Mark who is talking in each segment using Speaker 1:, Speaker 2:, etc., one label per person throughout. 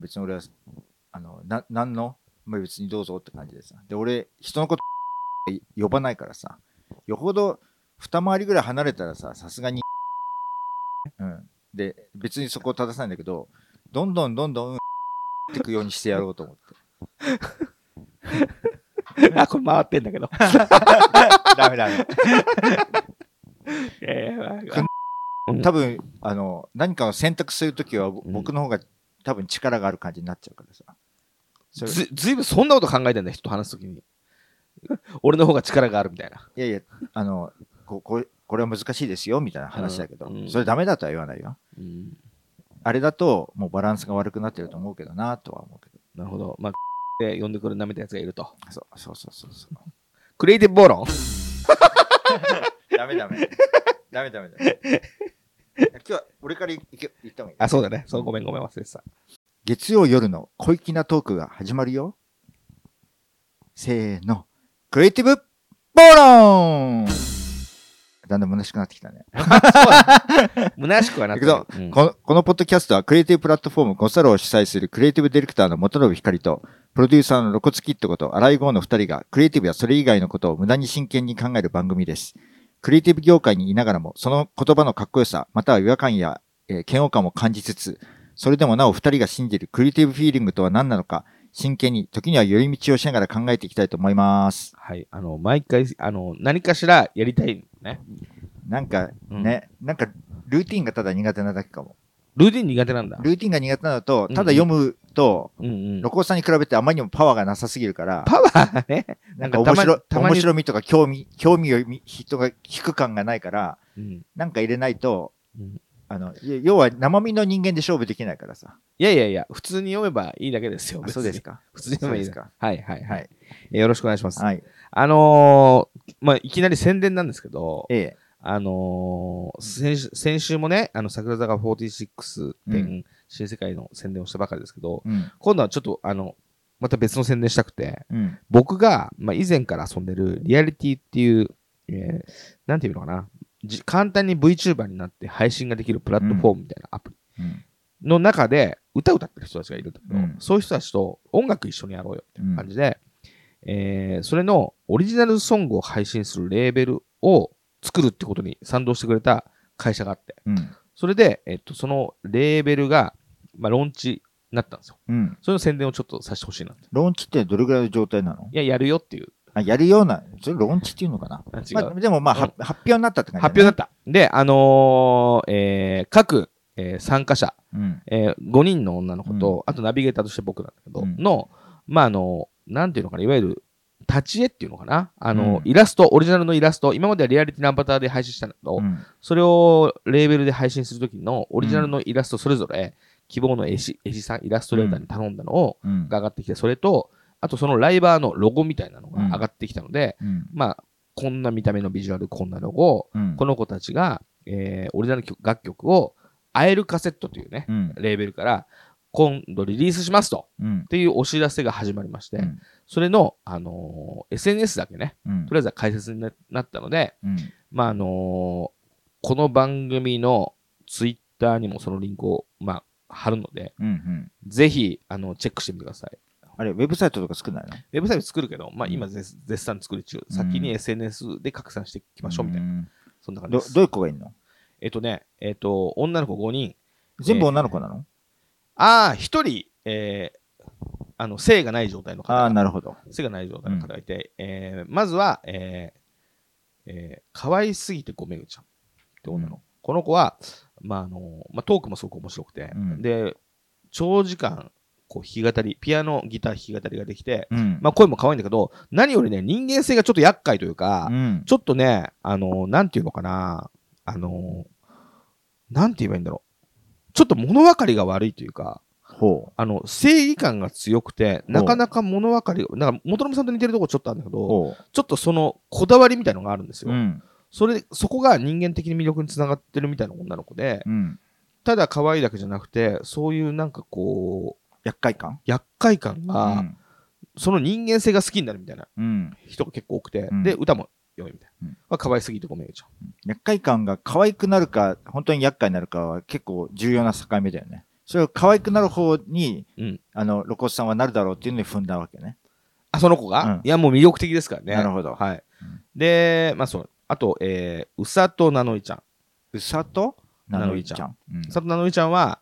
Speaker 1: 別に俺はあのな何の、まあ、別にどうぞって感じでさで俺人のこと 呼ばないからさよほど二回りぐらい離れたらささすがに うんで別にそこを正さないんだけどどんどんどん どんってくようにしてやろうと思って
Speaker 2: あ、これ回ってんだけど。
Speaker 1: ダメダメ
Speaker 2: えーまあ
Speaker 1: くん多分あの何かを選択するときはぼ僕の方が多分力がある感じになっちゃうからさそれ
Speaker 2: ずずいぶんそんなこと考えてんだ、人と話すときに。俺の方が力があるみたいな。
Speaker 1: いやいやあのこここれは難しいですよみたいな話だけど、
Speaker 2: うんうん
Speaker 1: それダメだとは言わないよ
Speaker 2: うん、
Speaker 1: あれだともうバランスが悪くなってると思うけどなとは思うけど
Speaker 2: なるほど。まあ、で呼んでくる舐めたやつがいると。
Speaker 1: そうそうそうそうそ
Speaker 2: クリエイティブ暴論
Speaker 1: う ダメダメダメダメダメ いや今日は俺から行け行った方がいい
Speaker 2: あ、そうだね。そう、ごめんごめん忘れてた。
Speaker 1: 月曜夜の小粋なトークが始まるよせーのクリエイティブボロンだんだん虚しくなってきたね
Speaker 2: 虚しくはなっ
Speaker 1: だ
Speaker 2: て
Speaker 1: けど、
Speaker 2: るうん
Speaker 1: このこのポッドキャストはクリエイティブプラットフォームゴサロを主催するクリエイティブディレクターの元信光と、プロデューサーの露骨キットこと荒井剛の二人がクリエイティブやそれ以外のことを無駄に真剣に考える番組です。クリエイティブ業界にいながらも、その言葉のかっこよさ、または違和感や、えー嫌悪感も感じつつ、それでもなお二人が信じるクリエイティブフィーリングとは何なのか、真剣に、時には寄り道をしながら考えていきたいと思います。
Speaker 2: はい。あの、毎回、あの、何かしらやりたいね。
Speaker 1: なんか
Speaker 2: うん
Speaker 1: ね、なんかルーティンがただ苦手なだけかも。
Speaker 2: ルーティン苦手なんだ。
Speaker 1: ルーティンが苦手なのと、ただ読むと、
Speaker 2: うんうん。
Speaker 1: ロコさんに比べてあまりにもパワーがなさすぎるから、
Speaker 2: パワーがね。
Speaker 1: なんか
Speaker 2: なんかた
Speaker 1: 面
Speaker 2: ま
Speaker 1: 白
Speaker 2: たまに
Speaker 1: 面白みとか興味、興味をみ人が引く感がないから、
Speaker 2: うん
Speaker 1: なんか入れないと、
Speaker 2: うん
Speaker 1: あのい要は生身の人間で勝負できないからさ。
Speaker 2: いやいやいや、普通に読めばいいだけですよ。
Speaker 1: あそうですか。
Speaker 2: 別に。普通に読めばいい
Speaker 1: そうです
Speaker 2: か。はいはいは
Speaker 1: はいい。
Speaker 2: えーよろしくお願いします。
Speaker 1: はい。
Speaker 2: あのーまあ、いきなり宣伝なんですけど、
Speaker 1: ええ。
Speaker 2: あのー先週先週もね、あの桜坂46
Speaker 1: う
Speaker 2: 展、新世界の宣伝をしたばかりですけど、
Speaker 1: うん。
Speaker 2: 今度はちょっと、あの、また別の宣伝したくて、
Speaker 1: うん。
Speaker 2: 僕が、まあ、以前から遊んでるリアリティっていう、えーなんていうのかな、じ簡単に VTuber になって配信ができるプラットフォームみたいなアプリ
Speaker 1: うん。
Speaker 2: の中で、歌歌ってる人たちがいるんだけど、
Speaker 1: うん
Speaker 2: そういう人たちと音楽一緒にやろうよ
Speaker 1: うん
Speaker 2: 感じで、えーそれのオリジナルソングを配信するレーベルを作るってことに賛同してくれた会社があって、
Speaker 1: うん。
Speaker 2: それで、えっと、そのレーベルが、まあ、ローンチになったんですよ。
Speaker 1: うん。
Speaker 2: それの宣伝をちょっとさせてほしいなって。い
Speaker 1: ローンチってどれぐらいの状態なの
Speaker 2: や、やるよっていう。
Speaker 1: あやるような、それローンチっていうのかな
Speaker 2: あ違う
Speaker 1: まあ、でもまあ、は
Speaker 2: う
Speaker 1: 発表になったって感じ、
Speaker 2: 発表になった。で、あのーえー各、えー参加者、
Speaker 1: うん。
Speaker 2: えー5人の女の子と、あとナビゲーターとして僕なんだけど、
Speaker 1: うん
Speaker 2: の、まあ、あの、なんていうのかな、いわゆる、立ち絵っていうのかなあの、
Speaker 1: うん
Speaker 2: イラスト、オリジナルのイラスト、今まではリアリティのアバターで配信したんだけど、
Speaker 1: うん。
Speaker 2: それをレーベルで配信するときのオリジナルのイラストそれぞれ、希望の絵師絵師さん、イラストレーターに頼んだのを、
Speaker 1: うん。
Speaker 2: が上がってきて、それと、あとそのライバーのロゴみたいなのが
Speaker 1: うん
Speaker 2: 上がってきたので、
Speaker 1: うん。
Speaker 2: まあ、こんな見た目のビジュアル、こんなロゴ、
Speaker 1: うん。
Speaker 2: この子たちが、えーオリジナル曲楽曲を、アエルカセットというね、
Speaker 1: うん。
Speaker 2: レーベルから、今度リリースしますと、
Speaker 1: うん
Speaker 2: っ。ていうお知らせが始まりまして、
Speaker 1: うん
Speaker 2: それの、あのー SNS だけね、
Speaker 1: うん
Speaker 2: とりあえずは解説にななったので、
Speaker 1: うん。
Speaker 2: まああのこの番組のツイッターにもそのリンクを、まあ、貼るので、
Speaker 1: うん。うん。
Speaker 2: ぜひあのチェックしてみてください。
Speaker 1: あれ、ウェブサイトとか少ないの
Speaker 2: ウェブサイト作るけど、まあ、今絶絶賛作り中、先に SNS で拡散していきましょうみたいな、
Speaker 1: な。
Speaker 2: そんな感じ
Speaker 1: ど
Speaker 2: で
Speaker 1: ど
Speaker 2: す。
Speaker 1: ういう子がいるの
Speaker 2: えっとね、えっと、女の子5人、
Speaker 1: 全部女の子なの、
Speaker 2: ああ、1人、えーあの性がない状態の方
Speaker 1: ああ、
Speaker 2: が、
Speaker 1: なるほど。
Speaker 2: 性がない状態の方がいて、えーまずは、えーえー可愛すぎてごめぐちゃんって女の子
Speaker 1: の
Speaker 2: この子は、まああのまあ、トークもすごく面白くて、
Speaker 1: うん
Speaker 2: で長時間こう弾き語りピアノギター弾き語りができて、
Speaker 1: うん。
Speaker 2: まあ、声も可愛いんだけど何よりね人間性がちょっと厄介というか、
Speaker 1: うん、
Speaker 2: ちょっとねあのなんていうのかなあのなんて言えばいいんだろうちょっと物分かりが悪いというか
Speaker 1: ほ
Speaker 2: あの正義感が強くて
Speaker 1: う
Speaker 2: なかなか物分かりがなんか元信さんと似てるとこちょっとあるんだけ
Speaker 1: う。
Speaker 2: ど
Speaker 1: ほ
Speaker 2: ちょっとそのこだわりみたいのがあるんです
Speaker 1: う。
Speaker 2: よ。
Speaker 1: うん。
Speaker 2: それそこが人間的に魅力につながってるみたいな女の子で、
Speaker 1: うん。
Speaker 2: ただ可愛いだけじゃなくて、そういうなんかこう、
Speaker 1: 厄介感
Speaker 2: 厄介感が、
Speaker 1: うん
Speaker 2: その人間性が好きになるみたいな
Speaker 1: うん。
Speaker 2: 人が結構多くて、
Speaker 1: うん
Speaker 2: で、歌も良いみたいな。
Speaker 1: うん
Speaker 2: まあ可愛すぎてごめんよ、ちゃん。
Speaker 1: 厄介感が可愛くなるか、本当に厄介になるかは結構重要な境目だよね。それを可愛くなる方に、
Speaker 2: うん
Speaker 1: あの露骨さんはなるだろうっていうのに踏んだわけね。
Speaker 2: あ、その子が、
Speaker 1: うん
Speaker 2: いや、もう魅力的ですからね。
Speaker 1: なるほど
Speaker 2: はい。
Speaker 1: うん
Speaker 2: で、まあそう。あと、えー、うさとなのいちゃん。
Speaker 1: うさとなのいちゃん。うん
Speaker 2: うさとなのいちゃんは、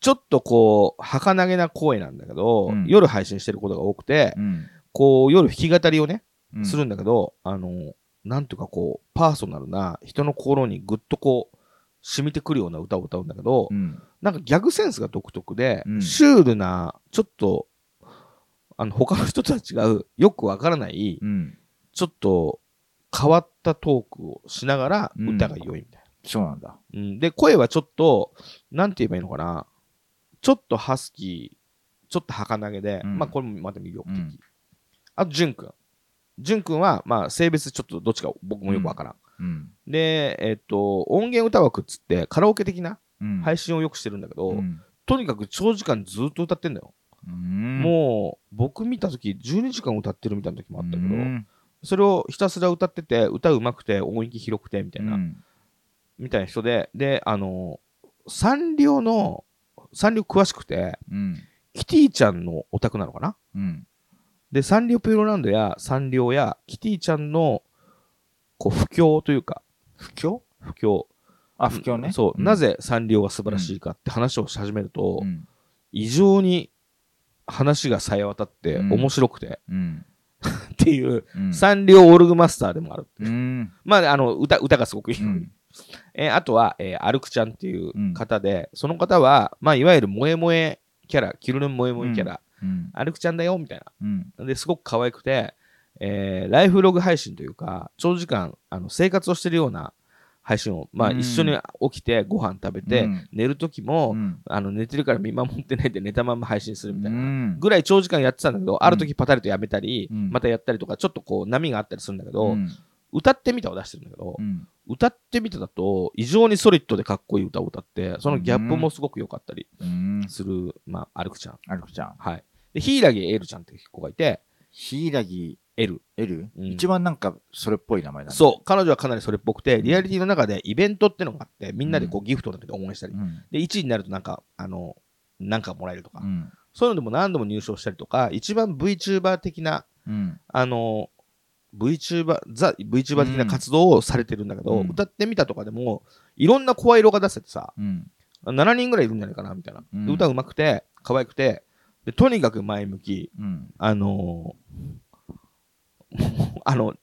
Speaker 2: ちょっとこう、儚げな声なんだけど、
Speaker 1: うん
Speaker 2: 夜配信してることが多くて、
Speaker 1: うん
Speaker 2: こう、夜弾き語りをね、
Speaker 1: うん
Speaker 2: するんだけど、あの、なんていうかこう、パーソナルな、人の心にぐっとこう、染みてくるような歌を歌うんだけど、
Speaker 1: うん
Speaker 2: なんかギャグセンスが独特で、
Speaker 1: うん
Speaker 2: シュールな、ちょっと、あの、他の人とは違う、よくわからない、
Speaker 1: うん
Speaker 2: ちょっと変わったトークをしながら
Speaker 1: うん
Speaker 2: 歌が良いみたい
Speaker 1: そうなんだ。
Speaker 2: な。うんで、声はちょっと、なんて言えばいいのかな、ちょっとハスキー、ちょっと儚げで、
Speaker 1: うん
Speaker 2: まあこれもまた魅力的。
Speaker 1: うん
Speaker 2: あと、ジュン君。ジュン君は、まあ性別ちょっとどっちか僕もよくわからん。
Speaker 1: うん
Speaker 2: で、えっと、音源歌枠っつってカラオケ的な
Speaker 1: うん
Speaker 2: 配信をよくしてるんだけど、
Speaker 1: うん
Speaker 2: とにかく長時間ずっと歌ってんだよ。
Speaker 1: うん
Speaker 2: もう、僕見た時12時間歌ってるみたいな時もあったけど、
Speaker 1: うん
Speaker 2: それをひたすら歌ってて、歌うまくて、音域広くて、みたいな、
Speaker 1: うん
Speaker 2: みたいな人で、で、あの、サンリオの、サンリオ詳しくて、
Speaker 1: うん
Speaker 2: キティちゃんのオタクなのかな
Speaker 1: うん
Speaker 2: で、サンリオピューロランドやサンリオやキティちゃんの、こう、不況というか、
Speaker 1: 不況
Speaker 2: 不況。
Speaker 1: あ、不況ね。
Speaker 2: そう、
Speaker 1: ん
Speaker 2: なぜサンリオが素晴らしいかって話をし始めると、
Speaker 1: うん
Speaker 2: 異常に話がさえ渡って
Speaker 1: うん
Speaker 2: 面白くて、
Speaker 1: うん
Speaker 2: っていう、
Speaker 1: うん
Speaker 2: サンリオオルグマスターでもある。
Speaker 1: うん
Speaker 2: まあ、あの、歌、歌がすごくいい。
Speaker 1: うん
Speaker 2: えーあとは、えー、アルクちゃんっていう
Speaker 1: うん
Speaker 2: 方で、その方は、まあ、いわゆる萌え萌えキャラ、キルルン萌え萌えキャラ、
Speaker 1: うん
Speaker 2: アルクちゃんだよ、みたい
Speaker 1: うん
Speaker 2: な。で、すごく可愛くて、えーライフログ配信というか、長時間、あの、生活をしてるような配信を、まあ、
Speaker 1: うん
Speaker 2: 一緒に起きて、ご飯食べて、
Speaker 1: うん
Speaker 2: 寝る時
Speaker 1: う
Speaker 2: も、
Speaker 1: ん
Speaker 2: あの、寝てるから見守ってないで寝たまま配信するみたいな。
Speaker 1: うん
Speaker 2: ぐらい長時間やってたんだけど、ある時パタリとやめたり、
Speaker 1: うん
Speaker 2: またやったりとか、ちょっとこう波があったりするんだけど、
Speaker 1: うん
Speaker 2: 歌ってみたを出してるんだけど
Speaker 1: う、ん
Speaker 2: 歌ってみただと、異常にソリッドでかっこいい歌を歌って、そのギャップもすごく良かったり
Speaker 1: うん
Speaker 2: する、まあ、アルクちゃん。
Speaker 1: アルフちゃん。
Speaker 2: はい。で、ヒイラギエルちゃんっていう子がいて、
Speaker 1: ヒイラギ
Speaker 2: エル。
Speaker 1: エル
Speaker 2: うん
Speaker 1: 一番なんかそれっぽい名前だね。
Speaker 2: そう、彼女はかなりそれっぽくて、リアリティの中でイベントってのがあって、みんなでこうギフトだけで応援したり、
Speaker 1: うん。
Speaker 2: で、1位になるとなんか、あの、なんかもらえるとか、
Speaker 1: うん
Speaker 2: そういうのでも何度も入賞したりとか、一番 VTuber 的な、
Speaker 1: うん
Speaker 2: あの、VTuber、ザ・ VTuber 的な活動をされてるんだけど、
Speaker 1: うん
Speaker 2: 歌ってみたとかでも、いろんな声色が出せてさ、
Speaker 1: うん
Speaker 2: 7人ぐらいいるんじゃないかなみたいな、
Speaker 1: うん
Speaker 2: で歌うまくて可愛くてでとにかく前向き
Speaker 1: うん
Speaker 2: あのー あの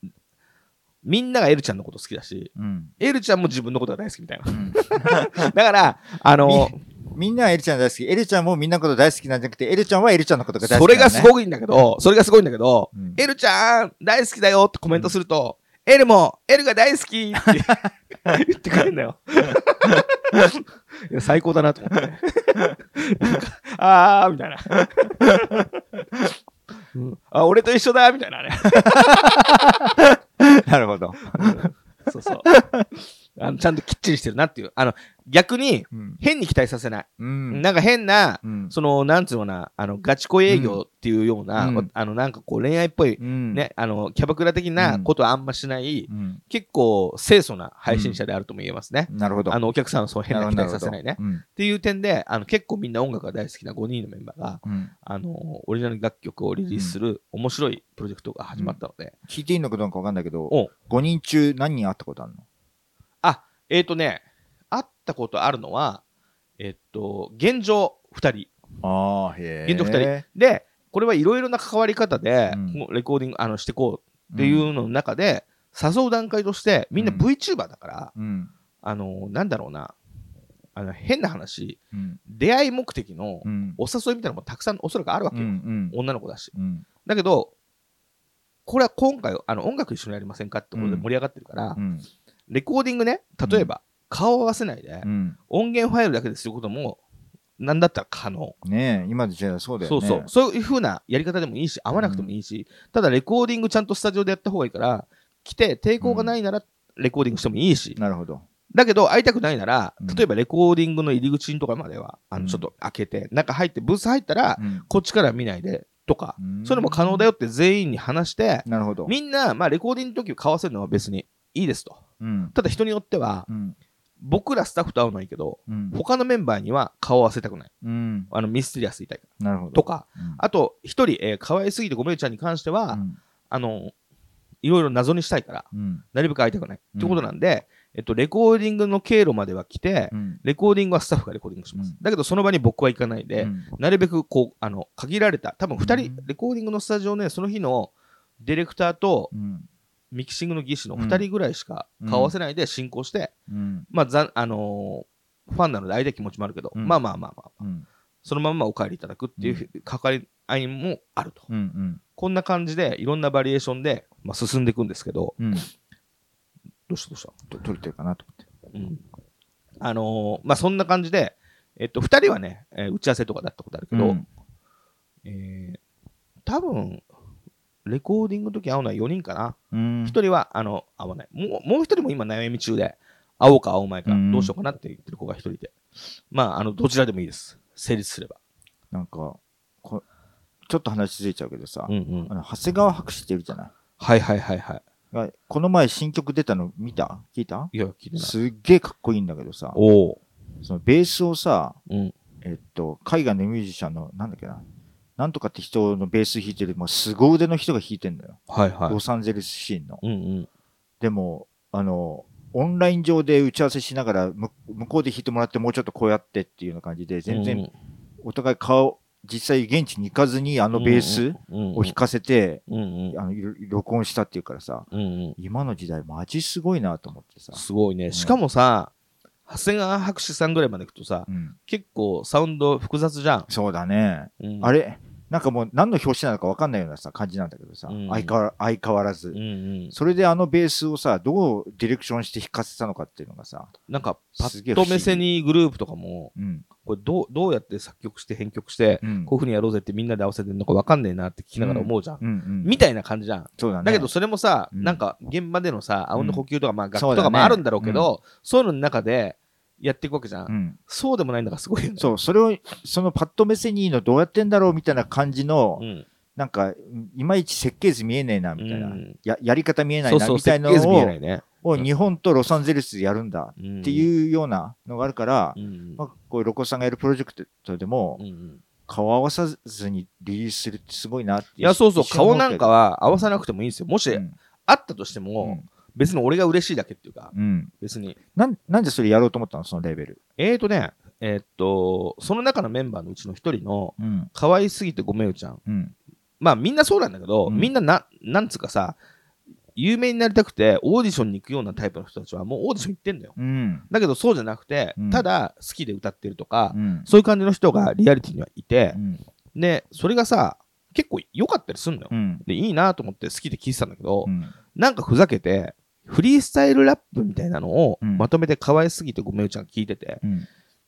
Speaker 2: みんながエルちゃんのこと好きだし
Speaker 1: うん
Speaker 2: エルちゃんも自分のことが大好きみたいな
Speaker 1: うん
Speaker 2: だからあのー
Speaker 1: みんなはエルちゃん大好き。エルちゃんもみんなのこと大好きなんじゃなくて、エルちゃんはエルちゃんのことが大好
Speaker 2: そ
Speaker 1: きなん
Speaker 2: れ
Speaker 1: だね。
Speaker 2: がすごいんだけどそれがすごいんだけど、
Speaker 1: うん
Speaker 2: エルちゃん大好きだよってコメントすると、エルもエルが大好きって 言ってくれるんだよ いや最高だなと思ってあーみたいな、うんあ俺と一緒だみたいなね
Speaker 1: なるほど。
Speaker 2: そうそうあのちゃんときっちりしてるなっていうあの逆に
Speaker 1: うん。
Speaker 2: 変に期待させない、
Speaker 1: うん。
Speaker 2: なんか変な
Speaker 1: うん
Speaker 2: そのなんつうのかなあのガチ恋営業っていうような、
Speaker 1: うん
Speaker 2: あのなんかこう恋愛っぽい
Speaker 1: うん。
Speaker 2: ね、あの、キャバクラ的なことはあんましない、
Speaker 1: うん。
Speaker 2: 結構清楚な配信者であるとも言えますね。
Speaker 1: なるほど。
Speaker 2: あの、お客さんをそう変な期待させないね。
Speaker 1: るほど。うん
Speaker 2: っていう点で、あの、結構みんな音楽が大好きな5人のメンバーが、
Speaker 1: うん。
Speaker 2: あの、オリジナル楽曲をリリースする面白いプロジェクトが始まったので、
Speaker 1: 聞いていいのかどうかわかんないけど
Speaker 2: お、
Speaker 1: 5人中何人会ったことあるの
Speaker 2: あ、えっ、とね、会ったことあるのは、えっ、と、現状2人。
Speaker 1: ああ、へ
Speaker 2: 現状2人。で、これはいろいろな関わり方で、
Speaker 1: うん
Speaker 2: もうレコーディングあのしてこうっていうのの中で、誘う段階として、みんな
Speaker 1: うん
Speaker 2: VTuber だから、
Speaker 1: うん。
Speaker 2: あの、なんだろうな、あの変な話、
Speaker 1: うん。
Speaker 2: 出会い目的の
Speaker 1: うん。
Speaker 2: お誘いみたいなのもたくさんおそらくあるわ
Speaker 1: う
Speaker 2: けよ、
Speaker 1: ん。
Speaker 2: 女の子だし。
Speaker 1: うん。
Speaker 2: だけど、これは今回、あの音楽一緒にやりませんかってことで
Speaker 1: うん
Speaker 2: 盛り上がってるから、
Speaker 1: うん。
Speaker 2: レコーディングね、例えば、顔を合わせないで、
Speaker 1: うん。
Speaker 2: 音源ファイルだけですることも、なんだったら可能。
Speaker 1: ねえ、今の時代はそうだよ
Speaker 2: そ
Speaker 1: ね。
Speaker 2: うそう。そういう風なやり方でもいいし、合わなくてもいいし、ただレコーディングちゃんとスタジオでやった方がいいから、来て抵抗がないならレコーディングしてもいいし、
Speaker 1: なるほど。
Speaker 2: だけど、会いたくないなら
Speaker 1: うん、
Speaker 2: 例えばレコーディングの入り口のとかまでは、あ
Speaker 1: う
Speaker 2: の
Speaker 1: ん
Speaker 2: ちょっと開けて、中入って、ブース入ったら、
Speaker 1: うん
Speaker 2: こっちから見ないでとか、
Speaker 1: うん
Speaker 2: そういうのも可能だよって全員に話して、
Speaker 1: なるほど。
Speaker 2: みんな、まあ、レコーディングの時を買わせるのは別にいいですと。
Speaker 1: うん。
Speaker 2: ただ、人によっては、
Speaker 1: うん。
Speaker 2: 僕らスタッフと会うのはいいけど、
Speaker 1: うん。
Speaker 2: 他のメンバーには顔を合わせたくない。
Speaker 1: うん。
Speaker 2: あの、ミステリアスいたいから
Speaker 1: なるほど。
Speaker 2: とか、
Speaker 1: うん、
Speaker 2: あと、一人、えー可愛すぎてごめんちゃんに関しては、
Speaker 1: うん
Speaker 2: あの、いろいろ謎にしたいから、
Speaker 1: うん。
Speaker 2: なるべく会いたくない。
Speaker 1: うん
Speaker 2: ってことなんで、えっと、レコーディングの経路までは来て、
Speaker 1: うん。
Speaker 2: レコーディングはスタッフがレコーディングします。
Speaker 1: うん
Speaker 2: だけど、その場に僕は行かないで、
Speaker 1: うん
Speaker 2: なるべくこう、あの、限られた、多分2人、
Speaker 1: うん
Speaker 2: レコーディングのスタジオね、その日のディレクターと
Speaker 1: うん。
Speaker 2: ミキシングの技師の2人ぐらいしか
Speaker 1: うん
Speaker 2: 顔合わせないで進行して、
Speaker 1: うん。
Speaker 2: まあ、ざあのーファンなので相手気持ちもあるけど、
Speaker 1: うん
Speaker 2: まあまあまあまあ、
Speaker 1: うん。
Speaker 2: そのまんまお帰りいただくっていうう関わり合いもあると。
Speaker 1: うん。
Speaker 2: こんな感じで、いろんなバリエーションで、まあ、進んでいくんですけど、
Speaker 1: うん。
Speaker 2: どうしたどうした
Speaker 1: と取れてるかなと思って。
Speaker 2: うんあのーまあ、そんな感じで、えっと、2人はね、えー打ち合わせとかだったことあるけ
Speaker 1: う
Speaker 2: ど、
Speaker 1: ん
Speaker 2: えー多分レコーディングの時会うのは4人かな。
Speaker 1: うん。
Speaker 2: 1人はあの会わない。もうもう1人も今悩み中で、会おうか会おうまいか、
Speaker 1: うん
Speaker 2: どうしようかなって言ってる子が1人で。まあ、あのどちらでもいいです。成立すれば。
Speaker 1: なんか、こちょっと話ずれちゃうけどさ、
Speaker 2: うんうん
Speaker 1: あの長谷川博士っているじゃない
Speaker 2: はいはいはいは
Speaker 1: がこの前新曲出たの見た聞いた
Speaker 2: い。いや、聞いてない。
Speaker 1: すっげえかっこいいんだけどさ、
Speaker 2: おお。
Speaker 1: そのベースをさ、
Speaker 2: うん。
Speaker 1: えっと、海外のミュージシャンの、なんだっけな、なんとかって人のベース弾いてる、もう凄腕の人が弾いてんだよ。
Speaker 2: はいはい
Speaker 1: ロ。サンゼルスシーンの。
Speaker 2: うんうん。
Speaker 1: でも、あの、オンライン上で打ち合わせしながら、む向こうで弾いてもらって、もうちょっとこうやってっていうような感じで、全
Speaker 2: うんう
Speaker 1: 然
Speaker 2: ん
Speaker 1: お互い顔、実際現地に行かずに、あのベース
Speaker 2: うん
Speaker 1: を弾かせて、
Speaker 2: うんうん
Speaker 1: あのい録音したっていうからさ、
Speaker 2: うんうん。
Speaker 1: 今の時代、マジすごいなと思ってさ。
Speaker 2: すごいね。
Speaker 1: ん
Speaker 2: しかもさ、長谷川博士さんぐらいまで行くとさ、
Speaker 1: うん、
Speaker 2: 結構サウンド複雑じゃん。
Speaker 1: そうだね。
Speaker 2: うん
Speaker 1: あれなんかもう何の表紙なのか分かんないようなさ感じなんだけどさ、
Speaker 2: うん
Speaker 1: 相変わら相変わらず、
Speaker 2: うんうん。
Speaker 1: それであのベースをさどうディレクションして弾かせたのかっていうのがさ、
Speaker 2: なんか、パ
Speaker 1: すげえ不
Speaker 2: ッと
Speaker 1: 思議
Speaker 2: 目線にグループとかも、
Speaker 1: うん
Speaker 2: これどう、どうやって作曲して編曲して、
Speaker 1: うん
Speaker 2: こういうふうにやろうぜってみんなで合わせてるのかわかんねえなって聞きながら思うじゃん。
Speaker 1: うんうん、
Speaker 2: みたいな感じじゃん。
Speaker 1: そうだね
Speaker 2: だけどそれもさ、
Speaker 1: うん
Speaker 2: なんか現場でのさ、あうんの呼吸とか、まあ楽
Speaker 1: そう
Speaker 2: 器
Speaker 1: だね
Speaker 2: とかもあるんだろうけど、そういうのの中でやっていくわけじゃん。
Speaker 1: うん、
Speaker 2: そうでもないんだからすごいよね。
Speaker 1: そうそれをそのパッと目線にいいのどうやってんだろうみたいな感じの、
Speaker 2: うん。
Speaker 1: なんかうんいまいち設計図見えねえなみたいな、
Speaker 2: うん
Speaker 1: ややり方見えない
Speaker 2: そう
Speaker 1: な
Speaker 2: そう、
Speaker 1: みたいな
Speaker 2: 設計図見え
Speaker 1: の
Speaker 2: ないね。
Speaker 1: をを
Speaker 2: うん
Speaker 1: 日本とロサンゼルスでやるんだって
Speaker 2: うん。
Speaker 1: いうようなのがあるから、
Speaker 2: うん
Speaker 1: まあ、こういうロコさんがやるプロジェクトでも、
Speaker 2: うんうん
Speaker 1: 顔合わさずにリリースするってすごいなって
Speaker 2: いや、そうそう、顔なんか
Speaker 1: は、
Speaker 2: は合わさなくてもいいんですよ。もし、
Speaker 1: うん
Speaker 2: あったとして
Speaker 1: う
Speaker 2: も、
Speaker 1: ん
Speaker 2: 別に俺が嬉しいだけっていうか、
Speaker 1: うん
Speaker 2: 別に。
Speaker 1: なんなんでそれやろうと思ったのそのレベル、
Speaker 2: えーとね、えーっと、その中のメンバーのうちの一人の、
Speaker 1: うん
Speaker 2: 可愛すぎてごめんよちゃん。
Speaker 1: うん
Speaker 2: まあみんなそうなんだけど、
Speaker 1: うん
Speaker 2: みんなな、なんつうかさ、有名になりたくてオーディションに行くようなタイプの人たちはもうオーディション行ってんだよ。
Speaker 1: うん
Speaker 2: だけどそうじゃなくて、
Speaker 1: うん
Speaker 2: ただ好きで歌ってるとか、
Speaker 1: うん
Speaker 2: そういう感じの人がリアリティにはいて
Speaker 1: う、ん
Speaker 2: で、それがさ、結構良かったりすんのよ。
Speaker 1: うん
Speaker 2: で、いいなと思って好きで聞いてたんだけど、
Speaker 1: うん
Speaker 2: なんかふざけて、フリースタイルラップみたいなのを
Speaker 1: うん
Speaker 2: まとめて可愛すぎてごめんよちゃん聞いてて、
Speaker 1: うん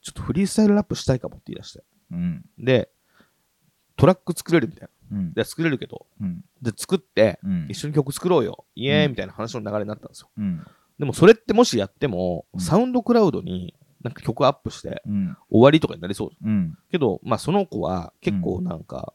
Speaker 2: ちょっとフリースタイルラップしたいかもって言い出して。
Speaker 1: うん
Speaker 2: で、トラック作れるみたいな。
Speaker 1: うん
Speaker 2: で、作れるけど、
Speaker 1: うん
Speaker 2: で、作って、
Speaker 1: うん
Speaker 2: 一緒に曲作ろうよ、イエー
Speaker 1: う
Speaker 2: イ
Speaker 1: ん
Speaker 2: みたいな話の流れになったんですよ。
Speaker 1: うん
Speaker 2: でもそれってもしやっても
Speaker 1: う、ん
Speaker 2: サウンドクラウドになんか曲アップして
Speaker 1: うん
Speaker 2: 終わりとかになりそう。
Speaker 1: うん
Speaker 2: けど、まあその子は結構なんか、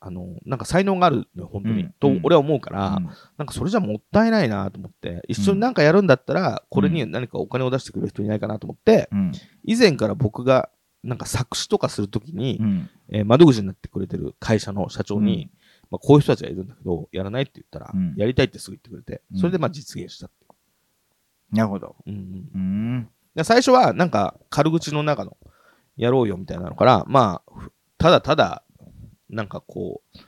Speaker 2: あの、なんか才能があるのよ、本当に。
Speaker 1: うん
Speaker 2: と
Speaker 1: うん
Speaker 2: 俺は思うから、なんかそれじゃもったいないなと思って、一緒になんかやるんだったら、これに何かお金を出してくれる人いないかなと思って、
Speaker 1: うん
Speaker 2: 以前から僕がなんか作詞とかするときに、
Speaker 1: うん
Speaker 2: えー窓口になってくれてる会社の社長に、
Speaker 1: うん
Speaker 2: まあ、こういう人たちがいるんだけど、やらないって言ったら、
Speaker 1: うん
Speaker 2: やりたいってすぐ言ってくれて、
Speaker 1: うん
Speaker 2: それでまあ実現したってい
Speaker 1: なるほど
Speaker 2: う。うんうん
Speaker 1: うん
Speaker 2: で最初はなんか軽口の中のやろうよみたいなのから、まあ、ふただただ、なんかこう、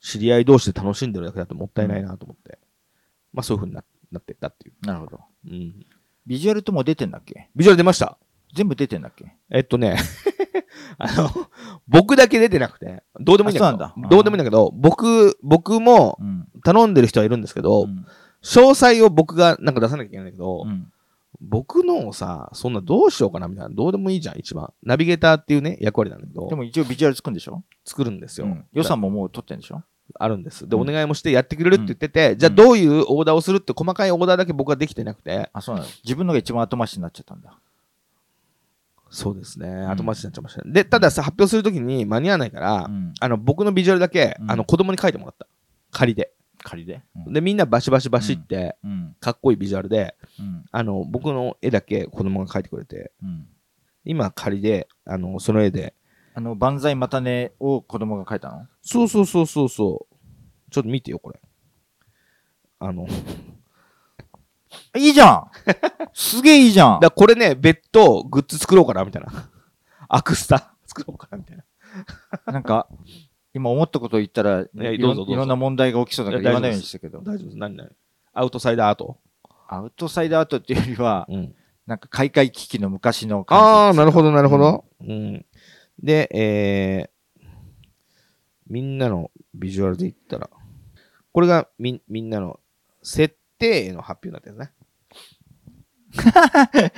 Speaker 2: 知り合い同士で楽しんでるだけだともったいないなと思って、まあそういうふうにななってったっていう。
Speaker 1: なるほど
Speaker 2: うん、
Speaker 1: ビジュアルとも出てんだっけ
Speaker 2: ビジュアル出ました
Speaker 1: 全部出てんだっけ
Speaker 2: えっとね、 あの、僕だけ出てなくて、どうでもいいんだけ
Speaker 1: あそうなん
Speaker 2: ど、
Speaker 1: だ
Speaker 2: どうでもいいんだけど、僕、僕も
Speaker 1: うん
Speaker 2: 頼んでる人はいるんですけど、
Speaker 1: うん
Speaker 2: 詳細を僕がなんか出さなきゃいけないんだけど、
Speaker 1: うん
Speaker 2: 僕のをさ、そんなどうしようかなみたいな、どうでもいいじゃん、一番。ナビゲーターっていうね、役割なんだけど
Speaker 1: で、も一応ビジュアルつくんでしょ
Speaker 2: 作るんですよ。
Speaker 1: うん予算ももう取ってんでしょ
Speaker 2: あるんです。で、
Speaker 1: うん
Speaker 2: お願いもしてやってくれるって言ってて、
Speaker 1: ん
Speaker 2: じゃあどういうオーダーをするって細かいオーダーだけ僕はできてなくて、
Speaker 1: あそうなの自分のが一番後回しになっちゃったんだ
Speaker 2: そうですね、後回しになっちゃいましたね。で、たださ、発表するときに間に合わないから、
Speaker 1: うん
Speaker 2: あの、僕のビジュアルだけ、
Speaker 1: うん
Speaker 2: あの、子供に書いてもらった。仮で。仮で。
Speaker 1: うん
Speaker 2: で、みんなバシバシバシって、
Speaker 1: うん
Speaker 2: かっこいいビジュアルで、
Speaker 1: うん
Speaker 2: あの、僕の絵だけ子供が描いてくれて、
Speaker 1: うん
Speaker 2: 今仮で、あの、その絵で、
Speaker 1: あの万歳またねを子供が書いたの
Speaker 2: そうそうそうそうそう、ちょっと見てよ、これ。あの、
Speaker 1: いいじゃ んすげえいいじゃん
Speaker 2: だこれね、別途グッズ作ろうかな、みたいな。 アクスタ作ろうかな、みたいな。
Speaker 1: なんか今思ったことを言ったらい
Speaker 2: や
Speaker 1: ろ
Speaker 2: どうぞどうぞ
Speaker 1: いろんな問題が起きそうだから
Speaker 2: い
Speaker 1: 言
Speaker 2: や
Speaker 1: わ
Speaker 2: 大丈夫
Speaker 1: ないよう
Speaker 2: です
Speaker 1: にしたけど
Speaker 2: 大丈夫です。何何アウトサイダーアート。
Speaker 1: アウトサイダーアートっていうよりは
Speaker 2: うん。
Speaker 1: なんか開会危機の昔の感じ
Speaker 2: ああ、なるほど、なるほど。うん。で、えーみんなのビジュアルで言ったら、これがみみんなの設定への発表になったよね。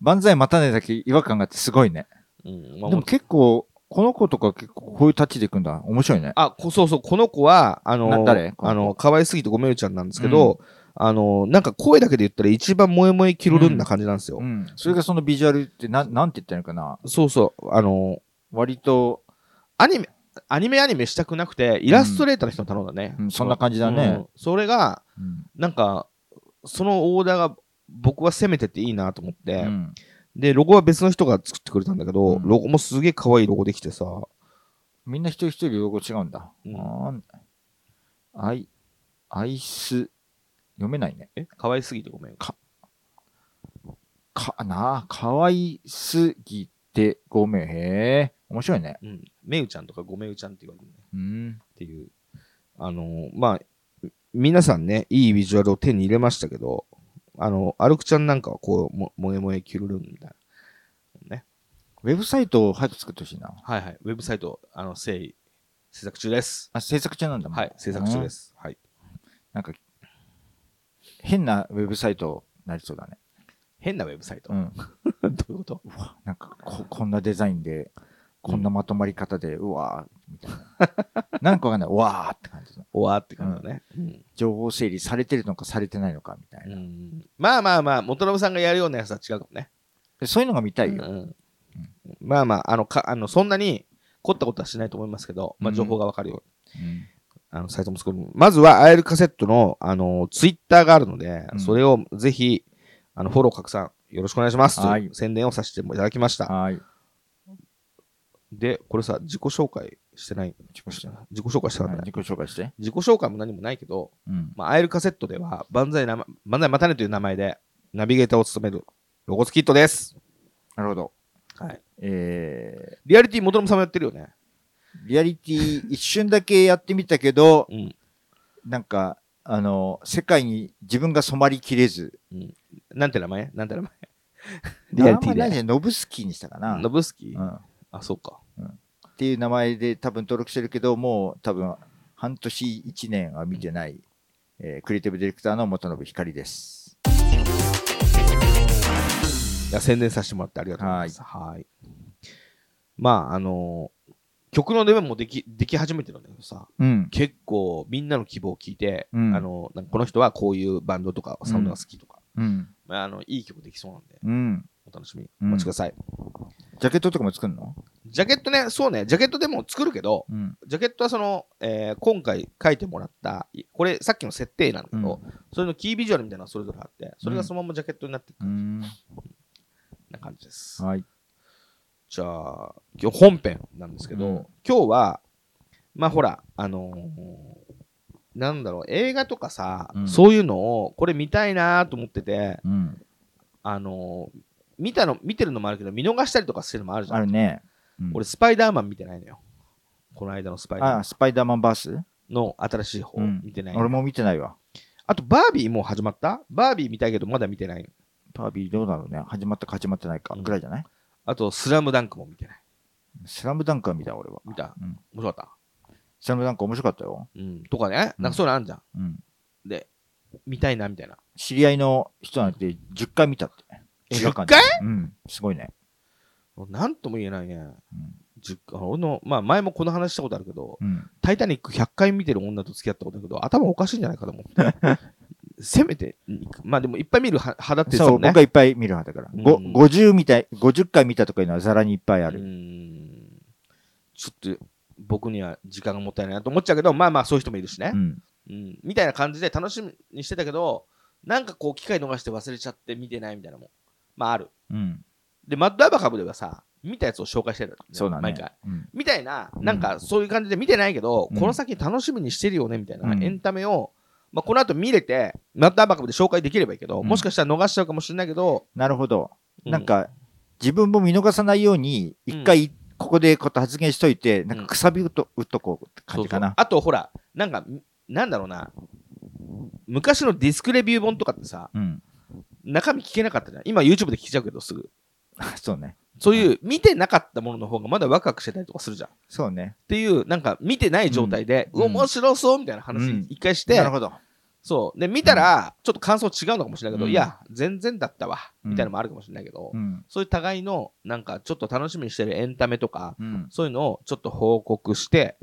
Speaker 1: 万歳またねだけ違和感があってすごいね
Speaker 2: うん。まあ
Speaker 1: でも結構この子とか結構こういうタッチでいくんだ面白いね
Speaker 2: あ、こそうそう、この子は、あの
Speaker 1: な、誰
Speaker 2: あの、可愛すぎてごめんよちゃんなんですけど、あの、なんか声だけで言ったら一番萌え萌えキロルンな感じなんですよ。
Speaker 1: うん、それがそのビジュアルってなんなんて言ったらいいのかな
Speaker 2: そうそう、あの、
Speaker 1: 割と、
Speaker 2: アニメ、アニメアニメしたくなくて、イラストレーターの人頼んだね。
Speaker 1: うんそんな感じだね
Speaker 2: うんそれが、
Speaker 1: うん
Speaker 2: なんか、そのオーダーが僕は攻めてていいなと思って、
Speaker 1: うん
Speaker 2: で、ロゴは別の人が作ってくれたんだけど、
Speaker 1: うん
Speaker 2: ロゴもすげえ可愛いロゴできてさ、
Speaker 1: みんな一人一人用語違うんだ、
Speaker 2: うん
Speaker 1: あーアイアイス読めないね
Speaker 2: え可愛すぎてごめん。
Speaker 1: かなあかわいすぎてごめんへえ面白いね
Speaker 2: うん。めうちゃんとかごめうちゃんって言われるね。
Speaker 1: うん
Speaker 2: っていう。あのーまあ、み皆さんね、いいビジュアルを手に入れましたけど、あの、アルクちゃんなんかはこう、も萌え萌えキュルルンみたいな。
Speaker 1: ウェブサイトを早く作ってほしいな
Speaker 2: はいはい。ウェブサイト、あの、誠意、制作中です。
Speaker 1: あ制作中なんだもん、
Speaker 2: はい、制作中ですす。はい。
Speaker 1: うんなんか変なウェブサイトになりそうだね
Speaker 2: 変なウェブサイト。
Speaker 1: うん
Speaker 2: どういうこと
Speaker 1: うわなんかここんなデザインでこんなまとまり方で、うわーみたいな なんかわかんないうわーって感じだ
Speaker 2: おわーって感じだね。うん
Speaker 1: 情報整理されてるのかされてないのかみたいな、
Speaker 2: うんまあまあまあ、元信さんがやるようなやつは違うかもね。
Speaker 1: でそういうのが見たいよ、
Speaker 2: うんまあまあ、あのかあのそんなに凝ったことはしないと思いますけど、ま
Speaker 1: う
Speaker 2: あ、
Speaker 1: ん
Speaker 2: 情報がわかるように、
Speaker 1: うん
Speaker 2: あのサイトも作る。まずは、アイルカセットの、あのツイッターがあるので、
Speaker 1: うん
Speaker 2: それをぜひ、あのフォロー拡散よろしくお願いしますと
Speaker 1: はいいう
Speaker 2: 宣伝をさせていただきました。
Speaker 1: はーい
Speaker 2: で、これさ、自己紹介してない。
Speaker 1: 自己紹介
Speaker 2: 自己紹介して
Speaker 1: は
Speaker 2: ない
Speaker 1: い、自己紹介して、
Speaker 2: 自己紹介も何もないけど、
Speaker 1: うん、
Speaker 2: まあ、アイルカセットでは、万歳なま、万歳またねという名前で、ナビゲーターを務めるロゴスキットです。
Speaker 1: なるほど
Speaker 2: はい。
Speaker 1: え
Speaker 2: リアリティ、元信さんもやってるよね。
Speaker 1: ー、リアリティ一瞬だけやってみたけど
Speaker 2: うん。
Speaker 1: なんかあの世界に自分が染まりきれず
Speaker 2: なんて名前なんて名前リアリテ
Speaker 1: 名
Speaker 2: ィ
Speaker 1: 前何
Speaker 2: で。
Speaker 1: でノブスキーにしたかな、
Speaker 2: ノブスキ
Speaker 1: う
Speaker 2: ー、
Speaker 1: ん、っ
Speaker 2: あ、そうか。
Speaker 1: ていう名前で多分登録してるけどもう多分半年1年は見てない、えークリエイティブディレクターの元信光です
Speaker 2: いや、宣伝させてもらってありがとうございます。はい。まあ、あのー曲の出番もでき、でき始めてるんだけどさ、
Speaker 1: うん
Speaker 2: 結構みんなの希望を聞いて、
Speaker 1: うん
Speaker 2: あのーなんかこの人はこういうバンドとかサウンドが好きとか、
Speaker 1: うん
Speaker 2: まあ、あの、いい曲できそうなんで、
Speaker 1: うん
Speaker 2: お楽しみに
Speaker 1: う
Speaker 2: お
Speaker 1: ん
Speaker 2: 待ちください、
Speaker 1: ジャケットとかも作るの
Speaker 2: ジャケットね、そうね、ジャケットでも作るけど、
Speaker 1: うん
Speaker 2: ジャケットはその、えー今回書いてもらった、いこれさっきの設定なんだけど、それのキービジュアルみたいなのがそれぞれあって、それがそのままジャケットになってる
Speaker 1: う
Speaker 2: 感じ
Speaker 1: ん
Speaker 2: な感じです。
Speaker 1: はい
Speaker 2: じゃあ、今日本編なんですけど、
Speaker 1: うん
Speaker 2: 今日は、まあほら、あのーなんだろう、映画とかさ、
Speaker 1: うん
Speaker 2: そういうのを、これ見たいなと思ってて、
Speaker 1: うん
Speaker 2: あのー見たの、見てるのもあるけど、見逃したりとかしてるのもあるじゃん。
Speaker 1: あるね、うん
Speaker 2: 俺、スパイダーマン見てないのよ。この間のスパイダーマ
Speaker 1: あスパイダーマンバース
Speaker 2: ンの新しい方、
Speaker 1: うん
Speaker 2: 見てない。
Speaker 1: 俺も見てないわ。
Speaker 2: あと、バービーもう始まったバービー見たいけど、まだ見てない。
Speaker 1: バービーどうだろうね。始まったか始まってないか
Speaker 2: うん
Speaker 1: ぐらいじゃない、
Speaker 2: あと、スラムダンクも見てない。
Speaker 1: スラムダンクは見た、俺は。
Speaker 2: 見た、
Speaker 1: うん
Speaker 2: 面白かっ
Speaker 1: スラムダンク面白かったよ。
Speaker 2: たうん。とかね、なんかそういうのあるじゃん。
Speaker 1: うん、
Speaker 2: で、見たいな、みたいな。
Speaker 1: 知り合いの人なんて10回見たって。映画館で
Speaker 2: 10
Speaker 1: うん、すごいね。
Speaker 2: なんとも言えないね。10あの俺の、まあ前もこの話したことあるけど、
Speaker 1: うん、
Speaker 2: タイタニック100回見てる女と付き合ったことあるけど、頭おかしいんじゃないかと思って。 せめて、まあでもいっぱい見るは肌って言
Speaker 1: そ
Speaker 2: ってた
Speaker 1: う、
Speaker 2: もんね
Speaker 1: 僕。はいっぱい見るはだから、ご
Speaker 2: うん
Speaker 1: 50みたい、50回見たとかいうのはざらにいっぱいあ
Speaker 2: う
Speaker 1: る。
Speaker 2: んちょっと僕には時間がもったいないなと思っちゃうけど、まあまあそういう人もいるしね。
Speaker 1: うん、
Speaker 2: うん、みたいな感じで楽しみにしてたけど、なんかこう機会逃して忘れちゃって見てないみたいなのも、まあある。
Speaker 1: うん。
Speaker 2: で、マッドアバカブではさ、見たやつを紹介してる、
Speaker 1: そうだね。
Speaker 2: 毎回。
Speaker 1: うん。
Speaker 2: みたいな、
Speaker 1: ん
Speaker 2: なんかそういう感じで見てないけど、
Speaker 1: うん
Speaker 2: この先楽しみにしてるよねみたいな、
Speaker 1: うん
Speaker 2: エンタメを、まあ、この後見れて、マッドアバカブで紹介できればいいけど、
Speaker 1: うん
Speaker 2: もしかしたら逃しちゃうかもしれないけど、
Speaker 1: なるほど。
Speaker 2: う
Speaker 1: なん、か、自分も見逃さないように、一回、ここでこと発言しといて、なんか、くさび打っと、打っとこうって感じか
Speaker 2: そうそう
Speaker 1: な。
Speaker 2: あとほら、なんか、なんだろうな、昔のディスクレビュー本とかってさ、
Speaker 1: うん。
Speaker 2: 中身聞けなかったじゃん。今 YouTube で聞けちゃうけど、すぐ。
Speaker 1: そうね。
Speaker 2: そういう、見てなかったものの方がまだワクワクしてたりとかするじゃん。っ
Speaker 1: そうね。
Speaker 2: ていう、なんか見てない状態で、
Speaker 1: うん
Speaker 2: 面白そうみたいな
Speaker 1: う
Speaker 2: 話
Speaker 1: ん
Speaker 2: 一回して、
Speaker 1: なるほど。
Speaker 2: そう。で、見たら、ちょっと感想違うのかもしれないけど、
Speaker 1: うん
Speaker 2: いや、全然だったわ、
Speaker 1: うん
Speaker 2: みたいなのもあるかもしれないけど、
Speaker 1: うん。
Speaker 2: そういう互いの、なんかちょっと楽しみにしてるエンタメとか、
Speaker 1: うん。
Speaker 2: そういうのをちょっと報告して、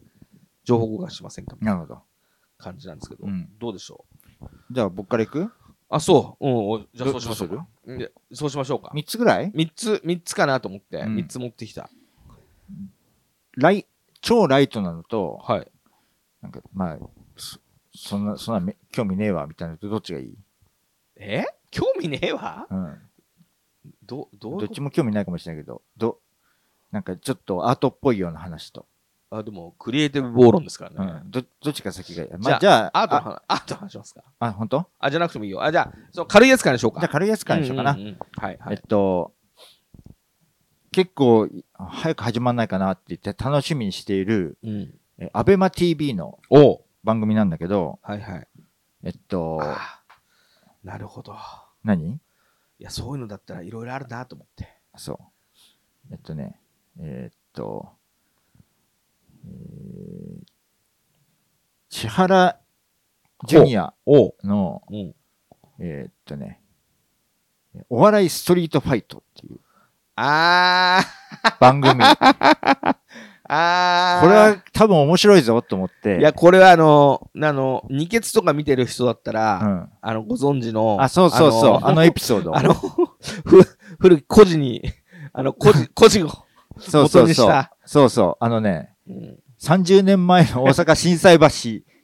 Speaker 2: 情報交換しませんかみたい
Speaker 1: なるほど。
Speaker 2: な感じなんですけど、
Speaker 1: うん
Speaker 2: どうでしょう
Speaker 1: じゃあ、僕から行く
Speaker 2: あ、そう。うんお、じゃあそ
Speaker 1: ど
Speaker 2: うしましょう
Speaker 1: ど
Speaker 2: か。いやそうしましょうか。
Speaker 1: ?3 つぐらい
Speaker 2: 3つ、三つかなと思って、
Speaker 1: うん
Speaker 2: 3つ持ってきた。
Speaker 1: ライ、超ライトなのと、
Speaker 2: はい。
Speaker 1: なんか、まあ、そそんな、そんなめ、興味ねえわ、みたいなのとどっちがいい
Speaker 2: え興味ねえわ
Speaker 1: うん。
Speaker 2: ど、どうい
Speaker 1: ど
Speaker 2: うこ
Speaker 1: っ
Speaker 2: と
Speaker 1: ちも興味ないかもしれないけど、ど、なんかちょっとアートっぽいような話と。
Speaker 2: あ、でも、クリエイティブ暴論ですから
Speaker 1: う
Speaker 2: ね。
Speaker 1: ん。ど、どっちが先がいいまあ、じゃあ、
Speaker 2: アートの話、アートの話しますか。
Speaker 1: あ、本当？
Speaker 2: あ、じゃなくてもいいよ。あ、じゃあ、そう軽いやつからでしょうか。
Speaker 1: じゃあ軽いやつからにしようかな。
Speaker 2: んんんはい、は
Speaker 1: えっ
Speaker 2: い。
Speaker 1: と、結構早く始まんないかなって言って楽しみにしている、
Speaker 2: うん。
Speaker 1: え、アベマ TV の
Speaker 2: おう
Speaker 1: 番組なんだけど、
Speaker 2: はいはい。
Speaker 1: えっと、
Speaker 2: あーなるほど。
Speaker 1: 何
Speaker 2: いや、そういうのだったらいろいろあるなと思って。
Speaker 1: そう。えっとね、えーっと、えー千原ジュニア
Speaker 2: おう。
Speaker 1: の、
Speaker 2: うん。
Speaker 1: えーっとね、お笑いストリートファイトっていう
Speaker 2: あー、
Speaker 1: 番 組。こ
Speaker 2: あー。
Speaker 1: れは、多分面白いぞと思って。
Speaker 2: いや、これはあの、あの、二血とか見てる人だった
Speaker 1: う
Speaker 2: ら、
Speaker 1: ん。
Speaker 2: あの、ご存知の、
Speaker 1: あ、そうそうそう。あのエピソード。
Speaker 2: あの、ふ、古き孤児に、あの、孤児、孤児を、
Speaker 1: そうそう
Speaker 2: 元にし
Speaker 1: そう
Speaker 2: た。
Speaker 1: そうそう。あのね、
Speaker 2: うん。
Speaker 1: 30年前 の大阪震災橋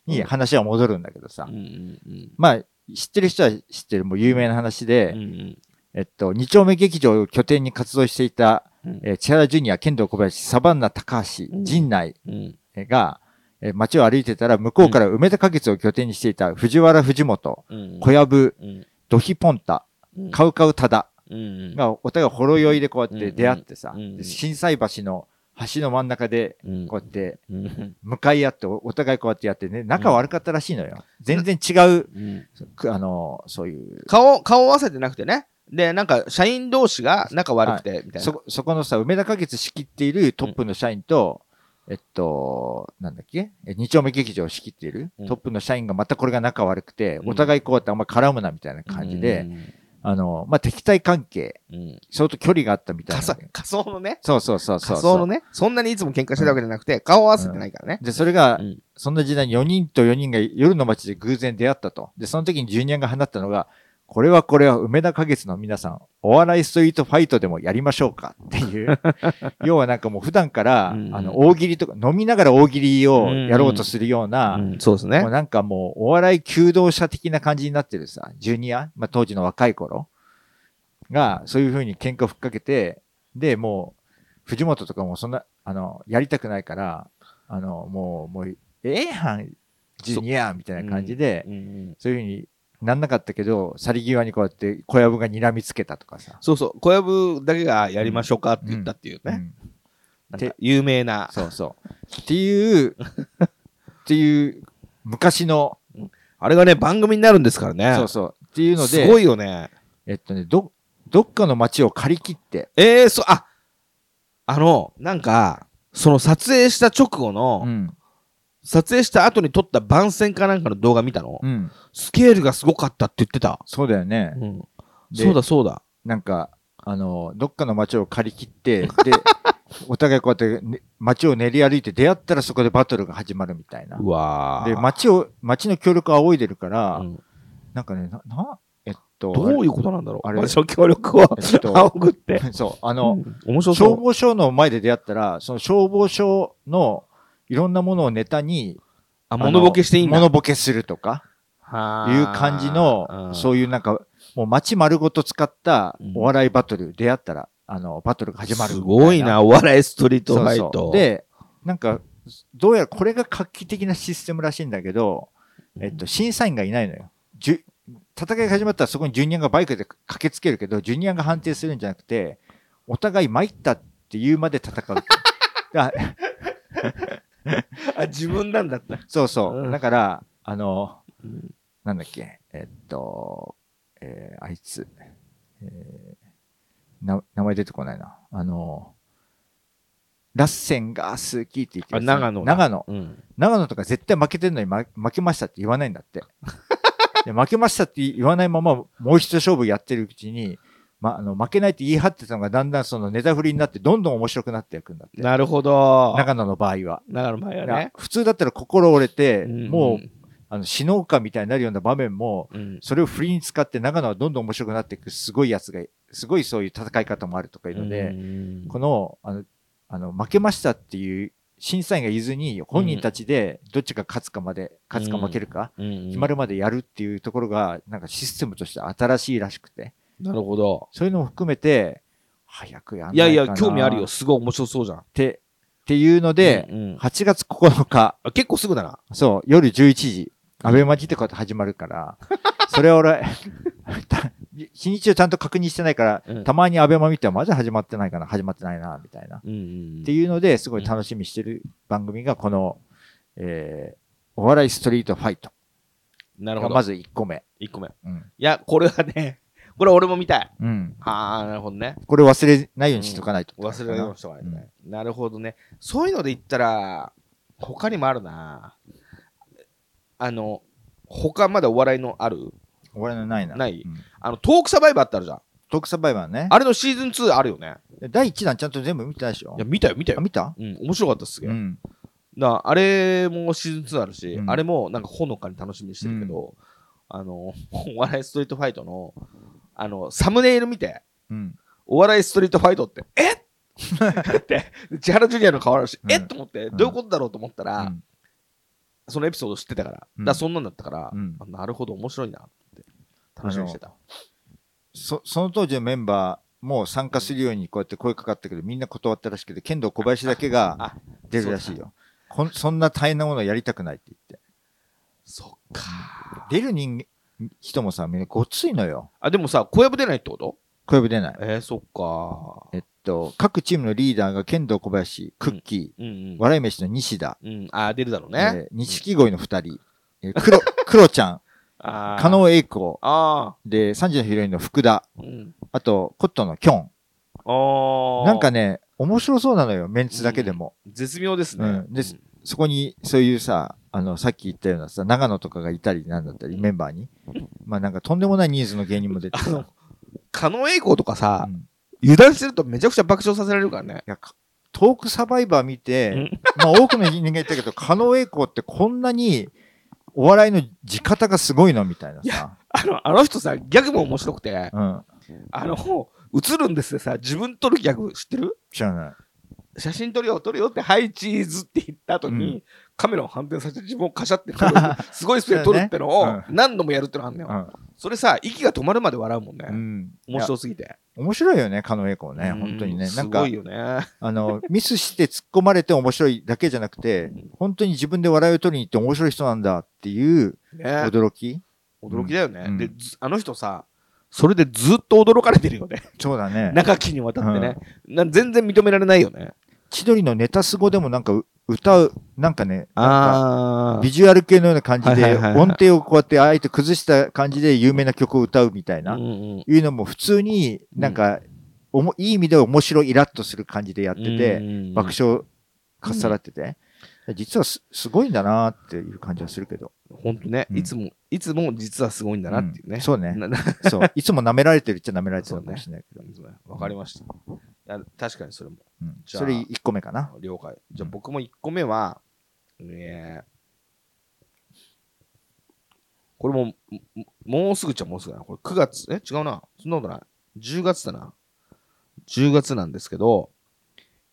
Speaker 1: に話は戻るんだけどさ
Speaker 2: うん。うん
Speaker 1: まあ、知ってる人は知ってる、もう有名な話
Speaker 2: う
Speaker 1: で、
Speaker 2: ん。
Speaker 1: えっと、二丁目劇場を拠点に活動していた、
Speaker 2: うん
Speaker 1: えー千原ジュニア、剣道小林、サバンナ高橋、
Speaker 2: うん
Speaker 1: 陣内
Speaker 2: うん。
Speaker 1: が、えー街を歩いてたら、向こうから梅田花月を拠点にしていた藤原藤本、
Speaker 2: うん。
Speaker 1: 小籔、
Speaker 2: うん。
Speaker 1: ドヒポンタ、
Speaker 2: うん。
Speaker 1: カウカウタダ
Speaker 2: うん。
Speaker 1: が、お互いほろ酔いでこうやって出会ってさ、
Speaker 2: うんうん
Speaker 1: で震災橋の橋の真ん中で、
Speaker 2: うん
Speaker 1: こうやって
Speaker 2: うん。
Speaker 1: 向かい合ってお、お互いこうやってやってね、仲悪かったらしいのよ。全然違う、
Speaker 2: うん。
Speaker 1: くあのー、そういう、
Speaker 2: 顔、顔合わせてなくてね。で、なんか、社員同士が仲悪くて、みたいな。
Speaker 1: そこ、そこのさ、梅田花月仕切っているトップの社員と、えっと、なんだっけえ二丁目劇場を仕切っている
Speaker 2: うん
Speaker 1: トップの社員がまたこれが仲悪くて、
Speaker 2: うん
Speaker 1: お互いこうやってあんま絡むなみたいな感じで、あの、まあ、敵対関係、
Speaker 2: うん、うん。
Speaker 1: 相当距離があったみたい
Speaker 2: 仮
Speaker 1: な。
Speaker 2: 想仮想のね。
Speaker 1: そうそうそうそう。
Speaker 2: 仮想のね。そんなにいつも喧嘩してたわけじゃなくて、顔合わせてないからね。
Speaker 1: で、それが、
Speaker 2: うん
Speaker 1: そんな時代に4人と4人が夜の街で偶然出会ったと。で、その時にジュニアが放ったのが、これはこれは梅田花月の皆さん、お笑いストリートファイトでもやりましょうかって いう。要はなんかもう普段から、
Speaker 2: うん
Speaker 1: あの、大喜利とか、飲みながら大喜利をやろうとするような、
Speaker 2: うんそうですね
Speaker 1: もう。なんかもうお笑い求道者的な感じになってるさ、ジュニア、まあ、当時の若い頃が、そういう風に喧嘩をふっかけて、で、もう、藤本とかもそんな、あの、やりたくないから、あの、もう、もう、ええやん、ジュニアみたいな感じで、
Speaker 2: うんうん
Speaker 1: そういう風になんなかったけど、去り際にこうやって小籔が睨みつけたとかさ。
Speaker 2: そうそう。小籔だけがやりましょうかって言ったっていう
Speaker 1: う
Speaker 2: ね。
Speaker 1: ん
Speaker 2: なん
Speaker 1: て
Speaker 2: か有名な。
Speaker 1: そうそう。って いう、っていう、昔の、
Speaker 2: あれがね、番組になるんですからね。
Speaker 1: そうそう。っていうので、
Speaker 2: すごいよね。
Speaker 1: えっとね、ど、どっかの街を借り切って、
Speaker 2: えー、そう、あ、あの、なんか、その撮影した直後の、
Speaker 1: ん。
Speaker 2: 撮影した後に撮った番宣かなんかの動画見たの、
Speaker 1: うん。
Speaker 2: スケールがすごかったって言ってた。
Speaker 1: そうだよね。
Speaker 2: うん
Speaker 1: で
Speaker 2: そうだそうだ。
Speaker 1: なんか、あの、どっかの街を借り切 って、で、お互いこうやって、ね、街を練り歩いて出会ったらそこでバトルが始まるみたいな
Speaker 2: う。わー
Speaker 1: で、街を、街の協力を仰いでるから、
Speaker 2: うん
Speaker 1: なんかね、な、なえっと、
Speaker 2: どういううことなんだろう
Speaker 1: あ
Speaker 2: あ
Speaker 1: れ
Speaker 2: れ、私の協力を
Speaker 1: えっと
Speaker 2: 仰ぐって。
Speaker 1: そう、あ
Speaker 2: あ
Speaker 1: の、、
Speaker 2: 面白
Speaker 1: 消
Speaker 2: そう。
Speaker 1: 防署の前で出会ったら、その消防署のいろんなものをネタに、
Speaker 2: あ、物ボケしていいんだ。
Speaker 1: 物ボケするとか、
Speaker 2: はー
Speaker 1: いう感じの、
Speaker 2: う
Speaker 1: そういうなんか、もう街丸ごと使った
Speaker 2: うん
Speaker 1: お笑いバトル、出会ったら、あの、バトルが
Speaker 2: ん
Speaker 1: 始まる
Speaker 2: す
Speaker 1: みた
Speaker 2: ごいな、お笑いストリートファイト。
Speaker 1: そうそうで、なんか、どうやらこれが画期的なシステムらしいんだけど、えっと、審査員がいないのよ。じゅ戦いが始まったらそこにジュニアがバイクで駆けつけるけど、ジュニアが判定するんじゃなくて、お互い参ったって言うまで戦う。 だ
Speaker 2: あ、自分なんだった。
Speaker 1: そうそうう。
Speaker 2: ん
Speaker 1: だから、あの、
Speaker 2: うん
Speaker 1: なんだっけ、えっと、えーあいつ、えーな名前出てこないな。あの、ラッセンが好きって言ってるやつ
Speaker 2: あ長野だ
Speaker 1: 長野。
Speaker 2: うん。
Speaker 1: 長野とか絶対負けてるのに、ま、負けましたって言わないんだって。 で負けましたって言わないままもう一度勝負やってるうちに、ま、あの負けないって言い張ってたのがだんだんそのネタ振りになってどんどん面白くなっていくんだって。
Speaker 2: なるほど。
Speaker 1: 長野の場合は。
Speaker 2: 長野前は
Speaker 1: だから
Speaker 2: ね。
Speaker 1: 普通だったら心折れて、
Speaker 2: ん
Speaker 1: もうあの死のうかみたいになるような場面も、
Speaker 2: うん、
Speaker 1: それを振りに使って長野はどんどん面白くなっていくすごいやつが、すごいそういう戦い方もあるとかいうので、
Speaker 2: うん
Speaker 1: このあのあの負けましたっていう審査員が言ずに本人たちでどっちが勝つかまで、勝つか負けるか、
Speaker 2: うん
Speaker 1: 決まるまでやるっていうところがなんかシステムとして新しいらしくて
Speaker 2: なるほど。
Speaker 1: そういうのも含めて早くやんないいか
Speaker 2: や
Speaker 1: ない
Speaker 2: や、興味あるよ。すごい面白そうじゃん
Speaker 1: っ。てっていうので、
Speaker 2: うんうん
Speaker 1: 8月9日
Speaker 2: あ結構すぐだな。
Speaker 1: そう夜11時アベマジってこうやって始まるから それを俺 た日にちをちゃんと確認してないから、
Speaker 2: うん
Speaker 1: たまにアベマ見てまだ始まってないかな始まってないなみたいな
Speaker 2: うん
Speaker 1: っていうのですごい楽しみにしてる番組がこの、えーお笑いストリートファイト
Speaker 2: なる
Speaker 1: が
Speaker 2: ほど。
Speaker 1: ま
Speaker 2: まず
Speaker 1: ず1個目。
Speaker 2: 1個目。い
Speaker 1: うん
Speaker 2: や、これはね、 これ俺も見たい。
Speaker 1: うん、
Speaker 2: ああ、なるほどね。
Speaker 1: これ忘れないようにしとかないと、
Speaker 2: 忘れられましたわね、なるほどね。そういうので言ったら、他にもあるな。あの、他まだお笑いのある
Speaker 1: 俺のないな。
Speaker 2: ない
Speaker 1: うん
Speaker 2: あの、トークサバイバーってあるじゃん。
Speaker 1: トークサバイバーね。
Speaker 2: あれのシーズン2あるよね。
Speaker 1: 第1弾ちゃんと全部見てないでしょ
Speaker 2: いや、見たよ、見た
Speaker 1: あ
Speaker 2: よ。
Speaker 1: 見た
Speaker 2: うん、面白かったっすげえ。
Speaker 1: うん。
Speaker 2: なあれもシーズン2あるし、
Speaker 1: うん
Speaker 2: あれもなんかほのかに楽しみにしてるけど、あの、 お笑いストリートファイトの、あの、サムネイル見て、
Speaker 1: うん。
Speaker 2: お笑いストリートファイトって、えっって、千原ジュニアの顔あるし、
Speaker 1: うん
Speaker 2: えっと思って、どういうことだろうと思ったら、
Speaker 1: うん
Speaker 2: そのエピソード知ってたから、
Speaker 1: うん
Speaker 2: だからそんなんだったから、
Speaker 1: うん
Speaker 2: あなるほど、面白いなって、楽しみにしてた。
Speaker 1: そその当時のメンバーも参加するようにこうやって声かかったけど、みんな断ったらしくて、剣道小林だけが
Speaker 2: あ、
Speaker 1: 出るらしいよ。こんそんな大変なものやりたくないって言って。
Speaker 2: そっか。
Speaker 1: 出る人間人もさ、みんなごついのよ。
Speaker 2: あ、でもさ、小籔出ないってこと
Speaker 1: 声部出ない。
Speaker 2: えー、そっか。
Speaker 1: えっと、各チームのリーダーが剣道小林、クッキー、
Speaker 2: うん
Speaker 1: 笑い飯の西田、
Speaker 2: うん。うん、あ、出るだろう
Speaker 1: え
Speaker 2: ね。
Speaker 1: ー錦鯉の二人、えー黒、 黒ちゃん、
Speaker 2: あー
Speaker 1: 加納栄子、
Speaker 2: あ
Speaker 1: で、3時のヒロインの福田、
Speaker 2: あ。うん。
Speaker 1: あと、コットンのキョン。
Speaker 2: ああ。
Speaker 1: なんかね、面白そうなのよ、メンツだけでも。
Speaker 2: 絶妙です
Speaker 1: う
Speaker 2: ね。
Speaker 1: んですそこに、そういうさ、あの、さっき言ったようなさ、長野とかがいたり、なんだったり、メンバーに。まあなんかとんでもない人数の芸人も出て
Speaker 2: あの
Speaker 1: さ。、
Speaker 2: 狩野英孝とか
Speaker 1: う
Speaker 2: さ、
Speaker 1: ん
Speaker 2: 油断してるとめちゃくちゃ爆笑させられるからね。
Speaker 1: いやかトークサバイバー見
Speaker 2: う
Speaker 1: て
Speaker 2: ん、
Speaker 1: まあ多くの人間言ったけど、狩野英孝ってこんなにお笑いの地方がすごいのみたいなさ。
Speaker 2: あの、あの人さ、ギャグも面白くて、
Speaker 1: うん。
Speaker 2: あの、映るんですよさ、自分撮るギャグ知ってる
Speaker 1: 知らない。
Speaker 2: 写真撮るよ、撮るよって、はい、チーズって言った後に、
Speaker 1: うん
Speaker 2: カメラを反転させて自分をカシャって撮る、 すごいスピードで撮るっての
Speaker 1: そ
Speaker 2: を
Speaker 1: うだね
Speaker 2: 何度もやるってのあんのよ。それさ、息が止まるまで笑うもんね。
Speaker 1: うん。うん
Speaker 2: 面白すぎて。
Speaker 1: 面白いよね、狩野英孝ね。
Speaker 2: うん
Speaker 1: 本当にね。なん
Speaker 2: す
Speaker 1: か
Speaker 2: ごい、よね。
Speaker 1: あの、ミスして突っ込まれて面白いだけじゃなくて、本当に自分で笑いを取りに行って面白い人なんだっていう
Speaker 2: ね
Speaker 1: 驚き。
Speaker 2: 驚きだよね。
Speaker 1: うん
Speaker 2: で、ずあの人さ、それでずっと驚かれてるよね。
Speaker 1: そうだね。
Speaker 2: 長きにわたってね、な全然認められないよね。
Speaker 1: 千鳥のネタすごでもなんかう歌う、なんかね、なんか
Speaker 2: あ
Speaker 1: ビジュアル系のような感じ
Speaker 2: はいは
Speaker 1: で、
Speaker 2: いはいはい
Speaker 1: 音程をこうやってあえて崩した感じで有名な曲を歌うみたいな、
Speaker 2: うんうん、
Speaker 1: いうのも普通になんか、おもいい意味で面白いイラッとする感じでやってて、
Speaker 2: うん
Speaker 1: 爆笑かっさらってて、実はすすごいんだなっていう感じはするけど。
Speaker 2: 本当ね、
Speaker 1: うん
Speaker 2: いつも、いつも実はすごいんだなっていうね。
Speaker 1: うんそうね。
Speaker 2: なな
Speaker 1: そう。いつも舐められてるっちゃ舐められてるのかもしれないけど。
Speaker 2: わかりました。いや確かにそれも
Speaker 1: うん
Speaker 2: じゃあ
Speaker 1: それ1個目かな。
Speaker 2: 了解。じゃあ僕も1個目は、えーこれもも、もうすぐっちゃもうすぐだな。これ9月、え違うな。そんなことない。10月だな。10月なんですけど、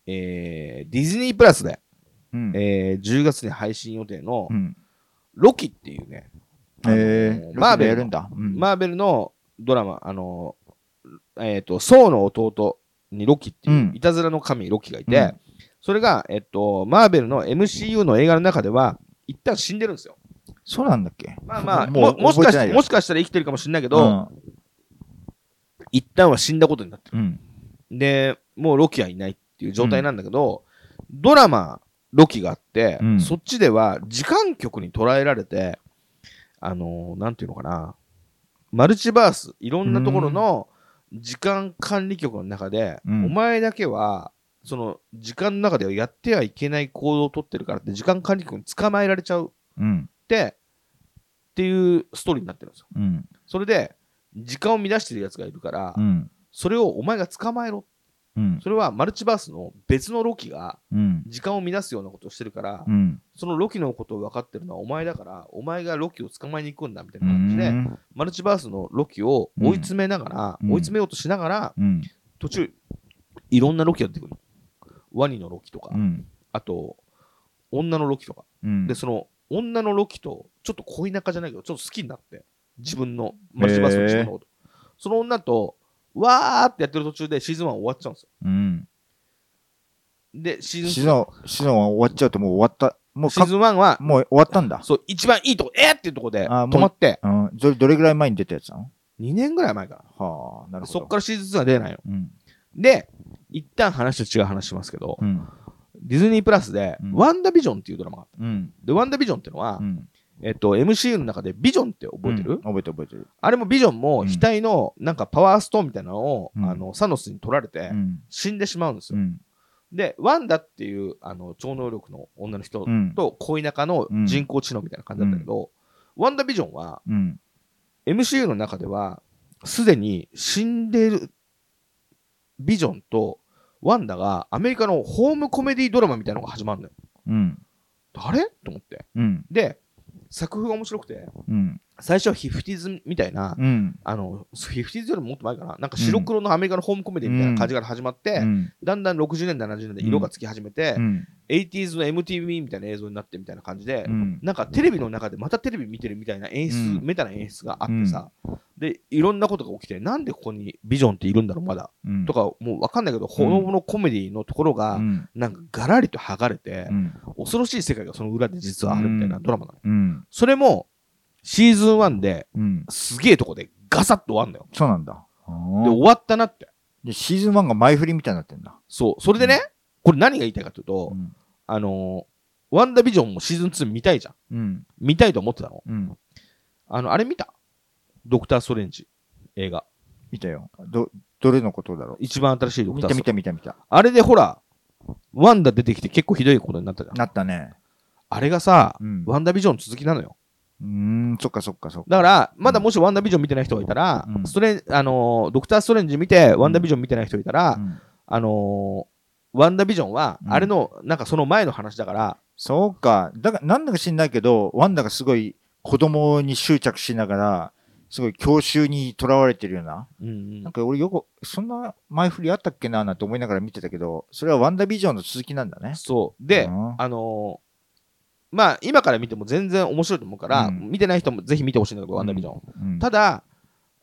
Speaker 2: えーディズニープラスで、
Speaker 1: うん。
Speaker 2: えー10月に配信予定の、
Speaker 1: うん
Speaker 2: ロキっていうね、
Speaker 1: えー、
Speaker 2: マーベル
Speaker 1: や
Speaker 2: の
Speaker 1: るんだ。うん
Speaker 2: マーベルのドラマ、あの、えっ、と、ソーの弟にロキっていう、
Speaker 1: うん
Speaker 2: いたずらの神ロキがいて、
Speaker 1: うん
Speaker 2: それが、えっ、と、マーベルの MCU の映画の中では、一旦死んでるんですよ。
Speaker 1: そうなんだっけ
Speaker 2: まあまあ、
Speaker 1: も
Speaker 2: も
Speaker 1: う
Speaker 2: もしか
Speaker 1: 覚えてない
Speaker 2: し
Speaker 1: よ
Speaker 2: もしかしたら生きてるかもしれないけど、一旦は死んだことになってる。
Speaker 1: うん。うん
Speaker 2: で、もうロキはいないっていう状態なんだけど、ドラマ、ロキがあって、
Speaker 1: うん
Speaker 2: そっちでは時間局に捉えられて、あのーなんていうのかな、マルチバース、いろんなところの時間管理局の中で、
Speaker 1: うん
Speaker 2: お前だけは、その時間の中ではやってはいけない行動をとってるからって、時間管理局に捕まえられちゃう
Speaker 1: うん。
Speaker 2: って、っていうストーリーになってるんですよ。
Speaker 1: うん。
Speaker 2: それで、時間を乱してるやつがいるから、
Speaker 1: うん。
Speaker 2: それをお前が捕まえろ
Speaker 1: うん。
Speaker 2: それはマルチバースの別のロキが
Speaker 1: うん。
Speaker 2: 時間を乱すようなことをしてるから、
Speaker 1: うん。
Speaker 2: そのロキのことを分かってるのはお前だから、お前がロキを捕まえに行くんだみたいうな感じで、
Speaker 1: ん。
Speaker 2: マルチバースのロキを追い詰めながら、
Speaker 1: うん
Speaker 2: 追い詰めようとしながら、
Speaker 1: うん。
Speaker 2: 途中、いろんなロキが出てくるの。ワニのロキとか、
Speaker 1: うん。
Speaker 2: あと、女のロキとか。
Speaker 1: うん
Speaker 2: で、その女のロキと、ちょっと恋仲じゃないけど、ちょっと好きになって、自分の、マルチバースの自分のこと。その女と、わーってやってる途中でシーズン1終わっちゃうんですよ。
Speaker 1: うん。
Speaker 2: で、シーズン
Speaker 1: シゾン、シゾンは終わっちゃうともう終わった。もう
Speaker 2: シー
Speaker 1: か、
Speaker 2: ズン1は、
Speaker 1: もう終わったんだ。
Speaker 2: そう、一番いいとこ、えーっていうとこで
Speaker 1: あーもう
Speaker 2: 止まって、
Speaker 1: うん。どどれぐらい前に出たやつなの
Speaker 2: 2年ぐらい前か
Speaker 1: はあ、な
Speaker 2: な。
Speaker 1: るほ
Speaker 2: そ
Speaker 1: ど。
Speaker 2: っからシーズン2は出ないの。
Speaker 1: うん。
Speaker 2: で、一旦話と違う話しますけど、
Speaker 1: うん。
Speaker 2: ディズニープラスで、
Speaker 1: うん
Speaker 2: ワンダビジョンっていうドラマがあっ
Speaker 1: うん。
Speaker 2: た。で、ワンダビジョンっていうのは、
Speaker 1: うん
Speaker 2: えっと、MCU の中でビジョンって覚えてる、
Speaker 1: うん覚えてる覚えてる。
Speaker 2: あれもビジョンも
Speaker 1: うん
Speaker 2: 額のなんかパワーストーンみたいなのを、
Speaker 1: うん
Speaker 2: あのサノスに取られて、
Speaker 1: うん。
Speaker 2: 死んでしまうんです
Speaker 1: う
Speaker 2: よ。
Speaker 1: ん。
Speaker 2: で、ワンダっていうあの超能力の女の人
Speaker 1: うん。
Speaker 2: と恋仲の人工知能みたいな感じだったけど、ワンダビジョンは
Speaker 1: うん。
Speaker 2: MCU の中では、すでに死んでるビジョンとワンダがアメリカのホームコメディドラマみたいなのが始まるのよ。
Speaker 1: うん。
Speaker 2: 誰と思って。
Speaker 1: うん。
Speaker 2: で、作風が面白くて、
Speaker 1: うん。
Speaker 2: 最初はヒフティーズみたいな、
Speaker 1: うん。
Speaker 2: あの、ヒフティーズよりももっと前かな、なんか白黒のアメリカのホームコメディみたいな感じから始まって、
Speaker 1: うん。
Speaker 2: だんだん60年、70年で色がつき始めて、
Speaker 1: うん。
Speaker 2: 80s の MTV みたいな映像になってみたいな感じで、
Speaker 1: うん
Speaker 2: なんかテレビの中でまたテレビ見てるみたいな演出、
Speaker 1: うん
Speaker 2: メタな演出があってさ、で、いろんなことが起きて、なんでここにビジョンっているんだろう、まだ、
Speaker 1: うん。
Speaker 2: とか、もうわかんないけど、ほのぼのコメディのところが、
Speaker 1: うん。
Speaker 2: なんかガラリと剥がれて
Speaker 1: う、ん。
Speaker 2: 恐ろしい世界がその裏で実はあるみたいな
Speaker 1: うん
Speaker 2: ドラマなの。
Speaker 1: うん。
Speaker 2: それも、シーズン1で
Speaker 1: うん。
Speaker 2: すげえとこでガサッと終わるんだよ。
Speaker 1: そうなんだ。あ
Speaker 2: で、
Speaker 1: ー
Speaker 2: 終わったなって。
Speaker 1: で、シーズン1が前振りみたいになってんだ。
Speaker 2: そう。それでね、これ何が言いたいかというと、
Speaker 1: うん。
Speaker 2: あのーワンダービジョンもシーズン2見たいじゃん。
Speaker 1: うん。
Speaker 2: 見たいと思ってたの。
Speaker 1: うん。
Speaker 2: あの、あれ見たドクター・ストレンジ映画。
Speaker 1: 見たよ。ど、どれのことだろ。
Speaker 2: 一番新しいうドク
Speaker 1: 見
Speaker 2: ター・
Speaker 1: た
Speaker 2: ストレ
Speaker 1: 見
Speaker 2: ンジ。
Speaker 1: た見た見た。
Speaker 2: あれでほら、ワンダ出てきて結構ひどいことになったじゃん。
Speaker 1: なったね。
Speaker 2: あれがさ、
Speaker 1: うん。う
Speaker 2: ワンダビジョンの続きなのよ。
Speaker 1: ーん、そっかそっかそっか。
Speaker 2: だから、まだもしワンダビジョン見てない人がいたら、
Speaker 1: うん
Speaker 2: ストレンあのードクター・ストレンジ見て、ワンダビジョン見てない人いたら、
Speaker 1: うん
Speaker 2: あのーワンダビジョンは、
Speaker 1: うん
Speaker 2: あれの、なんかその前の話だから、
Speaker 1: そうか。だから、なんだか知んないけど、ワンダがすごい子供に執着しながら、すごい教習にとらわれてるような。
Speaker 2: うんう
Speaker 1: なん
Speaker 2: ん
Speaker 1: か俺よく、そんな前振りあったっけななんて思いながら見てたけど、それはワンダビジョンの続きなんだね。
Speaker 2: そう。で、
Speaker 1: うん
Speaker 2: あのーまあ、今から見ても全然面白いと思うから、
Speaker 1: うん
Speaker 2: 見てない人もぜひ見てほしいんだけど、ワンダビジョン。
Speaker 1: うん
Speaker 2: ただ、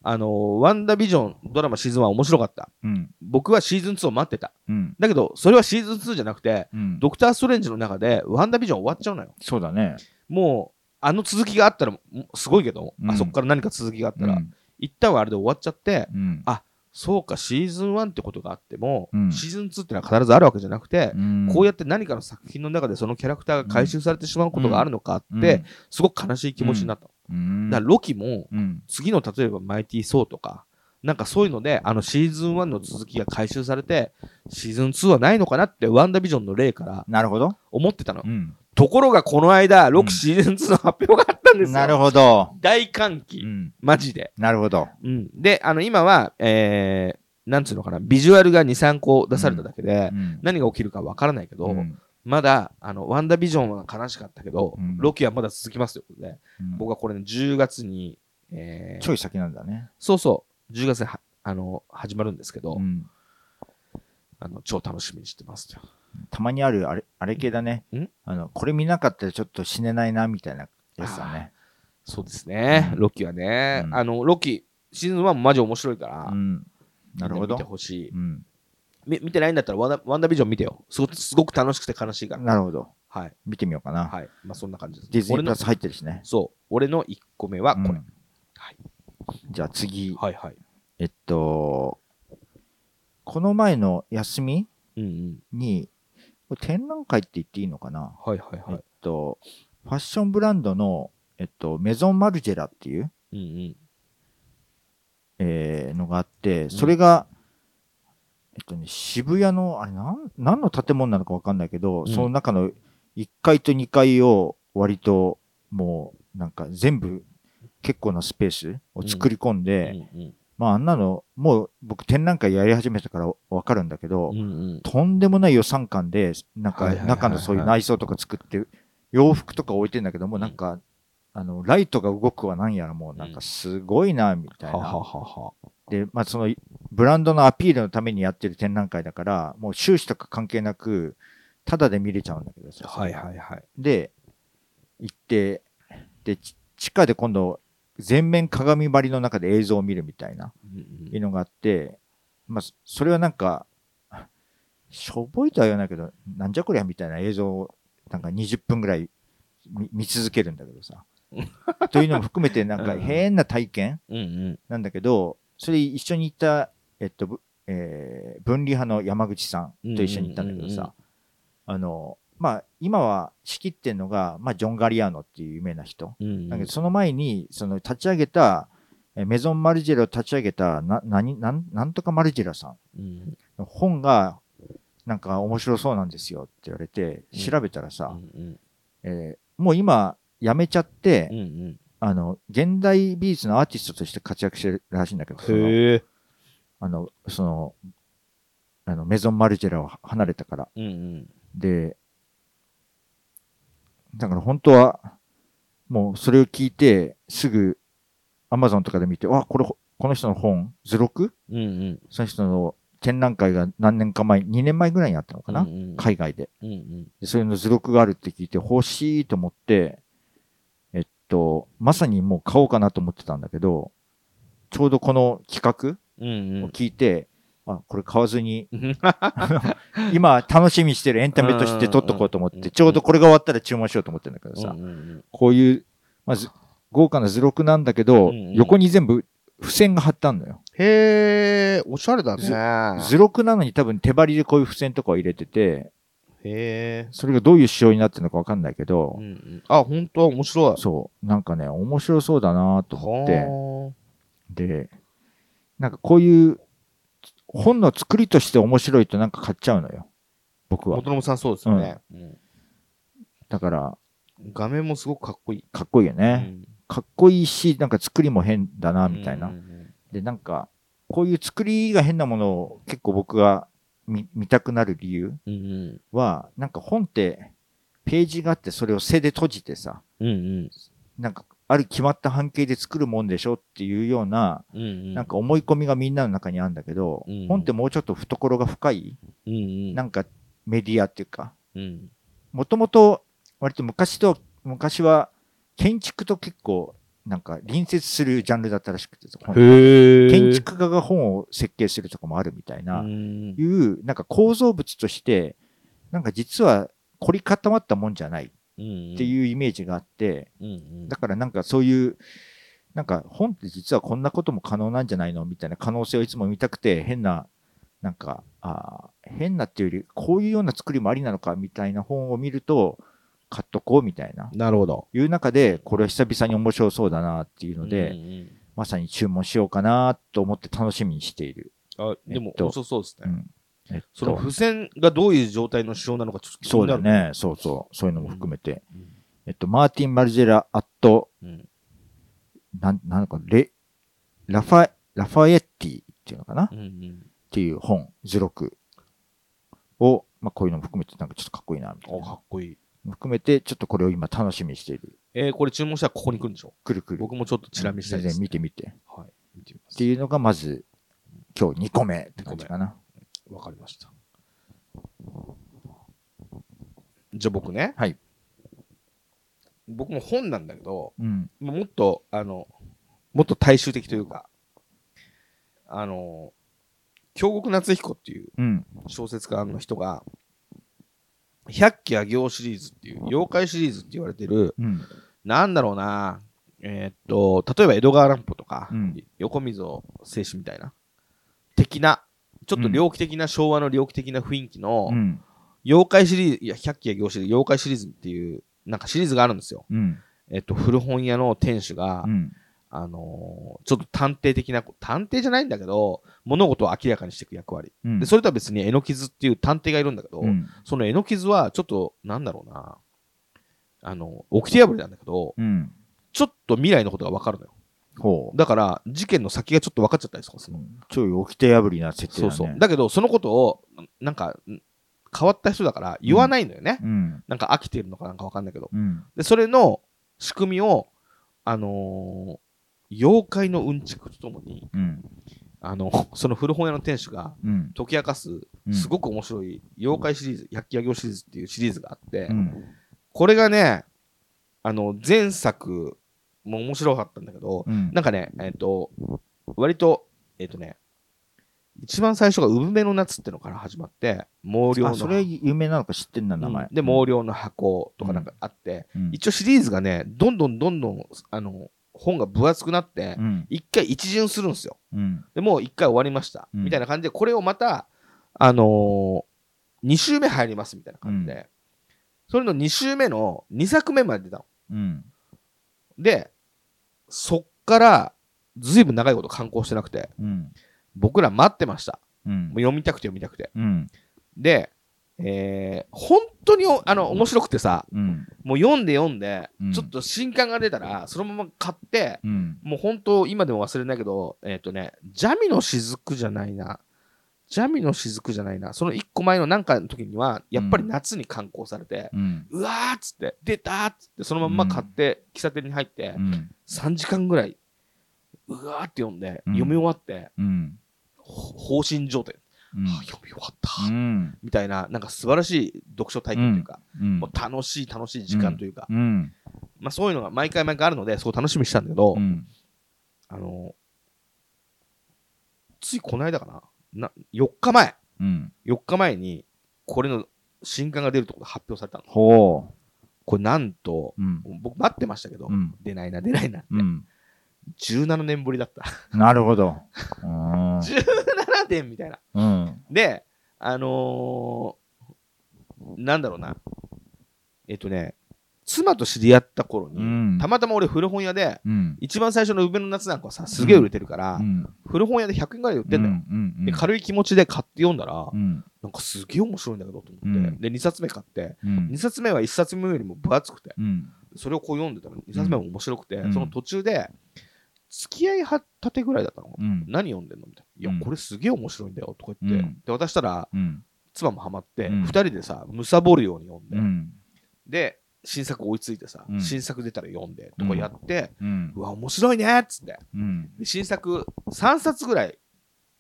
Speaker 2: あのワンダービジョンドラマシーズン1面白かった。
Speaker 1: うん。
Speaker 2: 僕はシーズン2を待ってた。
Speaker 1: うん。
Speaker 2: だけど、それはシーズン2じゃなくて、
Speaker 1: うん。
Speaker 2: ドクター・ストレンジの中でワンダービジョン終わっちゃうのよ。
Speaker 1: そうだね。
Speaker 2: もう、あの続きがあったら、もすごいけど、
Speaker 1: うん
Speaker 2: あそこから何か続きがあった
Speaker 1: う
Speaker 2: ら、
Speaker 1: ん。
Speaker 2: 一旦はあれで終わっちゃって、
Speaker 1: うん
Speaker 2: そうか、シーズン1ってことがあっても、
Speaker 1: うん
Speaker 2: シーズン2ってのは必ずあるわけじゃなくて、
Speaker 1: うん
Speaker 2: こうやって何かの作品の中でそのキャラクターが回収されてしまうことがあるのかって、、すごく悲しい気持ちになったの。
Speaker 1: うん。
Speaker 2: だからロキも、
Speaker 1: うん。
Speaker 2: 次の例えばマイティー・ソーとか、なんかそういうので、あのシーズン1の続きが回収されて、シーズン2はないのかなって、ワンダービジョンの例から
Speaker 1: なるほど。
Speaker 2: 思ってたの
Speaker 1: う。ん。
Speaker 2: ところがこの間、
Speaker 1: うん
Speaker 2: 6シーズン2の発表があったんですよ。
Speaker 1: なるほど。
Speaker 2: 大歓
Speaker 1: う
Speaker 2: 喜。
Speaker 1: ん。
Speaker 2: マジで。
Speaker 1: なるほど。
Speaker 2: うん。で、あの、今は、えー、なんつうのかな、ビジュアルが2、3個出されただけで、
Speaker 1: うん
Speaker 2: 何が起きるかわからないけど、
Speaker 1: うん
Speaker 2: まだ、あの、ワンダービジョンは悲しかったけど、
Speaker 1: うん
Speaker 2: ロキはまだ続きますよ、これで。
Speaker 1: うん
Speaker 2: 僕はこれね、10月に、えー
Speaker 1: ちょい先なんだね。
Speaker 2: そうそう、10月にはあの始まるんですけど、
Speaker 1: うん
Speaker 2: あの超楽しみにしてますと。
Speaker 1: たまにあるあれあれ系だね
Speaker 2: ん。
Speaker 1: あのこれ見なかったらちょっと死ねないなみたいなやつだね。
Speaker 2: そうですね、
Speaker 1: うん
Speaker 2: ロキはね、
Speaker 1: うん
Speaker 2: あの、ロキ、シーズン1もマジ面白いから、
Speaker 1: うん。なるほ
Speaker 2: みん
Speaker 1: ど
Speaker 2: 見て。ほしい。
Speaker 1: うん。
Speaker 2: み見てないんだったらワンダ、ワンダービジョン見てよ。すごすごく楽しくて悲しいから。
Speaker 1: なるほど。
Speaker 2: はい。
Speaker 1: 見てみようかな。
Speaker 2: はい。まあ、そんな感じです。
Speaker 1: ディズニー
Speaker 2: 俺
Speaker 1: プ
Speaker 2: の
Speaker 1: ラス入ってるしね。
Speaker 2: そう。俺の1個目はこれ。
Speaker 1: うん
Speaker 2: はい
Speaker 1: じゃあ次。
Speaker 2: はいはい。
Speaker 1: えっと、この前の休み
Speaker 2: うんうん。
Speaker 1: に、これ展覧会って言っていいのかな、
Speaker 2: はいはい
Speaker 1: え
Speaker 2: は
Speaker 1: っと、ファッションブランドの、えっと、メゾンマルジェラっていう、
Speaker 2: い。うんうん。
Speaker 1: えーのがあって、それが、えっとね、渋谷の、あれなん、何の建物なのかわかんないけど、
Speaker 2: ん
Speaker 1: その中の1階と2階を割と、もう、なんか全部、結構なスペースを作り込んで、
Speaker 2: うんうん
Speaker 1: まああんなの、もう僕展覧会やり始めたからわかるんだけど、
Speaker 2: うんうん
Speaker 1: とんでもない予算感で、なん
Speaker 2: は
Speaker 1: か
Speaker 2: いはいはいはい
Speaker 1: 中のそういう内装とか作って、洋服とか置いてんだけども、なんか、あの、ライトが動くはなんやらもう、なんかすごいな、みたい
Speaker 2: はは
Speaker 1: な。
Speaker 2: はは。
Speaker 1: で、まあその、ブランドのアピールのためにやってる展覧会だから、もう収支とか関係なく、タダで見れちゃうんだけどさ。
Speaker 2: はいはいはい。
Speaker 1: で、行って、で、ち地下で今度、全面鏡張りの中で映像を見るみたいな。
Speaker 2: うんうん
Speaker 1: いうのがあって、まあ、そそれはなんか、しょぼいとは言わないけど、なんじゃこりゃみたいな映像をなんか20分ぐらい見見続けるんだけど さ。というのも含めて、なんか
Speaker 2: うん
Speaker 1: 変な体験
Speaker 2: うんうん。
Speaker 1: なんだけど、それ一緒に行った、えっと、ぶえー分離派の山口さんと一緒に行ったんだけど
Speaker 2: うんうんうん
Speaker 1: さ、あの、まあ、今は仕切ってんのが、まあ、ジョン・ガリアーノっていう有名な人。
Speaker 2: うんうん
Speaker 1: だけどその前にその立ち上げたえーメゾン・マルジェラを立ち上げたな何なんなんとかマルジェラさん
Speaker 2: うん
Speaker 1: の本がなんか面白そうなんですよって言われて
Speaker 2: うん
Speaker 1: 調べたら
Speaker 2: う
Speaker 1: さ、
Speaker 2: んうん
Speaker 1: えーもう今辞めちゃって、
Speaker 2: うんうん
Speaker 1: あの現代美術のアーティストとして活躍してるらしいんだけどその
Speaker 2: へえ。
Speaker 1: あのそのあのメゾン・マルジェラを離れたから
Speaker 2: うんうん。
Speaker 1: でだから本当はもうそれを聞いてすぐ Amazon とかで見て、あ、これ、この人の本、図録
Speaker 2: うんうん。
Speaker 1: その人の展覧会が何年か前、2年前ぐらいにあったのかな、
Speaker 2: うんうん
Speaker 1: 海外で。
Speaker 2: うんうん。
Speaker 1: でそれの図録があるって聞いて欲しいと思って、えっと、まさにもう買おうかなと思ってたんだけど、ちょうどこの企
Speaker 2: うん
Speaker 1: 画
Speaker 2: う
Speaker 1: を
Speaker 2: ん。
Speaker 1: 聞いて、あ、これ買わずに、
Speaker 2: うん
Speaker 1: 今楽しみにしてるエンタメとして撮っとこうと思っ
Speaker 2: うんうんう
Speaker 1: て、
Speaker 2: ん
Speaker 1: ちょうどこれが終わったら注文しようと思ってるんだけどさ、
Speaker 2: うんうん
Speaker 1: こういう、まず、豪華な図録なんだけど、
Speaker 2: うんうん
Speaker 1: 横に全部付箋が貼ってあるのよ。
Speaker 2: へえ、おしゃれだね。
Speaker 1: 図録なのに多分手張りでこういう付箋とかを入れてて、
Speaker 2: へえ。
Speaker 1: それがどういう仕様になってるのかわかんないけ
Speaker 2: う
Speaker 1: ど
Speaker 2: んう、んあ、本当は面白い。
Speaker 1: そう、なんかね、面白そうだなと思っ
Speaker 2: は
Speaker 1: て、で、なんかこういう、本の作りとして面白いとなんか買っちゃうのよ。僕
Speaker 2: あ。
Speaker 1: は
Speaker 2: 元。信さんそうですよね。うん
Speaker 1: だから、
Speaker 2: 画面もすごくかっこいい。
Speaker 1: かっこいいよね。かっこいいし、なんか作りも変だ
Speaker 2: う
Speaker 1: なんみたいな
Speaker 2: うん。うん
Speaker 1: で、なんか、こういう作りが変なものを結構僕が見見たくなる理由
Speaker 2: うん
Speaker 1: は、なんか本って、ページがあってそれを背で閉じてさ、
Speaker 2: うんうん
Speaker 1: なんか、ある決まった半径で作るもんでしょっていうような、
Speaker 2: うんうん
Speaker 1: なんか思い込みがみんなの中にあるんだけど、
Speaker 2: うん
Speaker 1: 本ってもうちょっと懐が深い、
Speaker 2: うんうん
Speaker 1: なんかメディアっていうか、
Speaker 2: うん
Speaker 1: もともと割と昔と、昔は建築と結構なんか隣接するジャンルだったらしくて、本
Speaker 2: へえ。
Speaker 1: 建築家が本を設計するとかもあるみたいな、
Speaker 2: うん
Speaker 1: いう、なんか構造物として、なんか実は凝り固まったもんじゃないって
Speaker 2: う
Speaker 1: いうイメージがあって、
Speaker 2: んうん。
Speaker 1: だからなんかそういう、なんか本って実はこんなことも可能なんじゃないのみたいな可能性をいつも見たくて、変な、なんか、あー変なっていうより、こういうような作りもありなのかみたいな本を見ると、買っとこうみたいな。
Speaker 2: なるほど。
Speaker 1: いう中で、これは久々に面白そうだなっていうので、
Speaker 2: うんうん
Speaker 1: まさに注文しようかなと思って楽しみにしている。
Speaker 2: あ、でも
Speaker 1: えっ、と
Speaker 2: 面白そうです
Speaker 1: う
Speaker 2: ね。
Speaker 1: ん。えっと
Speaker 2: その付箋がどういう状態の仕様なのかちょっと気
Speaker 1: そ
Speaker 2: に
Speaker 1: うだ
Speaker 2: な
Speaker 1: よ
Speaker 2: る。
Speaker 1: ね。そうそう。そういうのも含めて。えっと、マーティン・マルジェラ・アット、
Speaker 2: うん。
Speaker 1: なん、なんか、レ、ラファ、ラファエッティっていうのかな
Speaker 2: うんうん
Speaker 1: っていう本、図録を、まあ、こういうのも含めて、なんかちょっとかっこいいな、みたい
Speaker 2: お、か
Speaker 1: な。
Speaker 2: っこいい。
Speaker 1: 含めて、ちょっとこれを今楽しみにしている。
Speaker 2: えー、これ注文したらここに来るんでしょ
Speaker 1: くるくる。
Speaker 2: 僕もちょっとチラ見したいで
Speaker 1: 全
Speaker 2: す
Speaker 1: 然
Speaker 2: ね。
Speaker 1: 見てみて。っ
Speaker 2: はい。見てみます
Speaker 1: て。いうのが、まず、今日2個目って感じかな。
Speaker 2: わかりました。じゃあ僕ね。
Speaker 1: はい。
Speaker 2: 僕も本なんだけど、
Speaker 1: うん。
Speaker 2: もっと、あの、もっと大衆的というか、あの、京極夏彦っていう
Speaker 1: うん。
Speaker 2: 小説家の人が、百鬼夜行シリーズっていう、妖怪シリーズって言われてる、
Speaker 1: うん。
Speaker 2: なんだろうな、えーっと、例えば江戸川乱歩とか、
Speaker 1: うん
Speaker 2: 横溝静止みたいな、的な、ちょっと猟奇的な、昭和の猟奇的な雰囲気の、
Speaker 1: うん。
Speaker 2: 妖怪シリーズ、いや、百鬼夜行シリーズ、妖怪シリーズっていう、なんかシリーズがあるんですよ。
Speaker 1: うん。
Speaker 2: えっと、古本屋の店主が、
Speaker 1: うん。
Speaker 2: あのーちょっと探偵的な、探偵じゃないんだけど、物事を明らかにしていく役割。
Speaker 1: うん。
Speaker 2: で、それとは別に絵の傷っていう探偵がいるんだけど、
Speaker 1: うん。
Speaker 2: その絵の傷は、ちょっと、なんだろうな、あの、起きて破りなんだけど、
Speaker 1: うん。
Speaker 2: ちょっと未来のことが分かるのよ。
Speaker 1: ほう。
Speaker 2: だから、事件の先がちょっと分かっちゃったりとかするの。
Speaker 1: ちょい起きて破りな設定
Speaker 2: そ
Speaker 1: だ
Speaker 2: う
Speaker 1: ね。
Speaker 2: そう。だけど、そのことを、なんか、ん変わった人だから言わないのよね。
Speaker 1: うん。
Speaker 2: なんか飽きてるのかなんか分かんないけど。
Speaker 1: うん。
Speaker 2: で、それの仕組みを、あのー妖怪のうんちくとともに、
Speaker 1: うん。
Speaker 2: あの、 その古本屋の店主が
Speaker 1: うん。
Speaker 2: 解き明かす、すごく面白い妖怪シリーズ、百鬼夜行シリーズっていうシリーズがあって、
Speaker 1: うん。
Speaker 2: これがね、あの、前作も面白かったんだけど、
Speaker 1: うん。
Speaker 2: なんかね、えっ、と、割と、えっ、とね、一番最初が産めの夏ってのから始まって、毛量
Speaker 1: あ、
Speaker 2: の
Speaker 1: それ有名なのか知ってんだ、名前
Speaker 2: う。んで、毛量の箱とかなんかあって、
Speaker 1: うん。
Speaker 2: 一応シリーズがね、どんどんどんどん、あの、本が分厚くなって
Speaker 1: う、ん。
Speaker 2: 一回一巡するんですよ。
Speaker 1: うん。
Speaker 2: でもう1回終わりました、
Speaker 1: うん
Speaker 2: みたいな感じで、これをまた、あのー、2週目入りますみたいな感じで、
Speaker 1: う
Speaker 2: それの2週目の2作目まで出たの。
Speaker 1: うん。
Speaker 2: で、そっから、ずいぶん長いこと刊行してなくて、
Speaker 1: うん。
Speaker 2: 僕ら待ってました。
Speaker 1: うん
Speaker 2: もう。読みたくて読みたくて。
Speaker 1: うん。
Speaker 2: で、えー、本当におあの面白くてさ、
Speaker 1: うん。
Speaker 2: もう読んで読んで、
Speaker 1: うん
Speaker 2: ちょっと新刊が出たら、そのまま買って、
Speaker 1: うん。
Speaker 2: もう本当、今でも忘れないけど、えっ、とね、ジャミの雫じゃないな。ジャミの雫じゃないな。その一個前のなんかの時には、やっぱり夏に刊行されて、
Speaker 1: うん。
Speaker 2: うわーっつって、出たーっつって、そのまんま買って、喫茶店に入って、
Speaker 1: うん。
Speaker 2: 3時間ぐらい、うわーって読んで、
Speaker 1: うん
Speaker 2: 読み終わって、
Speaker 1: うん。
Speaker 2: ほ放心状態、はあ読み終わった、
Speaker 1: うん。
Speaker 2: みたいな、なんか素晴らしい読書体験というか、
Speaker 1: うん
Speaker 2: もう。楽しい楽しい時間というか、
Speaker 1: うん。
Speaker 2: まあそういうのが毎回毎回あるので、そう楽しみにしたんだけど、
Speaker 1: うん。
Speaker 2: あの、ついこの間かなな ?4 日前、
Speaker 1: うん。
Speaker 2: 4日前に、これの新刊が出るってことが発表されたの。
Speaker 1: ほ
Speaker 2: これなんと、
Speaker 1: う。うん。
Speaker 2: 僕待ってましたけど、
Speaker 1: うん
Speaker 2: 出ないな、出ないなって、
Speaker 1: うん。
Speaker 2: 17年ぶりだった。
Speaker 1: なるほど。うん。
Speaker 2: 17年みたいな。
Speaker 1: うん。
Speaker 2: で、あのーなんだろうな。えっとね、妻と知り合った頃に、
Speaker 1: うん
Speaker 2: たまたま俺古本屋で、
Speaker 1: うん。
Speaker 2: 一番最初の梅の夏なんかはさ、すげえ売れてるから、
Speaker 1: うん。
Speaker 2: 古本屋で100円ぐらいで売ってんだよ。
Speaker 1: うん。
Speaker 2: で軽い気持ちで買って読んだら、
Speaker 1: うん。
Speaker 2: なんかすげえ面白いんだけどと思って、
Speaker 1: うん
Speaker 2: で2冊目買って
Speaker 1: う
Speaker 2: 2
Speaker 1: ん。
Speaker 2: 冊目は1冊目よりも分厚くて
Speaker 1: うん。
Speaker 2: それをこう読んでたら2冊目も面白くて、
Speaker 1: うん
Speaker 2: その途中で付き合いはたてぐらいだったの、
Speaker 1: うん。
Speaker 2: 何読んでんのみたいな「いう
Speaker 1: ん
Speaker 2: やこれすげえ面白いんだよ」とか言っ
Speaker 1: う
Speaker 2: て、
Speaker 1: ん
Speaker 2: で渡したら
Speaker 1: うん。
Speaker 2: 妻もハマって、
Speaker 1: う
Speaker 2: 二
Speaker 1: ん
Speaker 2: 2人でさ貪るように読んで、
Speaker 1: うん。
Speaker 2: で新作追いついてさ、
Speaker 1: うん
Speaker 2: 新作出たら読んでとかやって、
Speaker 1: うん
Speaker 2: う。わ面白いねっつって
Speaker 1: うん。
Speaker 2: で新作3冊ぐらい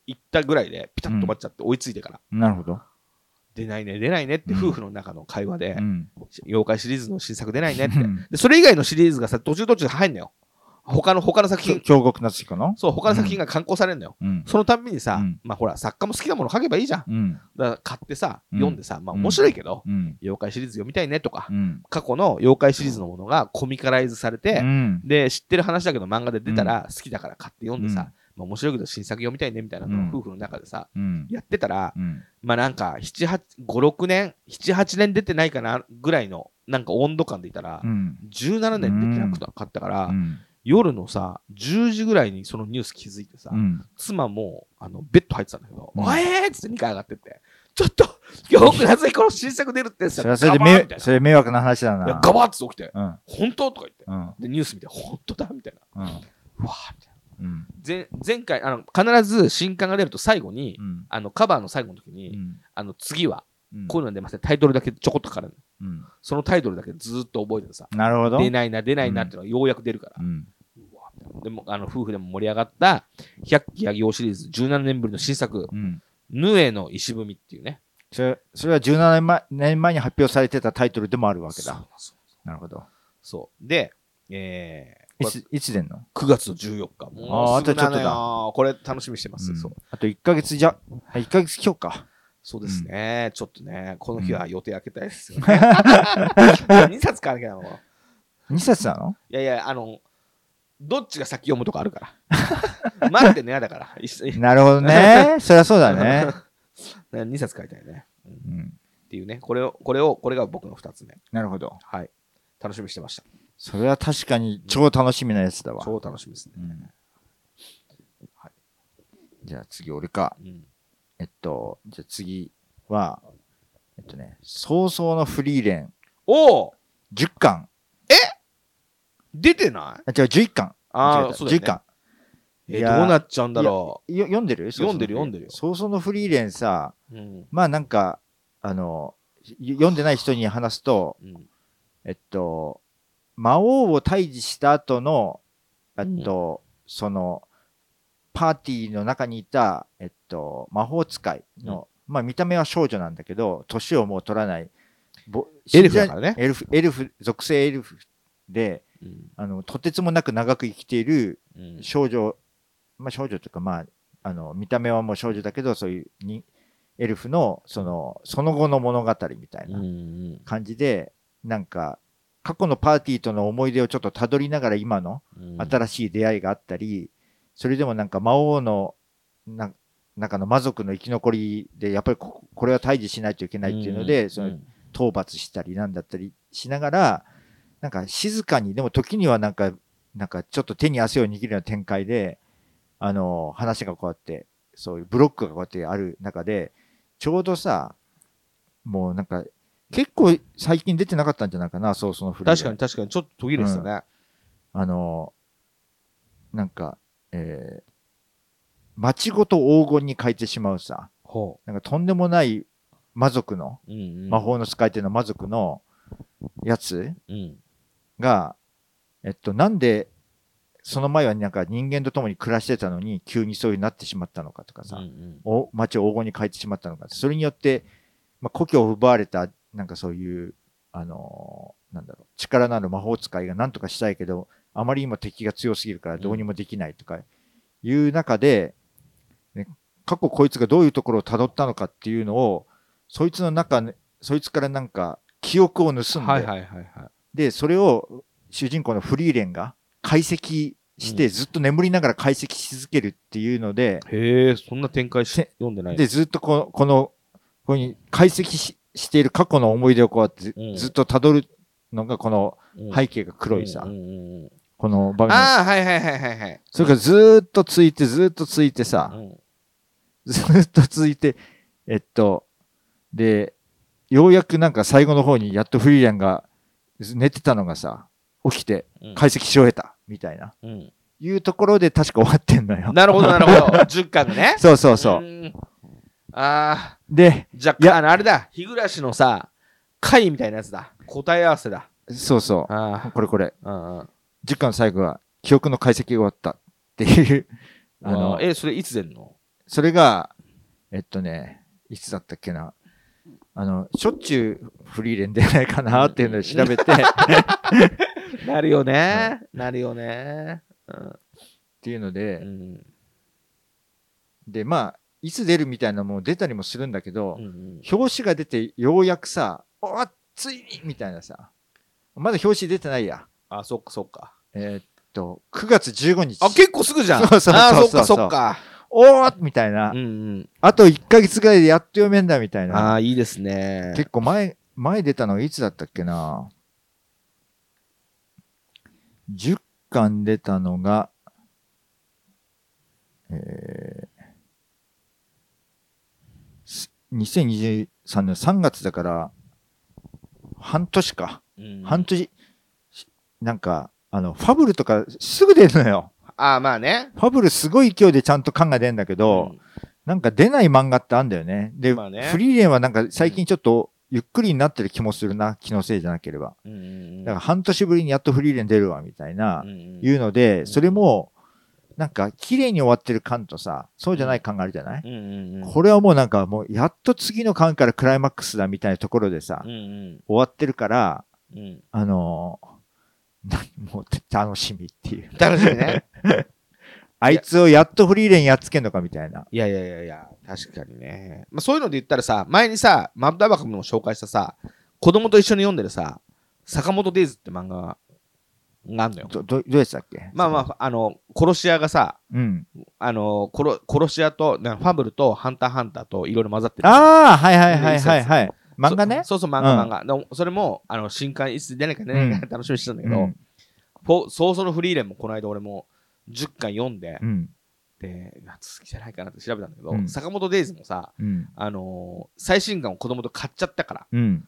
Speaker 2: 行ったぐらいでピタッと止まっちゃって追いついてから、
Speaker 1: なるほど。
Speaker 2: 出ないね出ないねって夫婦の中の会話で、
Speaker 1: うん。
Speaker 2: 妖怪シリーズの新作出ないねって。で、それ以外のシリーズがさ、途中途中で入んのよ。他の、他の作品、
Speaker 1: 京極夏彦の
Speaker 2: そう、他の作品が刊行されんのよ。
Speaker 1: うん。
Speaker 2: そのたんびにさ、
Speaker 1: うん
Speaker 2: まあほら、作家も好きなもの書けばいいじゃん。
Speaker 1: うん。
Speaker 2: だから買ってさ、
Speaker 1: うん
Speaker 2: 読んでさ、まあ
Speaker 1: うん
Speaker 2: 面白いけど、
Speaker 1: うん。
Speaker 2: 妖怪シリーズ読みたいねとか
Speaker 1: う、ん。
Speaker 2: 過去の妖怪シリーズのものがコミカライズされ
Speaker 1: う
Speaker 2: て、
Speaker 1: ん。
Speaker 2: で、知ってる話だけど漫画で出たら好きだから買って読んでさ、
Speaker 1: うん
Speaker 2: まあ面白いけど新作読みたいねみたいなのを
Speaker 1: うん
Speaker 2: 夫婦の中でさ、
Speaker 1: うん。
Speaker 2: やってたら、
Speaker 1: うん。
Speaker 2: まあなんか、7、8、5、6年、7、8年出てないかなぐらいの、なんか温度感でいたら、
Speaker 1: うん。
Speaker 2: 17年できなくかったから、
Speaker 1: うん。
Speaker 2: 夜のさ、10時ぐらいにそのニュース気づいてさ、
Speaker 1: うん。
Speaker 2: 妻も、あの、ベッド入ってたんだけど、
Speaker 1: うん
Speaker 2: おえーっつって2回上がってって、ちょっと、よくなぜこの新作出るって
Speaker 1: そ
Speaker 2: さ、
Speaker 1: れは
Speaker 2: ガバ
Speaker 1: それで
Speaker 2: ーンみたい
Speaker 1: それ迷惑な話だ
Speaker 2: な。いや
Speaker 1: な。
Speaker 2: ガバーッつって起きて、
Speaker 1: うん。
Speaker 2: 本当とか言って、
Speaker 1: うん。
Speaker 2: で、ニュース見て、本当だみたいな。
Speaker 1: うん。
Speaker 2: うわーみたいな。
Speaker 1: うん。
Speaker 2: 前前回、あの、必ず新刊が出ると最後に、
Speaker 1: うん。
Speaker 2: あの、カバーの最後の時に、あの、次は、
Speaker 1: うん。
Speaker 2: こういうの出ません、タイトルだけちょこっと書かれるの。
Speaker 1: うん。
Speaker 2: そのタイトルだけずーっと覚えててさ、
Speaker 1: なるほど。
Speaker 2: 出ないな、出ないなってのがようやく出るから。
Speaker 1: うん。
Speaker 2: うわみたいなでもあの夫婦でも盛り上がった百鬼夜行シリーズ17年ぶりの新作
Speaker 1: うん。
Speaker 2: 「ヌエの石踏み」っていうね
Speaker 1: それそれは17年前年前に発表されてたタイトルでもあるわけ
Speaker 2: そう
Speaker 1: だ。
Speaker 2: そう
Speaker 1: なるほど。
Speaker 2: そう。で、え
Speaker 1: い
Speaker 2: ー、これ
Speaker 1: つ、いつ出んの
Speaker 2: 9月の14日。も
Speaker 1: あー
Speaker 2: うすぐな
Speaker 1: あと
Speaker 2: の
Speaker 1: ちょっと
Speaker 2: よ。これ楽しみにしてます。
Speaker 1: うん
Speaker 2: そう
Speaker 1: あと1ヶ月じゃ、あ1ヶ月今日か。
Speaker 2: そうですね、ちょっとね、この日は予定開けたいですよね。2冊買わなきゃなの。い
Speaker 1: 2冊なの
Speaker 2: やいや、あの、どっちが先読むとかあ るから。待ってね、だから。一緒に
Speaker 1: なるほどね。そりゃそうだね。
Speaker 2: 2冊買いたい ね。うんっ
Speaker 1: うん。
Speaker 2: ていうね、これを、これを、これが僕の2つ目。
Speaker 1: なるほど。
Speaker 2: はい。楽しみにしてました。
Speaker 1: それは確かに超楽しみなやつだわ。
Speaker 2: 超楽しみですね。
Speaker 1: うん
Speaker 2: はい
Speaker 1: じゃあ次俺か。
Speaker 2: うん。
Speaker 1: えっと、じゃあ次は、えっとね、早々のフリーレン
Speaker 2: おお
Speaker 1: 10巻。
Speaker 2: 出てない
Speaker 1: あ、違う、11巻。
Speaker 2: あ
Speaker 1: 間違え
Speaker 2: あ、
Speaker 1: た
Speaker 2: そうだ
Speaker 1: 11
Speaker 2: よね
Speaker 1: 巻。
Speaker 2: え
Speaker 1: いやー
Speaker 2: どうなっちゃうんだろ
Speaker 1: よ読んでる
Speaker 2: 読んでる読んでるよ
Speaker 1: 早々のフリーレンさ、
Speaker 2: う。うん。
Speaker 1: まあなんか、あの、よ読んでない人に話すと、
Speaker 2: うん。
Speaker 1: えっと、魔王を退治した後の、えっと、その、パーティーの中にいた、えっと、魔法使いの、まあ見た目は少女なんだけど、年をもう取らない、ぼ
Speaker 2: エルフだからね
Speaker 1: エルフ、エルフ、属性エルフで、
Speaker 2: うん
Speaker 1: あの、とてつもなく長く生きている
Speaker 2: うん。
Speaker 1: 少女、まあ少女というか、まあ、あの、見た目はもう少女だけど、そういうに、エルフの、その、その後の物語みたいな。
Speaker 2: うん
Speaker 1: 感じで、なんか、過去のパーティーとの思い出をちょっとたどりながら今の
Speaker 2: うん。
Speaker 1: 新しい出会いがあったり、それでもなんか魔王のな中の魔族の生き残りで、やっぱりここれは退治しないといけないっていうので、
Speaker 2: ん
Speaker 1: その討伐したりなんだったりしながら、なんか静かに、でも時にはなんか、なんかちょっと手に汗を握るような展開で、あの、話がこうやって、そういうブロックがこうやってある中で、ちょうどさ、もうなんか、結構最近出てなかったんじゃないかな、そう、そのフリーレン
Speaker 2: 確かに確かに、ちょっと途切れてたね。
Speaker 1: あの、なんか、えー、町ごと黄金に変えてしまうさ、
Speaker 2: ほ
Speaker 1: なんかとんでもない魔族の、
Speaker 2: う。うんうん
Speaker 1: 魔。法の使い手の魔族のやつ
Speaker 2: うん。
Speaker 1: が、えっと、なんで、その前はなんか人間と共に暮らしてたのに、急にそういうなってしまったのかとかさ、
Speaker 2: うんうん
Speaker 1: お町を黄金に変えてしまったのか、それによって、まあ、故郷を奪われた、なんかそういう、あのーなんだろう、力のある魔法使いが何とかしたいけど、あまり今敵が強すぎるからどうにもできないとかいう中で、ね、過去こいつがどういうところを辿ったのかっていうのを、そいつの中ね、そいつからなんか記憶を盗んで、
Speaker 2: はいはいはいはい。
Speaker 1: で、それを主人公のフリーレンが解析し
Speaker 2: う
Speaker 1: て、
Speaker 2: ん
Speaker 1: ずっと眠りながら解析し続けるっていうので、
Speaker 2: へえ、そんな展開し
Speaker 1: せ
Speaker 2: 読んでない。
Speaker 1: で、ずっとこの、この、ここに解析ししている過去の思い出をこうやってず,、
Speaker 2: うん
Speaker 1: っと辿るのが、この
Speaker 2: うん、
Speaker 1: 背景が黒いさ、
Speaker 2: うんうんうんうん
Speaker 1: この場面。
Speaker 2: ああ、はいはいはいはいはい。
Speaker 1: それからずーっとついて、ずーっとついてさ、
Speaker 2: うん
Speaker 1: ずーっとついて、えっと、で、ようやくなんか最後の方にやっとフリーレンが寝てたのがさ、起きて
Speaker 2: うん
Speaker 1: 解析し終えた、みたいな、
Speaker 2: うん
Speaker 1: いうところで確か終わってんのよ。
Speaker 2: なるほ どなるほど。10巻がね。
Speaker 1: そうそうそうう。
Speaker 2: ん。ああ、
Speaker 1: で、
Speaker 2: じゃ
Speaker 1: いや
Speaker 2: あ、あのあれだ。日暮らしのさ、会みたいなやつだ。答え合わせだ。
Speaker 1: そうそ
Speaker 2: あ
Speaker 1: う。これこれ。
Speaker 2: あ、うんうん。
Speaker 1: 10巻の最後は記憶の解析が終わったっていうあの
Speaker 2: あーえ、それいつ出んの
Speaker 1: それがえっとねいつだったっけなあのしょっちゅうフリーレン出ないかなっていうのを調べてっ
Speaker 2: なるよね。なるよね。うん
Speaker 1: ていうの
Speaker 2: う
Speaker 1: で
Speaker 2: ん
Speaker 1: でまあいつ出るみたいなのも出たりもするんだけど
Speaker 2: うんうん。
Speaker 1: 表紙が出てようやくさ「おっついに!」みたいなさまだ表紙出てないや
Speaker 2: あ、そっかそっか。
Speaker 1: えーっと9月15日
Speaker 2: あ、結構すぐじゃん。
Speaker 1: そうそうそうそう
Speaker 2: あーそっかそっか。
Speaker 1: おーみたいな、
Speaker 2: うんうん。
Speaker 1: あと1ヶ月ぐらいでやっと読めんだみたいな
Speaker 2: ああ、いいですね。
Speaker 1: 結構前、前出たのいつだったっけな ?10 巻出たのが、えーす2023年3月だから、半年か。
Speaker 2: うん
Speaker 1: 半年、しなんか、あの、ファブルとかすぐ出るのよ。
Speaker 2: ああ、まあね。
Speaker 1: ファブルすごい勢いでちゃんと巻が出るんだけど、なんか出ない漫画ってあんだよね。で、
Speaker 2: まあね
Speaker 1: フリーレンはなんか最近ちょっとゆっくりになってる気もするな、気のせいじゃなければ。
Speaker 2: うん。うん。
Speaker 1: だから半年ぶりにやっとフリーレン出るわ、みたいな、
Speaker 2: うん、
Speaker 1: いうので、
Speaker 2: ん
Speaker 1: それも、なんか綺麗に終わってる感とさ、そうじゃない感があるじゃない、
Speaker 2: うんうんうん。
Speaker 1: これはもうなんかもうやっと次の巻からクライマックスだみたいなところでさ、
Speaker 2: うん
Speaker 1: 終わってるから、
Speaker 2: うんうん。
Speaker 1: あのーもう楽しみっていう。
Speaker 2: 楽しみね。
Speaker 1: あいつをやっとフリーレンやっつけんのかみたいな。
Speaker 2: いやいやいやいや、確かにね。まあ、そういうので言ったらさ、前にさ、マブダバカムの紹介したさ、子供と一緒に読んでるさ、坂本デイズって漫画があんのよ。
Speaker 1: ど、ど、どうやってたっけ
Speaker 2: まあまあ、あの、殺し屋がさ、
Speaker 1: あ。うん。
Speaker 2: あの、殺殺し屋と、なんかファブルとハンターハンターといろいろ混ざってる。
Speaker 1: ああ、はいはいはいはいはい。漫画ね。
Speaker 2: そそうそう、漫画漫画。でもそれも、あの、新刊いつ出ないか出ないか
Speaker 1: う
Speaker 2: 楽しみにしてたんだけ
Speaker 1: う
Speaker 2: ど、
Speaker 1: ん。
Speaker 2: フォ早々のフリーレンもこの間俺も10巻読んで
Speaker 1: う、ん。
Speaker 2: で、夏好きじゃないかなって調べたんだけど、
Speaker 1: うん
Speaker 2: 坂本デイズもさ、
Speaker 1: うん。
Speaker 2: あのー最新刊を子供と買っちゃったから、
Speaker 1: うん。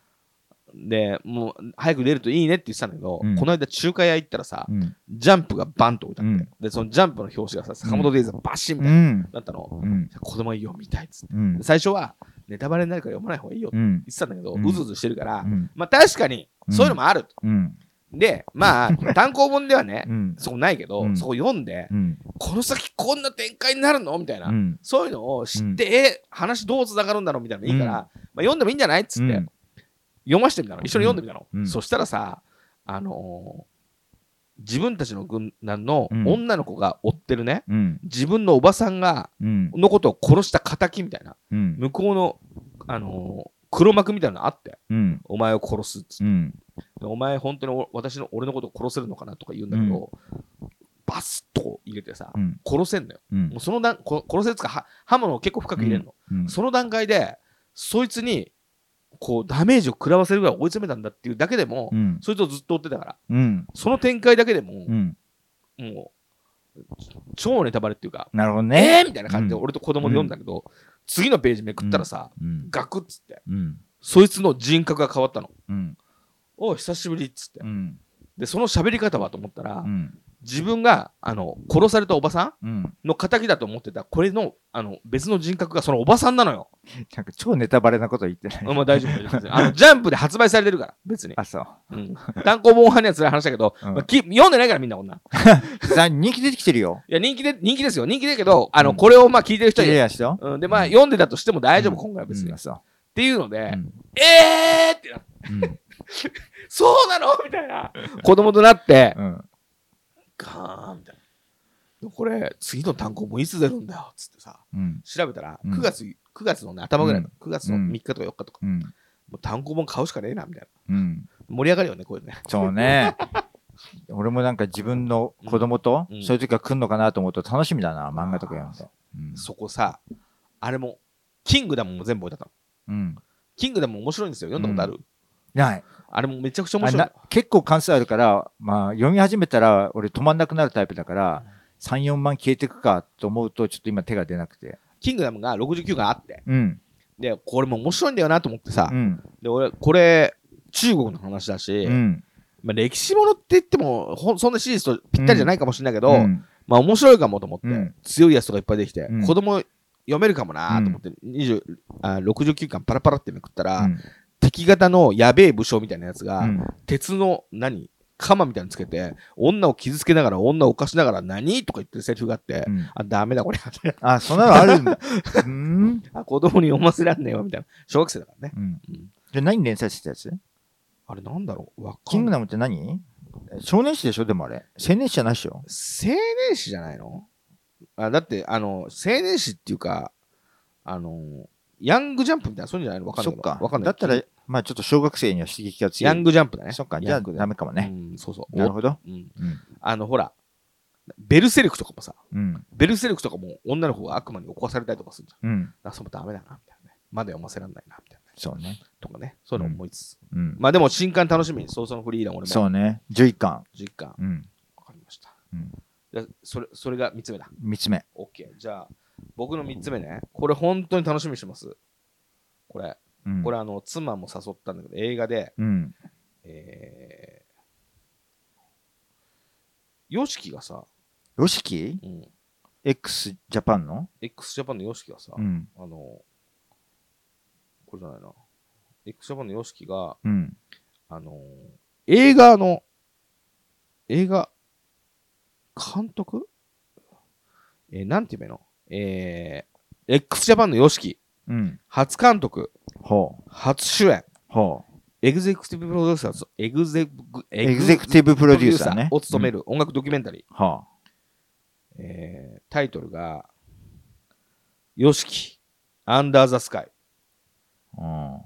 Speaker 2: で、もう早く出るといいねって言ってたんだけど、
Speaker 1: うん
Speaker 2: この間中華屋行ったらさ
Speaker 1: う、ん。
Speaker 2: ジャンプがバンと置いてあって、
Speaker 1: うん
Speaker 2: で、そのジャンプの表紙がさ、坂本デイズのバシンみ
Speaker 1: う
Speaker 2: たいに
Speaker 1: ん。
Speaker 2: なったの、
Speaker 1: うん。
Speaker 2: 子供読みたいっつって。
Speaker 1: うん
Speaker 2: で。最初はネタバレになるから読まない方がいいよって
Speaker 1: うん。
Speaker 2: 言ってたんだけど、
Speaker 1: う
Speaker 2: うんずうずしてるから、
Speaker 1: うん。
Speaker 2: まあ確かにそういうのもあると。
Speaker 1: うん。
Speaker 2: で、まあ単行本ではね、
Speaker 1: うん。
Speaker 2: そこないけど、
Speaker 1: うん
Speaker 2: そこ読んで、
Speaker 1: うん。
Speaker 2: この先こんな展開になるのみたいな、
Speaker 1: うん。
Speaker 2: そういうのを知って、え話どうつながるんだろうみたいなのいいから、
Speaker 1: うん
Speaker 2: まあ、読んでもいいんじゃないっつって、
Speaker 1: うん
Speaker 2: 読ませてみたの一緒に読んでみたの、
Speaker 1: うんうん
Speaker 2: そしたらさあのー自分たちの軍団の
Speaker 1: うん
Speaker 2: 女の子が追ってるね、
Speaker 1: うん。
Speaker 2: 自分のおばさんが
Speaker 1: うん。
Speaker 2: のことを殺した敵みたいな
Speaker 1: うん。
Speaker 2: 向こうの、あのー黒幕みたいなのあって
Speaker 1: うん。
Speaker 2: お前を殺すっつって
Speaker 1: うん。
Speaker 2: でお前本当にお私の俺のことを殺せるのかなとか言うんだけど、バスッとこう入れてさ、
Speaker 1: うん。
Speaker 2: 殺せんのよ
Speaker 1: うん
Speaker 2: もう。その段こ殺せるっつうかは刃物を結構深く入れるの、
Speaker 1: うん。
Speaker 2: その段階で、そいつに、こう、ダメージを食らわせるぐらい追い詰めたんだっていうだけでも、
Speaker 1: うん。
Speaker 2: そいつをずっと追ってたから、
Speaker 1: うん。
Speaker 2: その展開だけでも、
Speaker 1: うん。
Speaker 2: もう、超ネタバレっていうか、
Speaker 1: なるほど
Speaker 2: え
Speaker 1: ね。
Speaker 2: ーみたいな感じで
Speaker 1: うん
Speaker 2: 俺と子供で読んだけど、次のページめくったらさ、
Speaker 1: うん。
Speaker 2: ガクッつって、
Speaker 1: うん。
Speaker 2: そいつの人格が変わったの。
Speaker 1: うん。
Speaker 2: おう久しぶりっつって
Speaker 1: う。ん。
Speaker 2: で、その喋り方はと思ったら
Speaker 1: う、ん。
Speaker 2: 自分が、あの、殺されたおばさ
Speaker 1: うん。
Speaker 2: んの仇だと思ってた、これの、あの、別の人格がそのおばさんなのよ。
Speaker 1: なんか超ネタバレなこと言ってない。
Speaker 2: まあ大丈夫、大丈夫別 に。あの、ジャンプで発売されてるから、別に。
Speaker 1: あ、そう。
Speaker 2: うん単行本派には辛い話だけど、
Speaker 1: うん
Speaker 2: まあき読んでないからみんなこんな。
Speaker 1: さ人気出てきてるよ。
Speaker 2: いや、人気で、人気ですよ。人気だけど、あの、
Speaker 1: うん
Speaker 2: これをまあ聞いてる人
Speaker 1: 綺麗
Speaker 2: に、
Speaker 1: やしよ。
Speaker 2: うん、で、まあ読んでたとしても大丈夫、
Speaker 1: うん
Speaker 2: 今回は別に。
Speaker 1: うん
Speaker 2: っ
Speaker 1: そ
Speaker 2: ていうので、
Speaker 1: う。うん
Speaker 2: えーってなって、
Speaker 1: うん
Speaker 2: そうなのみたいな。子供となって、
Speaker 1: うん。
Speaker 2: ガーンみたいな。これ、次の単行本いつ出るんだよ、つってさ、
Speaker 1: うん。
Speaker 2: 調べたら、
Speaker 1: うん
Speaker 2: 9月、9月のね、頭ぐらいの、9月の
Speaker 1: うん
Speaker 2: 3日とか4日とか、
Speaker 1: うん。
Speaker 2: もう単行本買うしかねえな、みたいな。
Speaker 1: うん。
Speaker 2: 盛り上がるよね、こういうのね。
Speaker 1: そうね。 俺もなんか自分の子供と、
Speaker 2: うん
Speaker 1: そういう時が来るのかなと思うと楽しみだな、漫画とか読むと。うん
Speaker 2: そこさ、あれも、キングダムも全部置いてあったの。
Speaker 1: うん。
Speaker 2: キングダム面白いんですよ。読んだことある、
Speaker 1: ない。
Speaker 2: あれもめちゃくちゃ面
Speaker 1: あ
Speaker 2: 白い
Speaker 1: な
Speaker 2: の。
Speaker 1: 結構関数あるから、まあ読み始めたら俺止まんなくなるタイプだから、3、4万消えてくかと思うとちょっと今手が出なくて。
Speaker 2: キングダムが69巻あって、
Speaker 1: うん。
Speaker 2: で、これも面白いんだよなと思ってさ、
Speaker 1: うん。
Speaker 2: で、俺、これ、中国の話だし、
Speaker 1: うん。
Speaker 2: まあ、歴史ものって言っても、ほんそんなシリーズとぴったりじゃないかもしれないけど、
Speaker 1: うん
Speaker 2: まあ面白いかもと思って、
Speaker 1: うん
Speaker 2: 強いやつとかいっぱいできて、
Speaker 1: うん
Speaker 2: 子供読めるかもなと思って、20あ69巻パラパラってめくったら、
Speaker 1: うん
Speaker 2: 敵方のやべえ武将みたいなやつが、
Speaker 1: うん
Speaker 2: 鉄の何鎌みたいにつけて、女を傷つけながら、女を犯しながら何とか言ってるセリフがあって、
Speaker 1: うん
Speaker 2: あ、ダメだこれ。
Speaker 1: あ、そんなのあるん だ。うん。
Speaker 2: あ、子供に読ませらんねえよ、みたいな。小学生だからね。
Speaker 1: うん
Speaker 2: うん
Speaker 1: じゃあ何連載してたやつ
Speaker 2: あれなんだろうわか
Speaker 1: キン
Speaker 2: ん
Speaker 1: グ
Speaker 2: ない。
Speaker 1: ダムって何少年誌でしょでもあれ。青年誌じゃないでしょ
Speaker 2: 青年誌じゃないのあだって、あの、青年誌っていうか、あの、ヤングジャンプみたいな、そういうんじゃないのわかん
Speaker 1: そ
Speaker 2: ない
Speaker 1: っ
Speaker 2: けど。
Speaker 1: か。
Speaker 2: わかんない。
Speaker 1: だったら、まあちょっと小学生には刺激が強い。
Speaker 2: ヤングジャンプだね。
Speaker 1: そっか。じゃあダメかもね。
Speaker 2: うん、そうそう。
Speaker 1: なるほど。
Speaker 2: おうん
Speaker 1: うん。
Speaker 2: あの、ほら、ベルセルクとかもさ、
Speaker 1: うん。
Speaker 2: ベルセルクとかも女の子が悪魔に起こされたりとかするじゃん。
Speaker 1: うん。
Speaker 2: あ、そうダメだな、みたいなね。まだ読ませらんないな、みたいな。
Speaker 1: そうね。
Speaker 2: とかね。そういうの思いつつ。
Speaker 1: うん。
Speaker 2: まあでも、新刊楽しみに、早々のフリーラン俺も
Speaker 1: そうね。11巻。
Speaker 2: 実感
Speaker 1: うん。
Speaker 2: わかりました。
Speaker 1: うん
Speaker 2: でそれそれが3つ目だ。
Speaker 1: 3つ目。
Speaker 2: OK。じゃあ、僕の3つ目ね。これ本当に楽しみにしてます。これ、
Speaker 1: うん。
Speaker 2: これあの、妻も誘ったんだけど、映画で、
Speaker 1: うん。
Speaker 2: えー、ヨシキがさ、
Speaker 1: ヨシキ
Speaker 2: うん、
Speaker 1: ?X ジャパンの
Speaker 2: x ジャパンのヨシキがさ、
Speaker 1: うん。
Speaker 2: あの、これじゃないな。x ジャパンのヨシキが、
Speaker 1: うん。
Speaker 2: あの、映画の、映画、監督えーなんて言うのえー、x ジャパンの YOSHIKI、
Speaker 1: うん。
Speaker 2: 初監督、
Speaker 1: ほう。
Speaker 2: 初主演、
Speaker 1: ほう。
Speaker 2: エグゼクティブプロデューサーと、エグゼグエ
Speaker 1: エグゼクティブプロデューサーね
Speaker 2: を務める音楽ドキュメンタリー。
Speaker 1: は
Speaker 2: えータイトルが、ヨシキ、アンダーザスカイ。
Speaker 1: あ。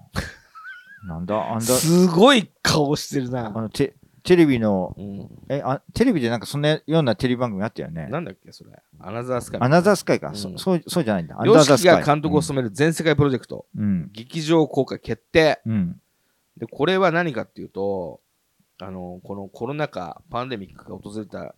Speaker 1: うん。なんだ、あんだ、
Speaker 2: すごい顔してるな
Speaker 1: あ。の、テテレビの、
Speaker 2: うん、
Speaker 1: え、あテレビでなんかそんなようなテレビ番組あったよね。
Speaker 2: なんだっけ、それ。アナザースカイ。
Speaker 1: アナザースカイか。
Speaker 2: うん
Speaker 1: そそうそうじゃないんだ。アナ
Speaker 2: ヨ
Speaker 1: ザー
Speaker 2: シ
Speaker 1: ス
Speaker 2: キ
Speaker 1: カイ。
Speaker 2: が監督を務める全世界プロジェクト、
Speaker 1: うん。
Speaker 2: 劇場公開決定。
Speaker 1: うん。
Speaker 2: で、これは何かっていうと、あの、このコロナ禍、パンデミックが訪れた、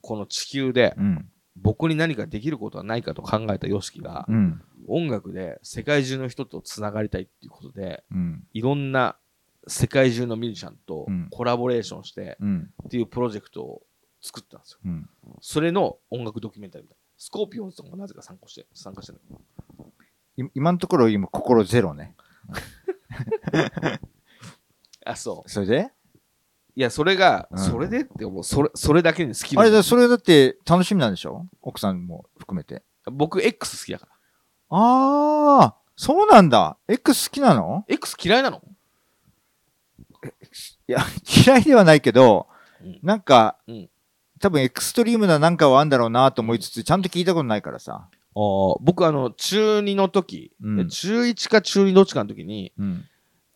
Speaker 2: この地球で、
Speaker 1: うん。
Speaker 2: 僕に何かできることはないかと考えた YOSHIKI が、
Speaker 1: うん。
Speaker 2: 音楽で世界中の人とつながりたいっていうことで、
Speaker 1: うん。
Speaker 2: いろんな世界中のミュージシャンと
Speaker 1: うん
Speaker 2: コラボレーションして
Speaker 1: うん。
Speaker 2: っていうプロジェクトを作ったんですよ。
Speaker 1: うん。
Speaker 2: それの音楽ドキュメンタリーみたいな。スコーピオンズとかもなぜか参加して、参加してる。
Speaker 1: い今のところ今、心ゼロね。
Speaker 2: あ、そう。
Speaker 1: それで
Speaker 2: いや、それが、
Speaker 1: うん
Speaker 2: それでって思う。それ、それだけに好き
Speaker 1: あれだ、それだって楽しみなんでしょ奥さんも含めて。
Speaker 2: 僕、X 好きだから。
Speaker 1: ああ、そうなんだ。X 好きなの
Speaker 2: X 嫌いなの
Speaker 1: いや、嫌いではないけど、
Speaker 2: うん
Speaker 1: なんか、
Speaker 2: うん
Speaker 1: 多分エクストリームななんかはあんだろうなと思いつつ、ちゃんと聞いたことないからさ。
Speaker 2: あー僕、あの、中2の時、
Speaker 1: うん
Speaker 2: 中1か中2どっちかの時に、
Speaker 1: うん。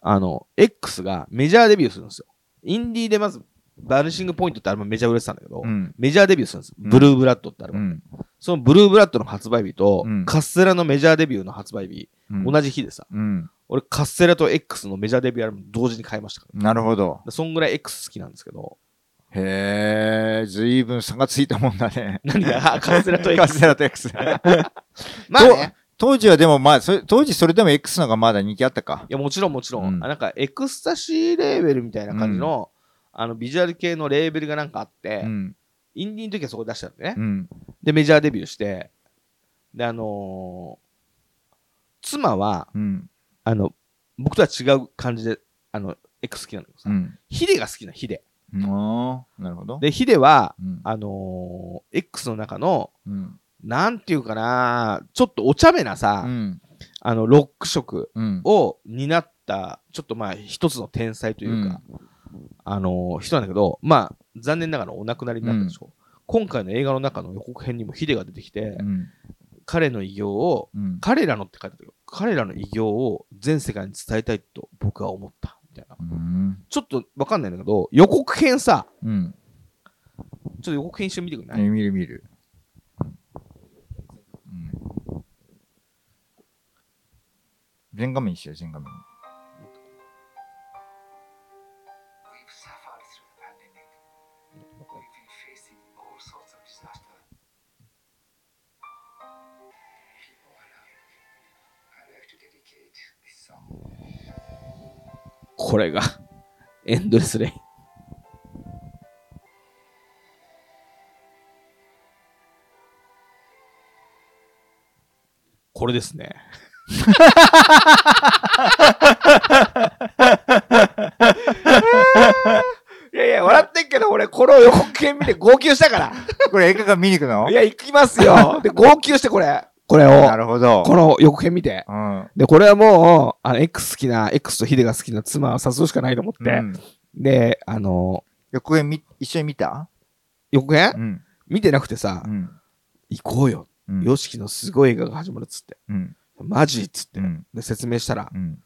Speaker 2: あの、X がメジャーデビューするんですよ。インディーでまず、バルシングポイントってアルバムめちゃ売れてたんだけど、
Speaker 1: うん。
Speaker 2: メジャーデビューするんです。
Speaker 1: うん
Speaker 2: ブルーブラッドってアル
Speaker 1: う
Speaker 2: バム。
Speaker 1: ん。
Speaker 2: そのブルーブラッドの発売日と、
Speaker 1: うん
Speaker 2: カッセラのメジャーデビューの発売日、同じ日でさ、
Speaker 1: うん。
Speaker 2: 俺カッセラと X のメジャーデビューアルバム同時に買いましたから。
Speaker 1: なるほど。
Speaker 2: そんぐらい X 好きなんですけど、
Speaker 1: へえ、ずいぶん差がついたもんだね。
Speaker 2: 何があカッセラと
Speaker 1: カ
Speaker 2: X。
Speaker 1: ステラと X。
Speaker 2: まあ ね。
Speaker 1: 当時はでもまあ、それ当時それでも X の方がまだ人気あったか
Speaker 2: い。や、もちろんもちろん、
Speaker 1: うん
Speaker 2: あなんかエクスタシーレーベルみたいな感じの、あの、ビジュアル系のレーベルがなんかあって、
Speaker 1: うん。
Speaker 2: インディーの時はそこ出したんでね。
Speaker 1: うん。
Speaker 2: で、メジャーデビューして、で、あのー妻は、
Speaker 1: うん。
Speaker 2: あの、僕とは違う感じで、あの、X 好きなんだけど
Speaker 1: う
Speaker 2: さ、
Speaker 1: ん。
Speaker 2: ヒデが好きなのヒデ。
Speaker 1: ああ、なるほど。
Speaker 2: で、ヒデは、
Speaker 1: うん。
Speaker 2: あのー X の中の、
Speaker 1: うん。
Speaker 2: なんていうかな、ちょっとお茶目なさ、
Speaker 1: うん。
Speaker 2: あの、ロック色
Speaker 1: うん。
Speaker 2: を担った、ちょっとまあ、一つの天才というか、あのー人なんだけど、まあ、残念ながらお亡くなりになったでしょ。今回の映画の中の予告編にもヒデが出てきて、
Speaker 1: うん。
Speaker 2: 彼の偉業を
Speaker 1: うん。
Speaker 2: 彼らのって書いてあるよ。彼らの偉業を全世界に伝えたいと僕は思った。みたいな。
Speaker 1: うん。
Speaker 2: ちょっとわかんないんだけど、予告編さ、
Speaker 1: うん。
Speaker 2: ちょっと予告編一緒に見てくれない、
Speaker 1: ね、見る見る。うん全画面にしよう、全 画面に。
Speaker 3: We've suffered through the pandemic. We've been facing all sorts of disaster. People are alive. I'd like to dedicate this song.
Speaker 2: これが、エンドレスレイン。これですね。いやいや、笑ってんけど、俺、この予告編見て号泣したから。
Speaker 1: これ映画館見に行くの
Speaker 2: いや、行きます よ。で、号泣してこれ。これ
Speaker 1: な
Speaker 2: を、
Speaker 1: るほど。
Speaker 2: この予告編見て。
Speaker 1: うん。
Speaker 2: で、これはもう、あの、X 好きな、X とヒデが好きな妻を誘うしかないと思って。
Speaker 1: うん、
Speaker 2: で、あの、
Speaker 1: 横へみ一緒に見た
Speaker 2: 予告編
Speaker 1: うん。
Speaker 2: 見てなくてさ
Speaker 1: う、ん。
Speaker 2: 行こうよ。
Speaker 1: うん。
Speaker 2: ヨシキのすごい映画が始まるっつって。
Speaker 1: うん。
Speaker 2: マジっつって
Speaker 1: う。ん。
Speaker 2: で、説明したら
Speaker 1: う、ん。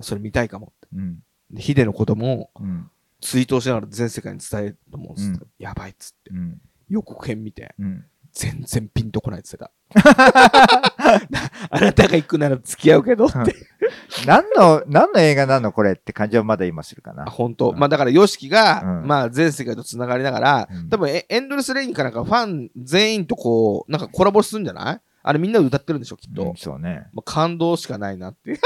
Speaker 2: それ見たいかもっ
Speaker 1: うん。
Speaker 2: て。で、ヒデのことも、
Speaker 1: うん。
Speaker 2: ツイートをしながら全世界に伝えると思うっつって。
Speaker 1: う
Speaker 2: やばいっつって。
Speaker 1: うん。
Speaker 2: 予告編見て、
Speaker 1: うん。
Speaker 2: 全然ピンとこないっ つってた。あなたが行くなら付き合うけどって。
Speaker 1: 何の、何の映画なのこれって感じはまだ今するかな
Speaker 2: あ。本当、
Speaker 1: うん
Speaker 2: まあだから YOSHIKI が、
Speaker 1: うん
Speaker 2: まあ全世界とつながりながら、
Speaker 1: うん
Speaker 2: 多分エエンドレスレインかなんかファン全員とこうなんかコラボするんじゃないあれみんなで歌ってるんでしょきっと、
Speaker 1: うんそうね。
Speaker 2: もう感動しかないなっていう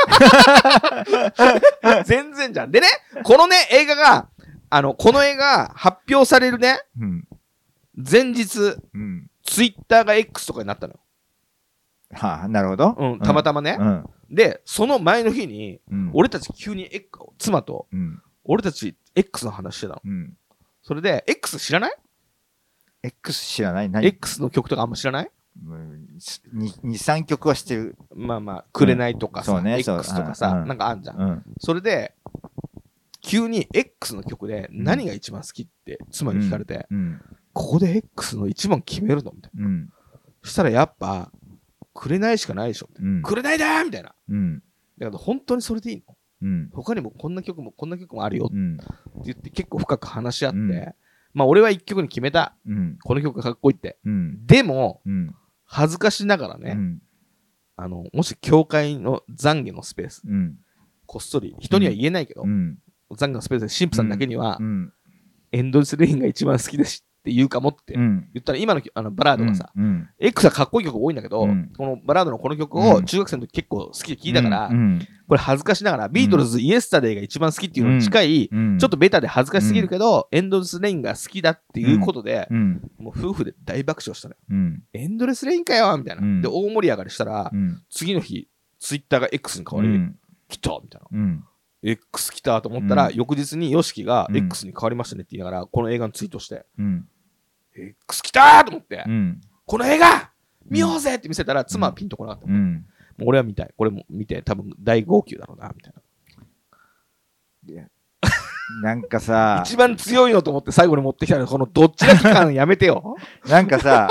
Speaker 2: 全然じゃんでねこのね映画があのこの映画が発表されるね
Speaker 1: うん。
Speaker 2: 前日
Speaker 1: うん。
Speaker 2: ツイッターが X とかになったのよ、
Speaker 1: はあ、なるほど。
Speaker 2: うん、たまたまね
Speaker 1: う、ん。
Speaker 2: でその前の日に
Speaker 1: うん。
Speaker 2: 俺たち急に X 妻と
Speaker 1: うん。
Speaker 2: 俺たち X の話してたの
Speaker 1: うん。
Speaker 2: それで X 知らない
Speaker 1: X 知らない何
Speaker 2: X の曲とかあんま知らない
Speaker 1: うんに2、3曲は知ってる。
Speaker 2: まあまあ、くれないとかさ、
Speaker 1: そうねそう
Speaker 2: X とかさ、
Speaker 1: うん
Speaker 2: なんかあんじゃん。
Speaker 1: うん。
Speaker 2: それで、急に X の曲で何が一番好きって妻に聞かれて、
Speaker 1: うん。
Speaker 2: ここで X の一番決めるのみたい
Speaker 1: うん。
Speaker 2: な。したらやっぱ、くれないしかないでしょ。
Speaker 1: うん。
Speaker 2: くれないだーみたいな。
Speaker 1: うん。
Speaker 2: だけど本当にそれでいいの
Speaker 1: うん。
Speaker 2: 他にもこんな曲もこんな曲もあるよって
Speaker 1: うん。
Speaker 2: 言って結構深く話し合って、
Speaker 1: うん
Speaker 2: まあ俺は一曲に決めた。
Speaker 1: うん。
Speaker 2: この曲がかっこいいって。
Speaker 1: うん。
Speaker 2: でも、
Speaker 1: うん。
Speaker 2: 恥ずかしながらね、
Speaker 1: うん。
Speaker 2: あの、もし教会の懺悔のスペース、
Speaker 1: うん。
Speaker 2: こっそり、人には言えないけど、
Speaker 1: うん。
Speaker 2: 懺悔のスペースで神父さんだけには、
Speaker 1: うん。
Speaker 2: エンドレスレインが一番好きですって言うかもって言
Speaker 1: うん。
Speaker 2: ったら、今のあのバラードがさ、
Speaker 1: うん。
Speaker 2: X はかっこいい曲多いんだけど、
Speaker 1: うん
Speaker 2: このバラードのこの曲
Speaker 1: う
Speaker 2: を
Speaker 1: ん
Speaker 2: 中学生の時結構好きで聴いたから、
Speaker 1: うん。
Speaker 2: これ恥ずかしながら、ビートルズ、イエスタデイが一番好きっていうのに近い、
Speaker 1: うん。
Speaker 2: ちょっと、ベタで恥ずかしすぎるけど、エンドレスレインが好きだっていうことで、
Speaker 1: うん。
Speaker 2: もう夫婦で大爆笑したのよ。
Speaker 1: うん。
Speaker 2: エンドレスレインかよみたいな。
Speaker 1: うん
Speaker 2: で、大盛り上がりしたら、
Speaker 1: うん。
Speaker 2: 次の日、ツイッターが X に変わ
Speaker 1: う
Speaker 2: り、
Speaker 1: ん。
Speaker 2: 来たみたいな。
Speaker 1: うん。
Speaker 2: X 来たと思ったら、
Speaker 1: うん
Speaker 2: 翌日に YOSHIKI が
Speaker 1: うん
Speaker 2: X に変わりましたねって言いながら、この映画のツイートして、
Speaker 1: うん。
Speaker 2: X 来たと思って、
Speaker 1: うん。
Speaker 2: この映画見ようぜって見せたら、妻はピンとこなかった。
Speaker 1: う
Speaker 2: も
Speaker 1: ん。
Speaker 2: う俺は見たい。これも見て、多分大号泣だろうな、みたい
Speaker 1: なんか
Speaker 2: な。
Speaker 1: さ、
Speaker 2: 一番強いのと思って最後に持ってきたのこのどっちだけ感やめてよ。
Speaker 1: なんか さ、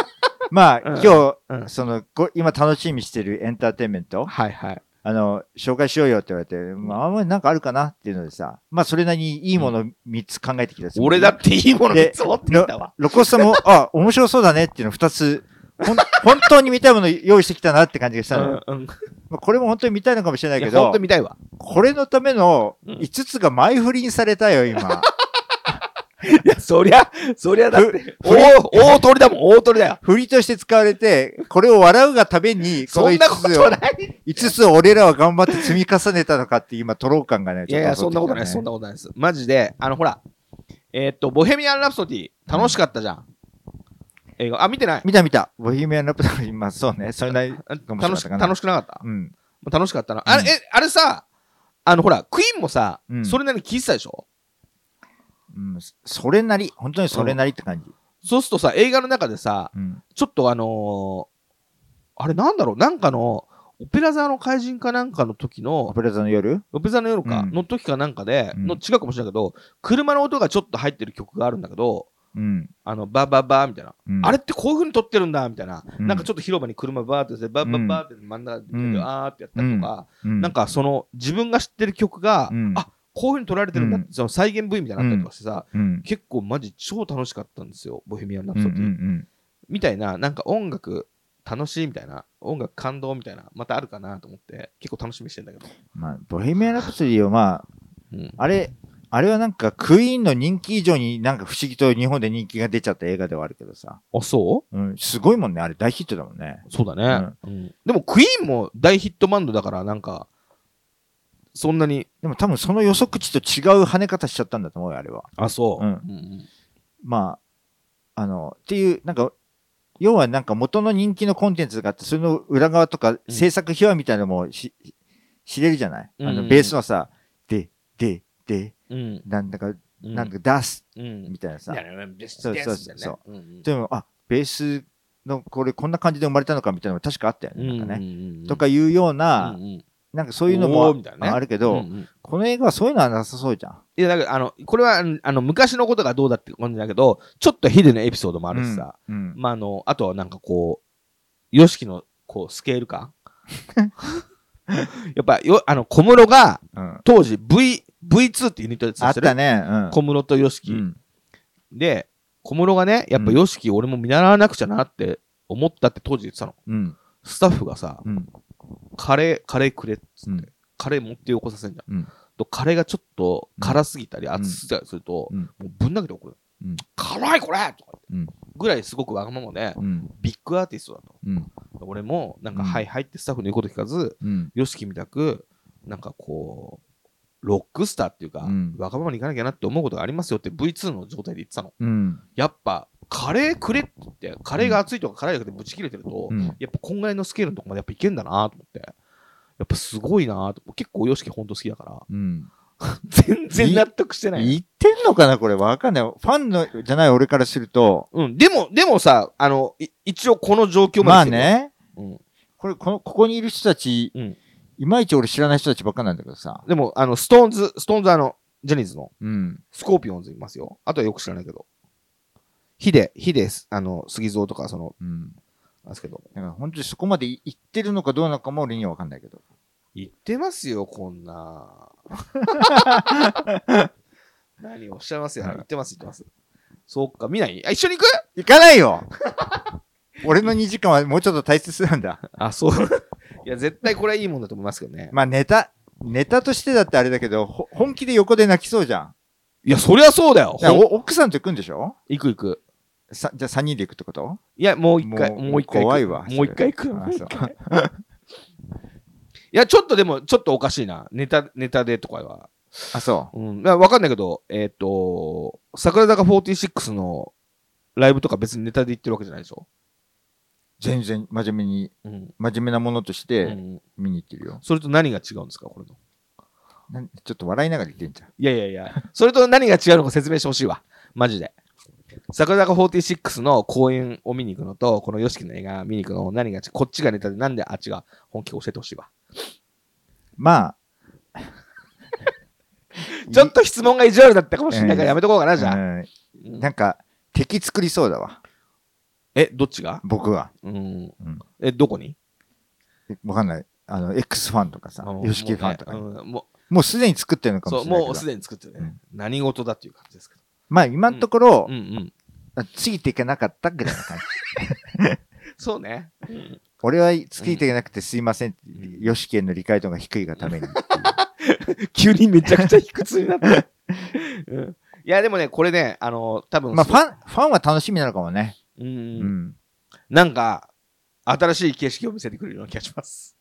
Speaker 1: まあ、今
Speaker 2: うん
Speaker 1: 日、その、こ今楽しみにしてるエンターテインメント、
Speaker 2: はいはい。
Speaker 1: あの、紹介しようよって言われて、まあ、あんまりなんかあるかなっていうのでさ、まあ、それなりにいいもの3つ考えてきたんですよ
Speaker 2: 俺だっていいもの3つ持ってきたわ。
Speaker 1: ロコスさんも、あ、面白そうだねっていうの2つ、ほん 本当に見たいもの用意してきたなって感じがしたのよ。
Speaker 2: うんうん
Speaker 1: まあこれも本当に見たいのかもしれない
Speaker 2: いや
Speaker 1: け
Speaker 2: 本
Speaker 1: ど
Speaker 2: 当、見たいわ。
Speaker 1: これのための
Speaker 2: うん
Speaker 1: 5つが前振りにされた よ、今。
Speaker 2: いや、そりゃ、そりゃだっ
Speaker 1: ふ
Speaker 2: て、
Speaker 1: ふり
Speaker 2: 大大鳥だもん、大鳥だよ。
Speaker 1: 振りとして使われて、これを笑うがために、こ
Speaker 2: そ
Speaker 1: の
Speaker 2: ん
Speaker 1: 5
Speaker 2: なこ
Speaker 1: つ
Speaker 2: と
Speaker 1: を、
Speaker 2: ない。
Speaker 1: 5つを俺らは頑張って積み重ねたのかって今、トロー感がね、
Speaker 2: いやいや、そんなことない、
Speaker 1: ちょ
Speaker 2: そ
Speaker 1: っ
Speaker 2: ん
Speaker 1: 襲
Speaker 2: なことないです。マジで、あの、ほら、えーっと、ボヘミアン・ラプソディ、楽しかったじゃん。映画、あ、見てない
Speaker 1: ってきたね。見た見た。ボヘミアン・ラプソディ、今、そうね。それなり
Speaker 2: あ
Speaker 1: 面白か
Speaker 2: 楽
Speaker 1: っ
Speaker 2: したく
Speaker 1: かな
Speaker 2: 楽しくなかった
Speaker 1: うん。
Speaker 2: 楽しかったな。あ
Speaker 1: うん
Speaker 2: れ、え、あれさ、あの、ほら、クイーンもさ
Speaker 1: う、ん
Speaker 2: それなりに聞いてたでしょ
Speaker 1: うん。それなり、本当にそれなりって感じ。
Speaker 2: そうするとさ、映画の中でさ、
Speaker 1: うん。
Speaker 2: ちょっとあのーあれなんだろう、なんかの、オペラ座の怪人かなんかの時
Speaker 1: オ
Speaker 2: の、
Speaker 1: ペラ座の夜
Speaker 2: オペラ座の夜か、
Speaker 1: うん
Speaker 2: の時かなんかで、
Speaker 1: うん
Speaker 2: の違うかもしれないけど、車の音がちょっと入ってる曲があるんだけど、
Speaker 1: うん。
Speaker 2: あの、バーバーバーみたいな、
Speaker 1: うん
Speaker 2: あれってこういう風に撮ってるんだ、みたいな、
Speaker 1: うん
Speaker 2: なんかちょっと広場に車バーってして、バーバーバーって真ん中で、
Speaker 1: うん
Speaker 2: あーってやったりとか、
Speaker 1: な
Speaker 2: なんかその、自分が知ってる曲が、
Speaker 1: うん
Speaker 2: あこういう風に撮られてるんだって、
Speaker 1: う
Speaker 2: その再現部位みたいなのあったりとかしてさ、
Speaker 1: うん、
Speaker 2: 結構マジ超楽しかったんですよ、ボヘミアン・ラ
Speaker 1: う
Speaker 2: プ
Speaker 1: んう
Speaker 2: ソ
Speaker 1: ん
Speaker 2: ディ。みたいな、なんか音楽楽しいみたいな、音楽感動みたいな、またあるかなと思って、結構楽しみにしてんだけど。
Speaker 1: まあ、ボヘミアン・ラプソディはま
Speaker 2: うん
Speaker 1: あ、あれ、あれはなんかクイーンの人気以上になんか不思議と日本で人気が出ちゃった映画ではあるけどさ。
Speaker 2: あ、そ
Speaker 1: うん、すごいもんね。あれ大ヒットだもんね。
Speaker 2: うそうだね、うんでも、クイーンも大ヒットバンドだから、なんか、そんなに、
Speaker 1: でも多分その予測値と違う跳ね方しちゃったんだと思うよ、あれは。
Speaker 2: あ、そう。
Speaker 1: うん
Speaker 2: ん
Speaker 1: まあ、あの、っていう、なんか、要はなんか元の人気のコンテンツがあって、それの裏側とか制作秘話みたいなのもし、知れるじゃない、あ
Speaker 2: うん
Speaker 1: の、ベースのさ、で、で、で、
Speaker 2: うん。
Speaker 1: なんだか、
Speaker 2: うん。
Speaker 1: なんだか出す、
Speaker 2: うん。
Speaker 1: みたいなさ。
Speaker 2: そうそうそ
Speaker 1: そ
Speaker 2: うそううん。うん
Speaker 1: でも、あベースのこれこんな感じで生まれたのかみたいなのも確かあったよね。なんかね
Speaker 2: ね
Speaker 1: とかいうような、
Speaker 2: うん
Speaker 1: なんかそういうの
Speaker 2: お
Speaker 1: も
Speaker 2: ーみたいなね
Speaker 1: あるけ
Speaker 2: う
Speaker 1: ど、
Speaker 2: ん。
Speaker 1: この映画はそういうのはなさそうじゃん。
Speaker 2: いや、だから、あの、これは、あのあの、昔のことがどうだって感じだけど、ちょっとヒデのエピソードもあるしさ、
Speaker 1: うん。
Speaker 2: まあ、あの、あとはなんかこう、ヨシキの、こう、スケー ル感やっぱ、よ、あの、小室が、
Speaker 1: うんうん
Speaker 2: 当時 V、V2 ってユニットで
Speaker 1: あ
Speaker 2: さ
Speaker 1: っ
Speaker 2: せて
Speaker 1: た
Speaker 2: る。
Speaker 1: ね。うん
Speaker 2: 小室とヨシキ。
Speaker 1: うん
Speaker 2: で、小室がね、やっぱヨシキ俺も見習わなくちゃなって思ったって当時言ってたの。
Speaker 1: うん。
Speaker 2: スタッフがさ、
Speaker 1: うん。
Speaker 2: カレー、カレーくれっつって、
Speaker 1: うん
Speaker 2: カレー持ってよこさせんじゃん。
Speaker 1: うん
Speaker 2: とカレーがちょっと辛すぎたり、熱すぎたりすると、
Speaker 1: うん
Speaker 2: もうぶん投げて怒る。
Speaker 1: うん
Speaker 2: 辛いこれとか
Speaker 1: う
Speaker 2: 言っ
Speaker 1: ん
Speaker 2: て、ぐらいすごくわがままで、
Speaker 1: うん。
Speaker 2: ビッグアーティストだと。
Speaker 1: うん。
Speaker 2: 俺もなんか、
Speaker 1: うん
Speaker 2: はいはいってスタッフの言うこと聞かず、
Speaker 1: うん。
Speaker 2: よしきみたく、なんかこう、ロックスターっていうか、
Speaker 1: うん
Speaker 2: わがままにいかなきゃなって思うことがありますよって V2 の状態で言ってたの。
Speaker 1: うん。
Speaker 2: やっぱ、カレーくれって言って、カレーが熱いとか辛いだけでぶち切れてると、
Speaker 1: うん
Speaker 2: やっぱこんぐらいのスケールのとこまでやっぱいけんだなと思って、やっぱすごいなと。結構よしきほんと好きだから、
Speaker 1: うん。
Speaker 2: 全然納得してない。
Speaker 1: 言ってんのかなこれわかんない。ファンのじゃない俺からすると、
Speaker 2: うん、でも、でもさ、あの、い一応この状況
Speaker 1: ま
Speaker 2: ま
Speaker 1: あ
Speaker 2: で来てる。
Speaker 1: ね、
Speaker 2: うん。
Speaker 1: これ、この、ここにいる人たち、
Speaker 2: うん
Speaker 1: いまいち俺知らない人たちばっかなんだけどさ。
Speaker 2: でも、あの、ストーンズ、ストーンズあの、ジャニーズの
Speaker 1: うん。
Speaker 2: スコーピオンズいますよ。あとはよく知らないけど。ヒデ、ヒデ、あの、杉蔵とか、その、
Speaker 1: うん。
Speaker 2: なんですけど。
Speaker 1: だから本当にそこまでい行ってるのかどうなのかも俺には分かんないけど。
Speaker 2: 言ってますよ、こんな。 何をおっしゃいますよ。
Speaker 1: はい
Speaker 2: 言ってます、言ってます。そうか、見ないあ、一緒に行く
Speaker 1: 行かないよ 俺の2時間はもうちょっと大切なんだ。
Speaker 2: あ、そう。 いや、絶対これはいいもんだと思いますけどね。
Speaker 1: まあネタ、ネタとしてだってあれだけど、ほ本気で横で泣きそうじゃん。
Speaker 2: いや、そりゃそうだよ。
Speaker 1: じゃあ
Speaker 2: ほん
Speaker 1: お奥さんと行くんでしょ
Speaker 2: 行く行く。
Speaker 1: さじゃあ3人で行くってこと
Speaker 2: いや、もう一回、
Speaker 1: もう
Speaker 2: もう一回行く。
Speaker 1: 怖いわ
Speaker 2: もう一回行く。も
Speaker 1: あ
Speaker 2: う一
Speaker 1: そう
Speaker 2: 回い や、ちょっとでも、ちょっとおかしいな。ネタ、ネタでとかは。
Speaker 1: あ、そう。
Speaker 2: うん。いやわかんないけど、えっ、と、桜坂46のライブとか別にネタで言ってるわけじゃないでしょ。
Speaker 1: 全然真面目に、
Speaker 2: うん。
Speaker 1: 真面目なものとし
Speaker 2: う
Speaker 1: て
Speaker 2: ん
Speaker 1: 見に行ってるよ。
Speaker 2: それと何が違うんですか、これ
Speaker 1: な
Speaker 2: の。
Speaker 1: んちょっと笑いながら言ってんじゃん。
Speaker 2: いやいやいや、それと何が違うのか説明してほしいわ。マジで。桜坂46の公演を見に行くのと、この YOSHIKI の映画見に行くの、何が違う、こっちがネタで、なんであっちが本気を教えてほしいわ。
Speaker 1: まあ。
Speaker 2: ちょっと質問が意地悪だったかもしれないから
Speaker 1: ええ
Speaker 2: やめとこうかな、
Speaker 1: い
Speaker 2: じゃあ。
Speaker 1: うん
Speaker 2: うん
Speaker 1: なんか、敵作りそうだわ。
Speaker 2: え、どっちが
Speaker 1: 僕は。
Speaker 2: うん
Speaker 1: うん。
Speaker 2: え、どこに
Speaker 1: わかんない。あの、X ファンとかさ、
Speaker 2: うん
Speaker 1: YOSHIKI ファンとか
Speaker 2: も
Speaker 1: に。
Speaker 2: うねうんも
Speaker 1: もうすでに作ってるの
Speaker 2: う、
Speaker 1: かも
Speaker 2: そう、
Speaker 1: しれないけ
Speaker 2: もう
Speaker 1: ど
Speaker 2: す。でに作ってる
Speaker 1: う
Speaker 2: ね。何事だっていう感じですけど。
Speaker 1: まあ今のところ
Speaker 2: うん、うん。
Speaker 1: あついていけなかったぐらいの感じ。
Speaker 2: そうね。
Speaker 1: 俺はついていけなくてすいませんって
Speaker 2: うん。
Speaker 1: ヨシキへの理解度が低いがために。
Speaker 2: 急にめちゃくちゃ卑屈になった。うんいや、でもね、これね、あの、多分
Speaker 1: まあファン、ファンは楽しみなのかもね。
Speaker 2: うん
Speaker 1: う
Speaker 2: うん。
Speaker 1: ん。
Speaker 2: なんか、新しい景色を見せてくれるような気がします。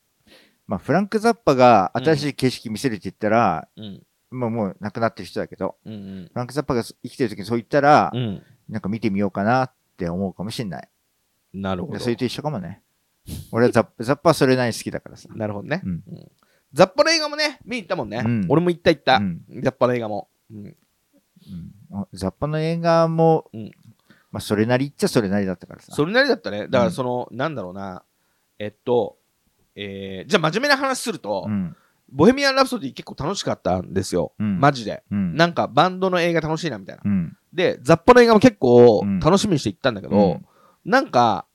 Speaker 1: まあフランク・ザッパが新しい景色見せるって言ったら、
Speaker 2: うん。
Speaker 1: まあもう亡くなってる人だけど、
Speaker 2: うん
Speaker 1: フランク・ザッパが生きてる時にそう言ったら
Speaker 2: うん。う、ん。
Speaker 1: なんか見てみようかなって思うかもしれない。
Speaker 2: なるほど。
Speaker 1: それと一緒かもね。俺 はザッパ、ザッパはそれなりに好きだからさ。
Speaker 2: なるほどね。
Speaker 1: うん
Speaker 2: うんザッパの映画もね、見に行ったもんね。
Speaker 1: うん
Speaker 2: 俺も行った行った。
Speaker 1: うん
Speaker 2: ザッパの映画も。うん。
Speaker 1: うんザッパの映画も、
Speaker 2: うん
Speaker 1: まあそれなりっちゃそれなりだったからさ。
Speaker 2: それなりだったね。だから、その、なんだろうな。えっと、えーじゃあ真面目な話すると、
Speaker 1: うん。
Speaker 2: ボヘミアン・ラプソディ結構楽しかったんですよ。
Speaker 1: うん
Speaker 2: マジで。
Speaker 1: うん。
Speaker 2: なんかバンドの映画楽しいなみたいな。
Speaker 1: うん。
Speaker 2: で、ザッパの映画も結構
Speaker 1: うん
Speaker 2: 楽しみにして行ったんだけど、なんか、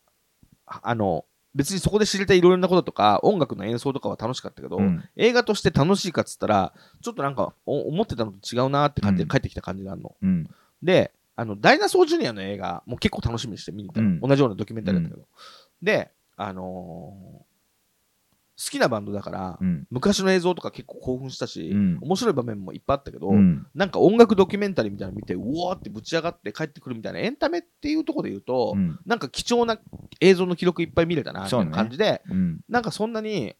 Speaker 2: ああの、別にそこで知れたいろいろなこととか、音楽の演奏とかは楽しかったけど、
Speaker 1: うん
Speaker 2: 映画として楽しいかっつったら、ちょっとなんかお思ってたのと違うなって感じで
Speaker 1: うん
Speaker 2: 帰ってきた感じがあるの。
Speaker 1: うん。
Speaker 2: で、あの、ダイナソージュニアの映画も結構楽しみにして見に行ったの、
Speaker 1: うん
Speaker 2: 同じようなドキュメンタリーだったけど。で、あのー好きなバンドだから、
Speaker 1: うん。
Speaker 2: 昔の映像とか結構興奮したし、
Speaker 1: うん
Speaker 2: 面白い場面もいっぱいあったけど、
Speaker 1: うん
Speaker 2: なんか音楽ドキュメンタリーみたいなの見て、うおーってぶち上がって帰ってくるみたいなエンタメっていうところで言うと、
Speaker 1: うん
Speaker 2: なんか貴重な映像の記録いっぱい見れたなっていう感じで、
Speaker 1: うん。
Speaker 2: なんかそんなに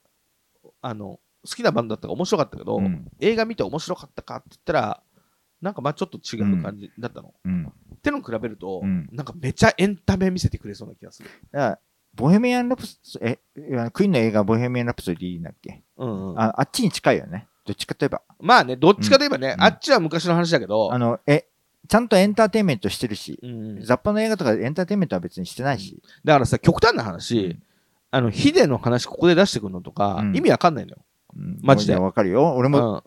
Speaker 2: あの好きなバンドだったから面白かったけど、
Speaker 1: うん
Speaker 2: 映画見て面白かったかって言ったら、なんかまあちょっと違う感じだったの。
Speaker 1: うん。
Speaker 2: ってのに比べると、
Speaker 1: うん
Speaker 2: なんかめちゃエンタメ見せてくれそうな気がする。
Speaker 1: だからボヘミアン・ラプソえ、いやクイーンの映画ボヘミアン・ラプソディーだっけ
Speaker 2: うんうん
Speaker 1: ああっちに近いよね。どっちかといえば。
Speaker 2: まあね、どっちかといえばね、
Speaker 1: うん
Speaker 2: あっちは昔の話だけど
Speaker 1: あ、の、え、ちゃんとエンターテインメントしてるし、
Speaker 2: うんうんだ
Speaker 1: 雑把の映画とかエンターテインメントは別にしてないし。
Speaker 2: からさ、極端な話、あのヒデの話ここで出してくるのとか、
Speaker 1: うん
Speaker 2: 意味わかんないのよ。
Speaker 1: うん
Speaker 2: マジで
Speaker 1: いやわかるよ。俺も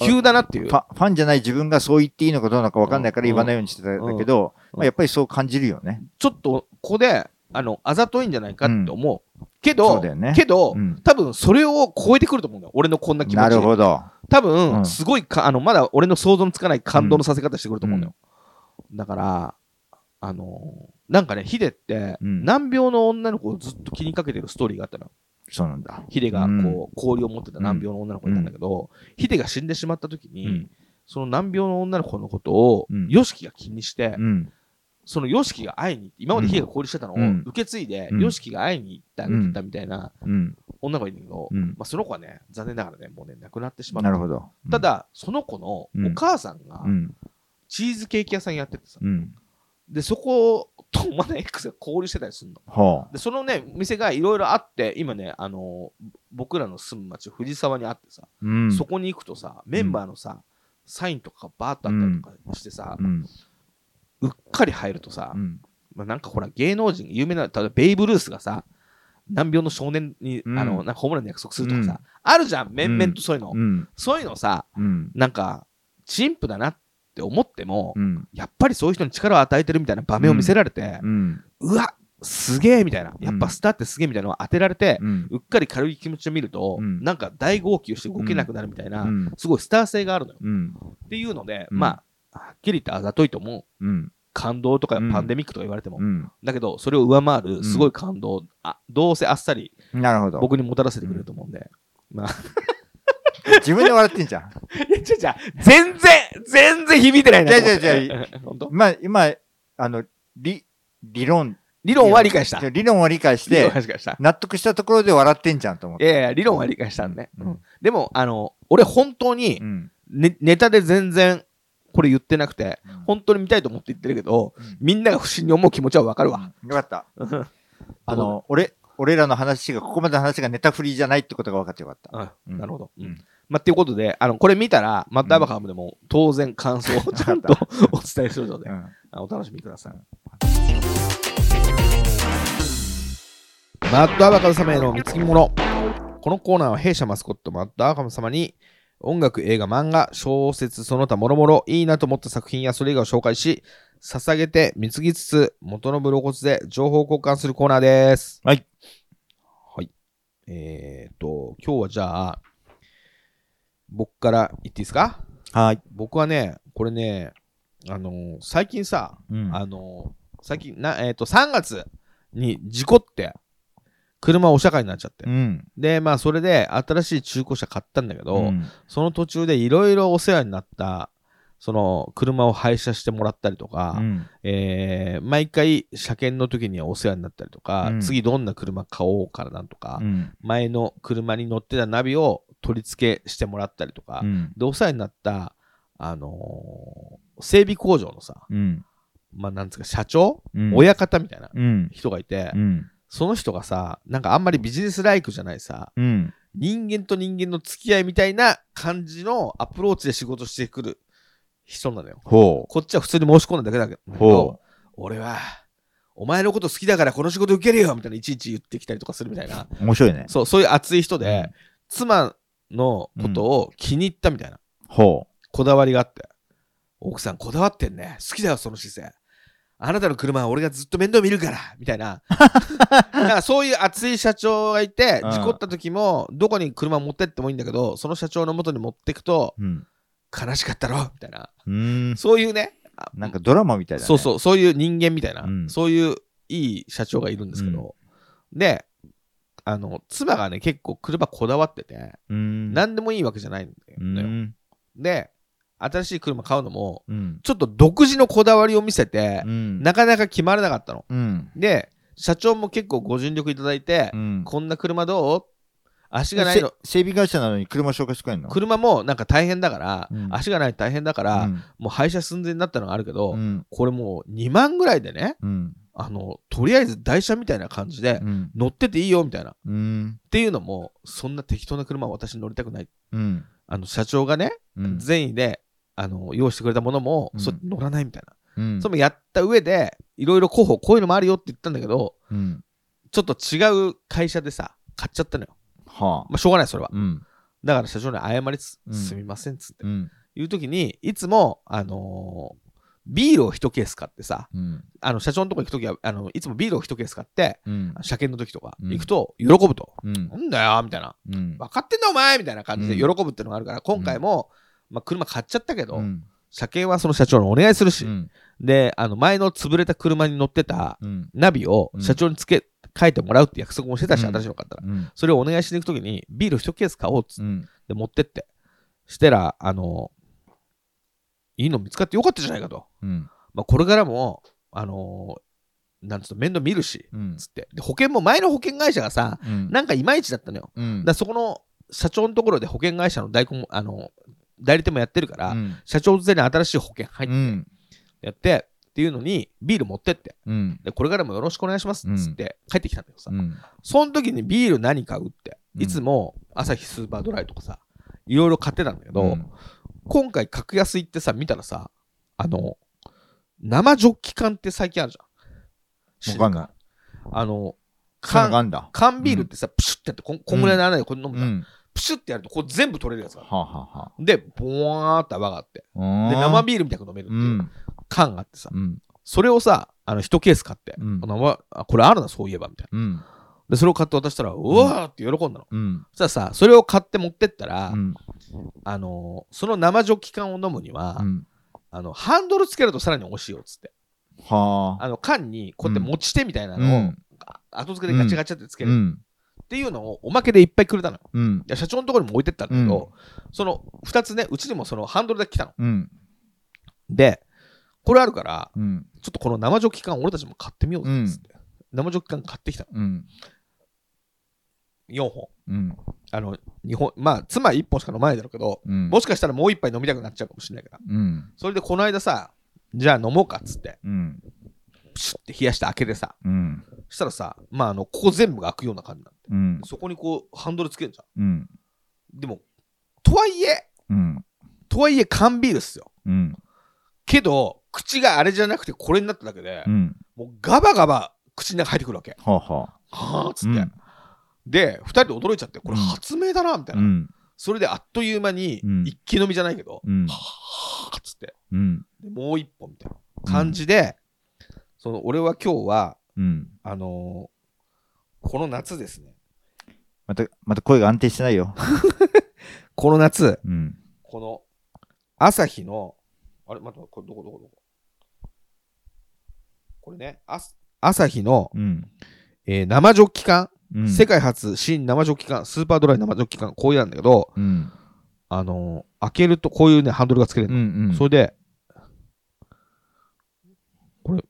Speaker 2: うん急だなってい
Speaker 1: フ
Speaker 2: う。
Speaker 1: ァファンじゃない自分がそう言っていいのかどうなのか分かんないから
Speaker 2: うん
Speaker 1: 言わないようにしてたんだけど、
Speaker 2: うん
Speaker 1: まあ、やっぱりそう感じるよね。
Speaker 2: ちょっとここであのあざといんじゃないかって思う、け
Speaker 1: そ
Speaker 2: ど
Speaker 1: うだよね
Speaker 2: けど、
Speaker 1: うん
Speaker 2: 多分それを超えてくると思うんだよ俺のこんな気持ち
Speaker 1: なるほど。
Speaker 2: 多
Speaker 1: う
Speaker 2: 分
Speaker 1: ん
Speaker 2: すごいかあのまだ俺の想像のつかない感動のさせ方してくると思うんだよ、だからあのーなんかねヒデって、
Speaker 1: うん
Speaker 2: 難病の女の子をずっと気にかけてるストーリーがあったの
Speaker 1: そうなんだ。
Speaker 2: ヒデが
Speaker 1: うん
Speaker 2: こう氷を持ってた難病の女の子がいたんだけど、ヒデが死んでしまった時
Speaker 1: う
Speaker 2: に、
Speaker 1: ん。
Speaker 2: その難病の女の子のことを、
Speaker 1: うん
Speaker 2: ヨシキが気にして、
Speaker 1: うん。
Speaker 2: その YOSHIKI が会いに行って、今までヒデが交流してたのを
Speaker 1: うん
Speaker 2: 受け継いで、
Speaker 1: うん
Speaker 2: YOSHIKI が会いに行った、
Speaker 1: うん
Speaker 2: たみたいな
Speaker 1: うん。
Speaker 2: 女の子がいるんだけど、
Speaker 1: うん
Speaker 2: まあ、その子はね、残念ながらね、もうね、亡くなってしまった。
Speaker 1: なるほど。
Speaker 2: た、だ、その子のお母さんが
Speaker 1: うん。
Speaker 2: チーズケーキ屋さんやっててさ、
Speaker 1: うん。
Speaker 2: で、そことマネ X が交流してたりするの。
Speaker 1: ほ
Speaker 2: で、そのね、店がいろいろあって、今ね、あのー僕らの住む町、藤沢にあってさ、
Speaker 1: う。うん。
Speaker 2: そこに行くとさ、メンバーのさ、サインとかがバーッとあったりとかしてさ
Speaker 1: う、ん。
Speaker 2: うっかり入るとさ
Speaker 1: う、ん。
Speaker 2: まあ、なんかほら芸能人有名な例えばベイブ・ルースがさ難病の少年に、
Speaker 1: うん
Speaker 2: あのなんかホームランの約束するとかさ、あるじゃん面々とそういうの、
Speaker 1: うん。
Speaker 2: そういうのさ
Speaker 1: うん。
Speaker 2: なんか陳腐だなって思っても、
Speaker 1: うん。
Speaker 2: やっぱりそういう人に力を与えてるみたいな場面を見せられて、
Speaker 1: うん。
Speaker 2: うわすげえみたいな、やっぱスターってすげえみたいなのを当てられて、
Speaker 1: うん。
Speaker 2: うっかり軽い気持ちを見ると、
Speaker 1: うん
Speaker 2: なんか大号泣して動けなくなるみたいな、
Speaker 1: うん。
Speaker 2: すごいスター性があるのよ。
Speaker 1: うん。
Speaker 2: っていうので、
Speaker 1: うん
Speaker 2: まあ、はっきり言ってあざといとも、
Speaker 1: うん。
Speaker 2: 感動とか
Speaker 1: うん
Speaker 2: パンデミックとか言われても、
Speaker 1: うん。
Speaker 2: だけど、それを上回
Speaker 1: ん
Speaker 2: る、すごい感動、あ、どうせあっさり
Speaker 1: なるほど。
Speaker 2: 僕にもたらせてくれると思うんで。まあ、
Speaker 1: 自分で笑ってんじゃ ん。
Speaker 2: いや、ちゃちゃ、全然、全然響いてないなと思って。
Speaker 1: いやいや
Speaker 2: いや、 本当
Speaker 1: まあ、今、あの、理、理論。
Speaker 2: 理論は理解した。理
Speaker 1: 理論を理解し
Speaker 2: 論
Speaker 1: て
Speaker 2: は、理解した。
Speaker 1: 納得したところで笑ってんじゃんと思っ
Speaker 2: い
Speaker 1: て。
Speaker 2: やいや、理論は理解したんで。
Speaker 1: うん
Speaker 2: でも、あの、俺本当に
Speaker 1: う、ん。
Speaker 2: ねネタで全然、これ言ってなくて、
Speaker 1: うん
Speaker 2: 本当に見たいと思って言ってるけど、
Speaker 1: うん
Speaker 2: みんなが不審に思う気持ちはわかるわ。
Speaker 1: よかった。 あの、俺、俺らの話が、ここまでの話がネタフリーじゃないってことが分かってよかった。
Speaker 2: うん、なるほど。
Speaker 1: うん
Speaker 2: まあ、っていうことで、あの、これ見たら、マッドアバカムでも当然感想をちゃんと お伝えするので
Speaker 1: う、ん。
Speaker 2: あお楽しみください。マッドアバカム様への貢ぎ物。このコーナーは弊社マスコットマッドアバカム様に音楽、映画、漫画、小説、その他もろもろいいなと思った作品やそれ以外を紹介し、捧げて貢ぎつつ元のブロコツで情報交換するコーナーです。
Speaker 1: はい。
Speaker 2: はい。えー、と、今日はじゃあ、僕から言っていいですか
Speaker 1: はい。
Speaker 2: 僕はね、これね、あのー最近さ、
Speaker 1: うん。
Speaker 2: あのー最近、な、えっ、と、3月に事故って、車お釈迦になっちゃって。
Speaker 1: うん。
Speaker 2: で、まあ、それで新しい中古車買ったんだけど、
Speaker 1: うん
Speaker 2: その途中でいろいろお世話になった、その、車を廃車してもらったりとか、
Speaker 1: うん
Speaker 2: えー毎回車検の時にはお世話になったりとか、
Speaker 1: うん
Speaker 2: 次どんな車買おうからなんとか、
Speaker 1: うん
Speaker 2: 前の車に乗ってたナビを取り付けしてもらったりとか、
Speaker 1: うん
Speaker 2: で、お世話になった、あのー整備工場のさ、
Speaker 1: うん
Speaker 2: まあ、なんつうか、社長、
Speaker 1: うん
Speaker 2: 親方みたいな
Speaker 1: うん
Speaker 2: 人がいて、
Speaker 1: うん
Speaker 2: その人がさ、なんかあんまりビジネスライクじゃないさ、
Speaker 1: うん
Speaker 2: 人間と人間の付き合いみたいな感じのアプローチで仕事してくる人なのよ。
Speaker 1: ほ
Speaker 2: こっちは普通に申し込んだだけだけ
Speaker 1: う
Speaker 2: ど
Speaker 1: ほ、
Speaker 2: 俺は、お前のこと好きだからこの仕事受けるよみたいないちいち言ってきたりとかするみたいな、
Speaker 1: う面白いね
Speaker 2: そう、そういう熱い人で、
Speaker 1: うん
Speaker 2: 妻のことを気に入ったみたいな。
Speaker 1: ほ
Speaker 2: こだわりがあって。奥さんこだわってんね。好きだよ、その姿勢。あなたの車は俺がずっと面倒見るからみた いな。なんかそういう熱い社長がいて、
Speaker 1: うん
Speaker 2: 事故った時も、どこに車持ってってもいいんだけど、その社長の元に持ってくと、
Speaker 1: ううん
Speaker 2: 悲しかったろみたいな。
Speaker 1: うーん
Speaker 2: そういうね。あ
Speaker 1: なんかドラマみたいだね
Speaker 2: そうそう、そういう人間みたいな、
Speaker 1: うん
Speaker 2: そういういい社長がいるんですけど、で、あの、妻がね、結構車こだわってて、
Speaker 1: うーん
Speaker 2: 何でもいいわけじゃないんだよ。
Speaker 1: うん
Speaker 2: で、新しい車買うのも、
Speaker 1: うん
Speaker 2: ちょっと独自のこだわりを見せて
Speaker 1: う、ん
Speaker 2: なかなか決まらなかったの。
Speaker 1: うん
Speaker 2: で、社長も結構ご尽力いただいて、
Speaker 1: うん
Speaker 2: こんな車どう足がないの
Speaker 1: せ。整備会社なのに車紹介してくれんの
Speaker 2: 車もなんか大変だから、
Speaker 1: うん
Speaker 2: 足がないと大変だから、
Speaker 1: うん
Speaker 2: もう廃車寸前になったのがあるけど、
Speaker 1: うん
Speaker 2: これもう2万ぐらいでね、
Speaker 1: うん
Speaker 2: あの、とりあえず台車みたいな感じで
Speaker 1: う、ん
Speaker 2: 乗ってていいよみたいな。っ
Speaker 1: うん
Speaker 2: ていうのも、そんな適当な車は私に乗りたくない。
Speaker 1: うん
Speaker 2: あの、社長がね、
Speaker 1: うん
Speaker 2: 善意で、あの、用意してくれたものも、
Speaker 1: うん
Speaker 2: そっち乗らないみたいな。
Speaker 1: うん
Speaker 2: それもやった上で、いろいろ候補、こういうのもあるよって言ったんだけど、
Speaker 1: うん
Speaker 2: ちょっと違う会社でさ、買っちゃったのよ。
Speaker 1: はあ
Speaker 2: まあ、しょうがない、それは。
Speaker 1: うん
Speaker 2: だから社長に謝りつ
Speaker 1: うん
Speaker 2: つ、すみません、つって
Speaker 1: う。ん
Speaker 2: いう時に、いつも、あのービールを一ケース買ってさ、
Speaker 1: うん
Speaker 2: あの、社長のとこ行く時は、あの、いつもビールを一ケース買って、
Speaker 1: うん
Speaker 2: 車検の時とか、
Speaker 1: うん
Speaker 2: 行くと、喜ぶと。
Speaker 1: うん
Speaker 2: なんだよ、みたいな。
Speaker 1: うん
Speaker 2: 分かってんだ、お前みたいな感じで喜
Speaker 1: う
Speaker 2: ぶっていうのがあるから、今回も、まあ、車買っちゃったけど、
Speaker 1: うん
Speaker 2: 車検はその社長にお願いするし、
Speaker 1: うん
Speaker 2: で、あの、前の潰れた車に乗ってた、
Speaker 1: うん
Speaker 2: ナビを
Speaker 1: うん
Speaker 2: 社長につけ、書いてもらうって約束もしてたし、
Speaker 1: うん
Speaker 2: 新しいの買ったら。
Speaker 1: うん
Speaker 2: それをお願いしに行くときに、ビール一ケース買おうっつっ
Speaker 1: うん
Speaker 2: て持ってって。したら、あの、いいの見つかってよかったじゃないかと。
Speaker 1: うん
Speaker 2: まあ、これからも、あの、なんつうの、面倒見るし、
Speaker 1: うん
Speaker 2: つって。で、保険も前の保険会社がさ、
Speaker 1: うん
Speaker 2: なんかいまいちだったのよ。
Speaker 1: うん
Speaker 2: だからそこの社長のところで保険会社の代行も、あの、代理店もやってるから、
Speaker 1: うん
Speaker 2: 社長全に新しい保険入っ
Speaker 1: うん
Speaker 2: てやって、っていうのに、ビール持ってって。
Speaker 1: うん
Speaker 2: で、これからもよろしくお願いしますっつって帰ってきたんだけどさ、
Speaker 1: うん
Speaker 2: その時にビール何買うって、
Speaker 1: うん
Speaker 2: いつも朝日スーパードライとかさ、いろいろ買ってたんだけど、
Speaker 1: うん
Speaker 2: 今回格安行ってさ、見たらさ、あの、生ジョッキ缶って最近あるじゃん。
Speaker 1: わかんない
Speaker 2: あの、
Speaker 1: そういうのがあ
Speaker 2: 缶、
Speaker 1: んだ
Speaker 2: 缶ビールってさ、プシュってやってこんこんぐらいの穴でこれ飲む
Speaker 1: う
Speaker 2: じゃん。
Speaker 1: ん
Speaker 2: プシュってやると、こう全部取れるやつがある。
Speaker 1: はあ、はあは
Speaker 2: で、ボワーって泡があって。
Speaker 1: あ、
Speaker 2: で、生ビールみたいなの飲めるって
Speaker 1: う。
Speaker 2: いうん缶があってさ。
Speaker 1: うん。
Speaker 2: それをさ、あの、一ケース買って。
Speaker 1: うん
Speaker 2: あのわあこれあるな、そういえば、みたいな。
Speaker 1: うん。
Speaker 2: で、それを買って渡したら、うわーって喜んだの。
Speaker 1: うん。
Speaker 2: そしたらさ、それを買って持ってったら、
Speaker 1: うん。
Speaker 2: あのーその生ジョッキ缶を飲むには、
Speaker 1: うん
Speaker 2: あの、ハンドルつけるとさらに美味しいよ、っつって。
Speaker 1: はあ。
Speaker 2: あの、缶にこうやって持ち手みたいな
Speaker 1: う
Speaker 2: のを、
Speaker 1: ん。
Speaker 2: あ後付けでガチャガチャってつけ
Speaker 1: う
Speaker 2: る。
Speaker 1: ん。
Speaker 2: っていうのをおまけでいっぱいくれたのよ。
Speaker 1: うん。
Speaker 2: いや社長のところにも置いてったんだけど、その2つね、うちにもそのハンドルだけ来たの。
Speaker 1: うん。
Speaker 2: で、これあるから、
Speaker 1: うん。
Speaker 2: ちょっとこの生ジョッキ缶俺たちも買ってみようぜっつって。生ジョッキ缶買ってきたの。
Speaker 1: うん。
Speaker 2: 4本。
Speaker 1: うん。
Speaker 2: あの、2本、まあ、妻1本しか飲まないだろうけど、
Speaker 1: うん。
Speaker 2: もしかしたらもう1杯飲みたくなっちゃうかもしれないから。
Speaker 1: うん。
Speaker 2: それでこの間さ、じゃあ飲もうかっつって、
Speaker 1: うん。
Speaker 2: プシュって冷やして開けてさ、
Speaker 1: うん。
Speaker 2: そしたらさ、まあ、あの、ここ全部が開くような感じなんで、
Speaker 1: うん。
Speaker 2: そこにこう、ハンドルつけるじゃ
Speaker 1: うん。
Speaker 2: ん。でも、とはいえ、
Speaker 1: うん。
Speaker 2: とはいえ缶ビールっすよ。
Speaker 1: うん。
Speaker 2: けど、口があれじゃなくてこれになっただけで、
Speaker 1: うん。
Speaker 2: もうガバガバ口の中入ってくるわけ。
Speaker 1: はあはあ。
Speaker 2: はあっつ
Speaker 1: う
Speaker 2: って。
Speaker 1: ん。
Speaker 2: で、二人で驚いちゃって、これ
Speaker 1: うん
Speaker 2: 発明だな、みたいうな。
Speaker 1: ん。
Speaker 2: それであっという間に
Speaker 1: うん、
Speaker 2: 一気飲みじゃないけど、
Speaker 1: うん。
Speaker 2: はあっつって、
Speaker 1: うん。
Speaker 2: でもう一本みたいな感じで、その、俺は今日は、
Speaker 1: うん。
Speaker 2: あのーこの夏ですね。
Speaker 1: また、また声が安定してないよ。
Speaker 2: この夏、
Speaker 1: うん。
Speaker 2: この、朝日の、あれ、待って、これどこどこどここれね、あす朝日の、
Speaker 1: うん。
Speaker 2: えー生ジョッキ缶、
Speaker 1: うん。
Speaker 2: 世界初新生ジョッキ缶、スーパードライ生ジョッキ缶、こういうなんだけど、
Speaker 1: うん。
Speaker 2: あのー開けるとこういうね、ハンドルがつけれ
Speaker 1: う
Speaker 2: る
Speaker 1: ん
Speaker 2: の。。
Speaker 1: うん。
Speaker 2: それで、これ、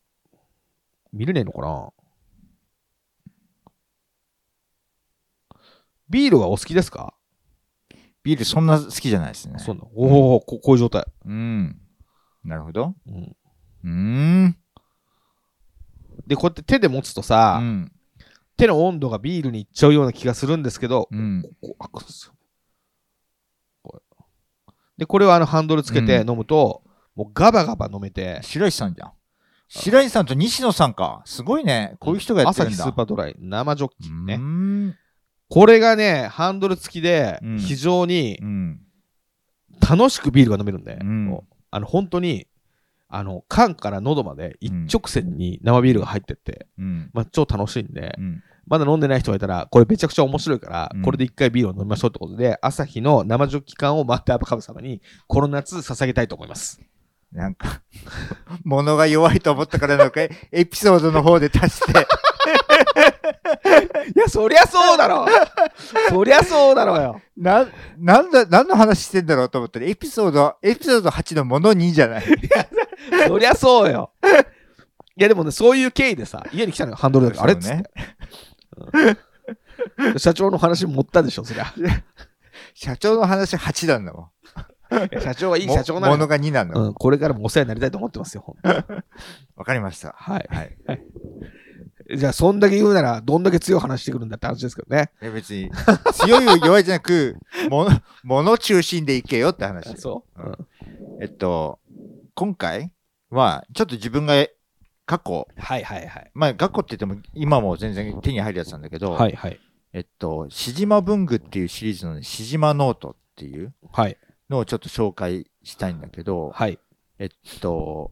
Speaker 2: 見れねえのかなビールはお好きですか
Speaker 1: ビールそんな好きじゃないですね。
Speaker 2: そうなの。おお、ここういう状態。
Speaker 1: うん。なるほど。
Speaker 2: うん
Speaker 1: うーん。
Speaker 2: で、こうやって手で持つと
Speaker 1: う
Speaker 2: さ、
Speaker 1: ん。
Speaker 2: 手の温度がビールにいっちゃうような気がするんですけど、
Speaker 1: うん。
Speaker 2: こう開くんですよ。これで、これをあのハンドルつけて
Speaker 1: う
Speaker 2: 飲むと、もうガバガバ飲めて、
Speaker 1: 白石さんじゃん。白石さんと西野さんか。すごいね。こういう人がやってる
Speaker 2: 朝日
Speaker 1: ん
Speaker 2: ス
Speaker 1: だ。
Speaker 2: ーパードライ生ジョッキ
Speaker 1: うー
Speaker 2: ね。
Speaker 1: ん。
Speaker 2: これがね、ハンドル付きで
Speaker 1: うん、
Speaker 2: 非常に
Speaker 1: うん。
Speaker 2: 楽しくビールが飲めるんで、
Speaker 1: うん
Speaker 2: もうあの本当に、あの缶から喉まで一直線に生ビールが入ってって、
Speaker 1: うん。
Speaker 2: まあ、超楽しいんで
Speaker 1: う、ん。
Speaker 2: まだ飲んでない人がいたら、これめちゃくちゃ面白いから、
Speaker 1: うん
Speaker 2: これで一回ビールを飲みましょうってことで、朝日の生ジョッキ缶をマッターアップカブ様に、この夏捧げたいと思います。
Speaker 1: なんか、 物が弱いと思ったからなんか、エピソードの方で足して、
Speaker 2: いや、そりゃそうだろ そりゃそうだろうよ
Speaker 1: な、なんだ、何の話してんだろうと思ったら、エピソード、エピソード8のものにじゃない。
Speaker 2: そりゃそうよいや、でもね、そういう経緯でさ、家に来たのよ、ハンドルだけ。あれっつって、社長の話持ったでしょ、そりゃ。
Speaker 1: 社長の話8なんだもん。
Speaker 2: 社長はいい
Speaker 1: も
Speaker 2: 社長なの
Speaker 1: 物
Speaker 2: よ。
Speaker 1: が2なんだもん。
Speaker 2: うん、これからもお世話になりたいと思ってますよ、ほんと
Speaker 1: わかりました。
Speaker 2: はい。
Speaker 1: はい。
Speaker 2: じゃあ、そんだけ言うなら、どんだけ強い話してくるんだって話ですけどね。
Speaker 1: いや別に、強い弱いじゃなく、もの、もの中心でいけよって話。
Speaker 2: そう、うん
Speaker 1: えっと、今回は、ちょっと自分が過去、
Speaker 2: はいはいはい。
Speaker 1: まあ、過去って言っても、今も全然手に入るやつなんだけど、
Speaker 2: はいはい。
Speaker 1: えっと、しじま文具っていうシリーズのね、しじまノートっていう
Speaker 2: はい。
Speaker 1: のをちょっと紹介したいんだけど、
Speaker 2: はい。
Speaker 1: えっと、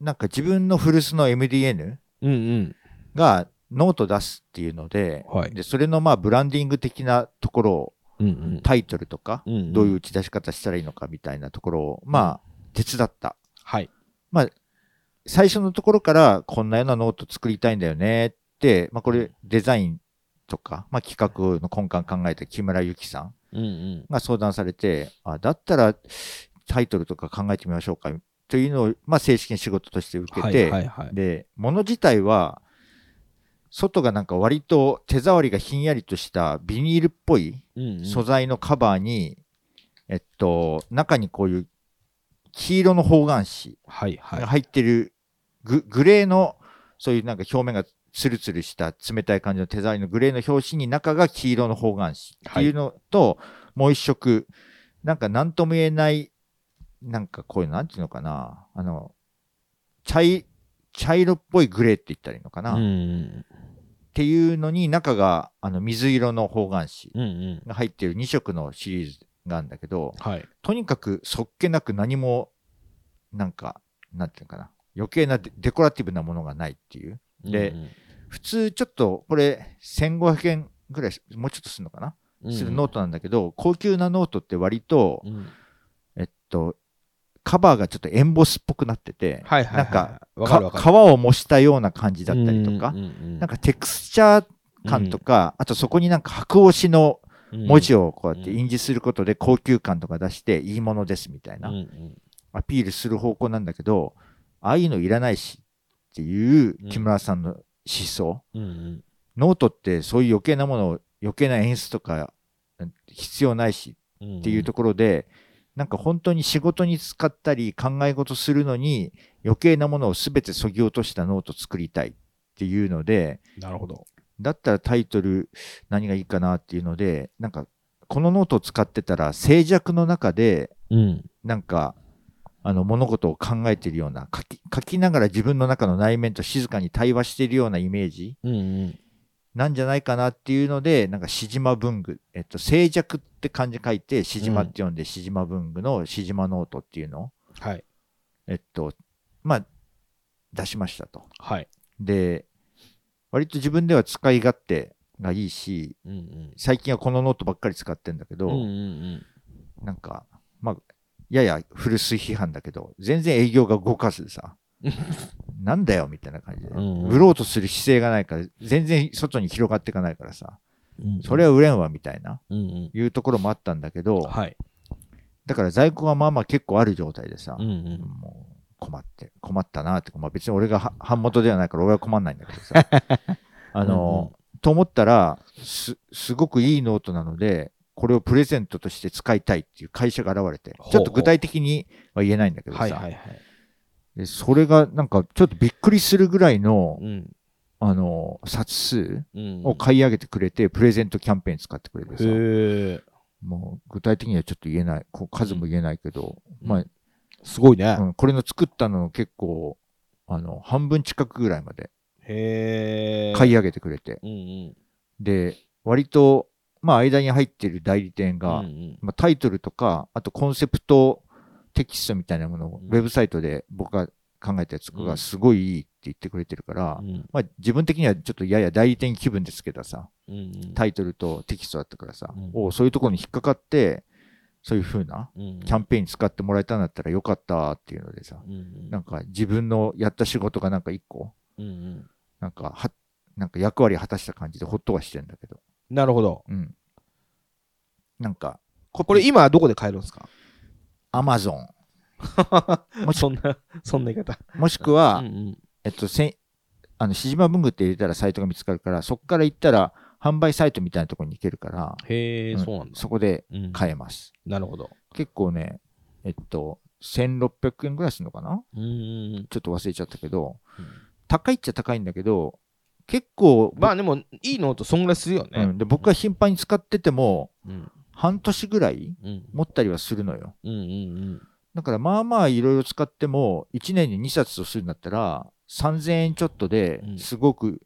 Speaker 1: なんか自分の古巣の MDN
Speaker 2: うんうん。
Speaker 1: がノート出すっていうので、
Speaker 2: はい
Speaker 1: でそれのまあブランディング的なところを、
Speaker 2: うんうん。
Speaker 1: タイトルとか、
Speaker 2: うんうん
Speaker 1: どういう打ち出し方したらいいのかみたいなところを、まあ、手伝った。
Speaker 2: はい。
Speaker 1: 最初のところから、こんなようなノート作りたいんだよねって、まあ、これ、デザインとか、まあ、企画の根幹考えた木村ゆきさん
Speaker 2: うんうん。
Speaker 1: が相談されて、あだったら、タイトルとか考えてみましょうか、というのを、まあ、正式に仕事として受けて、
Speaker 2: はいはいはい。
Speaker 1: で、物自体は、外がなんか割と手触りがひんやりとしたビニールっぽい
Speaker 2: うんうん
Speaker 1: 素材のカバーに、えっと、中にこういう黄色の方眼紙
Speaker 2: はいはい
Speaker 1: が。入ってるグ,、グレーのそういうなんか表面がツルツルした冷たい感じの手触りのグレーの表紙に中が黄色の方眼紙っていうのと、もう一色なんか何とも言えないなんかこういうなんていうのかなあの茶い茶色っぽいグレーって言ったらいいのかな、
Speaker 2: うんう
Speaker 1: っ
Speaker 2: ん。
Speaker 1: ていうのに中があの水色の方眼紙
Speaker 2: うんうん。
Speaker 1: が入ってる2色のシリーズがあるんだけど、
Speaker 2: はい。
Speaker 1: とにかくそっけなく何も、なんか、なんていうのかな、余計なデデコラティブなものがないっていう。で
Speaker 2: うん
Speaker 1: 普通ちょっとこれ1500円ぐらい、もうちょっとするのかな、
Speaker 2: うん、
Speaker 1: するノートなんだけど、高級なノートって割と、
Speaker 2: うん。うん
Speaker 1: えっと、カバーがちょっとエンボスっぽくなってて、
Speaker 2: はいはいはい。
Speaker 1: なんか、
Speaker 2: わかるわかる。
Speaker 1: か皮を模したような感じだったりとか
Speaker 2: う、んうんうん、
Speaker 1: なんかテクスチャー感とか、あとそこになんか白押しの文字
Speaker 2: を、
Speaker 1: をこうやって印字することで高級感とか出していいものですみたい
Speaker 2: うんう
Speaker 1: なんアピールする方向なんだけど、ああいうのいらないしっていう木村さんの思想。
Speaker 2: うんうん
Speaker 1: ノートってそういう余計なものを余計な演出とかうん必要ないし
Speaker 2: うん、
Speaker 1: っていうところで、なんか本当に仕事に使ったり考え事するのに余計なものを全て削ぎ落としたノート作りたいっていうので、
Speaker 2: なるほど。
Speaker 1: だったらタイトル何がいいかなっていうので、なんかこのノートを使ってたら静寂の中で
Speaker 2: うん。
Speaker 1: なんかあの物事を考えてるような書き、書きながら自分の中の内面と静かに対話しているようなイメージ
Speaker 2: うんうん。
Speaker 1: なんじゃないかなっていうので、なんかしじま文具、えっと静寂って漢字書いてしじまって読んでしじま文具のしじまノートっていうのを、
Speaker 2: はい。
Speaker 1: えっと、まあ出しましたと。
Speaker 2: はい。
Speaker 1: で、割と自分では使い勝手がいいし、
Speaker 2: うんうん。
Speaker 1: 最近はこのノートばっかり使ってんだけど、
Speaker 2: うんうん
Speaker 1: なんか、まあ、やや古巣批判だけど、全然営業が動かず さ、なんだよみたいな感じで、
Speaker 2: うんうん
Speaker 1: 売ろうとする姿勢がないから、全然外に広がっていかないからさ、
Speaker 2: うん。
Speaker 1: それ
Speaker 2: は、
Speaker 1: は売れんわみたいな、
Speaker 2: うん
Speaker 1: いうところもあったんだけ
Speaker 2: うん。
Speaker 1: ど、
Speaker 2: はい。
Speaker 1: だから在庫がまあまあ結構ある状態でさ
Speaker 2: う、んうん。
Speaker 1: もう困って、困ったなってか、まあ、別に俺がは版元ではないから俺は困んないんだけど さ。あの、と思ったらす、すごくいいノートなので、これをプレゼントとして使いたいっていう会社が現れて
Speaker 2: ほうほ、う
Speaker 1: ちょっと具体的には言えないんだけどさ、
Speaker 2: はいはいはい。
Speaker 1: でそれがなんかちょっとびっくりするぐらいの、
Speaker 2: うん。
Speaker 1: あの、冊数
Speaker 2: うん。
Speaker 1: を買い上げてくれて、プレゼントキャンペーン使ってくれてさ、
Speaker 2: へえ。
Speaker 1: もう具体的にはちょっと言えない、こう数も言えないけど、
Speaker 2: うん
Speaker 1: まあ、
Speaker 2: すごいね。
Speaker 1: うん、これの作ったの結構、あの、半分近くぐらいまで
Speaker 2: へえ。
Speaker 1: 買い上げてくれて。
Speaker 2: うんうん。
Speaker 1: で、割と、まあ、間に入ってる代理店が、
Speaker 2: うんうん
Speaker 1: まあ、タイトルとか、あとコンセプトテキストみたいなものを、
Speaker 2: うん
Speaker 1: ウェブサイトで僕が考えたやつ
Speaker 2: うん
Speaker 1: がすごいいいって言ってくれてるから、
Speaker 2: うん
Speaker 1: まあ、自分的にはちょっとやや代理店気分ですけどさ、
Speaker 2: うんうん。
Speaker 1: タイトルとテキストだったからさ、
Speaker 2: うん
Speaker 1: おうそういうところに引っかかって、そういう風な
Speaker 2: うん
Speaker 1: キャンペーンに使ってもらえたんだったらよかったっていうのでさ、
Speaker 2: うんうん。
Speaker 1: なんか自分のやった仕事がなんか一個、
Speaker 2: うんうん。
Speaker 1: なんかは、なんか役割果たした感じでほっとはしてんだけど、
Speaker 2: なるほど。
Speaker 1: うん。なんか、
Speaker 2: これ今どこで買えるんですか
Speaker 1: アマゾン、 もし
Speaker 2: そんな、そんな言い方。
Speaker 1: もしくは、
Speaker 2: うんうん
Speaker 1: えっと、せんあの、しじま文具って入れたらサイトが見つかるから、そこから行ったら、販売サイトみたいなところに行けるから、
Speaker 2: へえ、
Speaker 1: うん
Speaker 2: そうなんだ。
Speaker 1: そこで
Speaker 2: うん
Speaker 1: 買えます。
Speaker 2: なるほど。
Speaker 1: 結構ね、えっと、1600円ぐらいするのかな
Speaker 2: うんうんうん。
Speaker 1: ちょっと忘れちゃったけど、
Speaker 2: うん
Speaker 1: 高いっちゃ高いんだけど、結構、
Speaker 2: まあでも、いいノート、そんぐらいするよ
Speaker 1: う
Speaker 2: ね。
Speaker 1: ん、で僕が頻繁に使ってても、
Speaker 2: うん。
Speaker 1: 半年ぐらい
Speaker 2: うん。
Speaker 1: 持ったりはするのよ。
Speaker 2: うんうん
Speaker 1: だからまあまあいろいろ使っても、1年に2冊とするんだったら、3000円ちょっとで
Speaker 2: うん
Speaker 1: すごく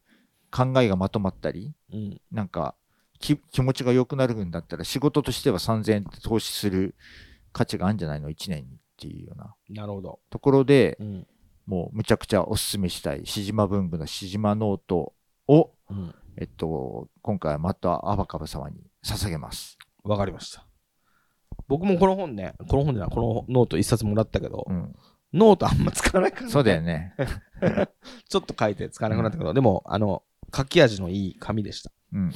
Speaker 1: 考えがまとまったり、
Speaker 2: うん。うん。
Speaker 1: なんかき気持ちが良くなるんだったら、仕事としては3000円って投資する価値があるんじゃないの、1年にっていうような
Speaker 2: なるほど。
Speaker 1: ところで、
Speaker 2: うん。
Speaker 1: もうむちゃくちゃおすすめしたい、しじま文具のしじまノートを、
Speaker 2: うん。
Speaker 1: えっと、今回はまたアバカブ様に捧げます。
Speaker 2: わかりました。僕もこの本ね、この本じゃない、このノート一冊もらったけど、
Speaker 1: うん、
Speaker 2: ノートあんま使わないから、
Speaker 1: そうだよね。
Speaker 2: ちょっと書いて使わなくなったけど、でも、あの、書き味のいい紙でした。
Speaker 1: うん、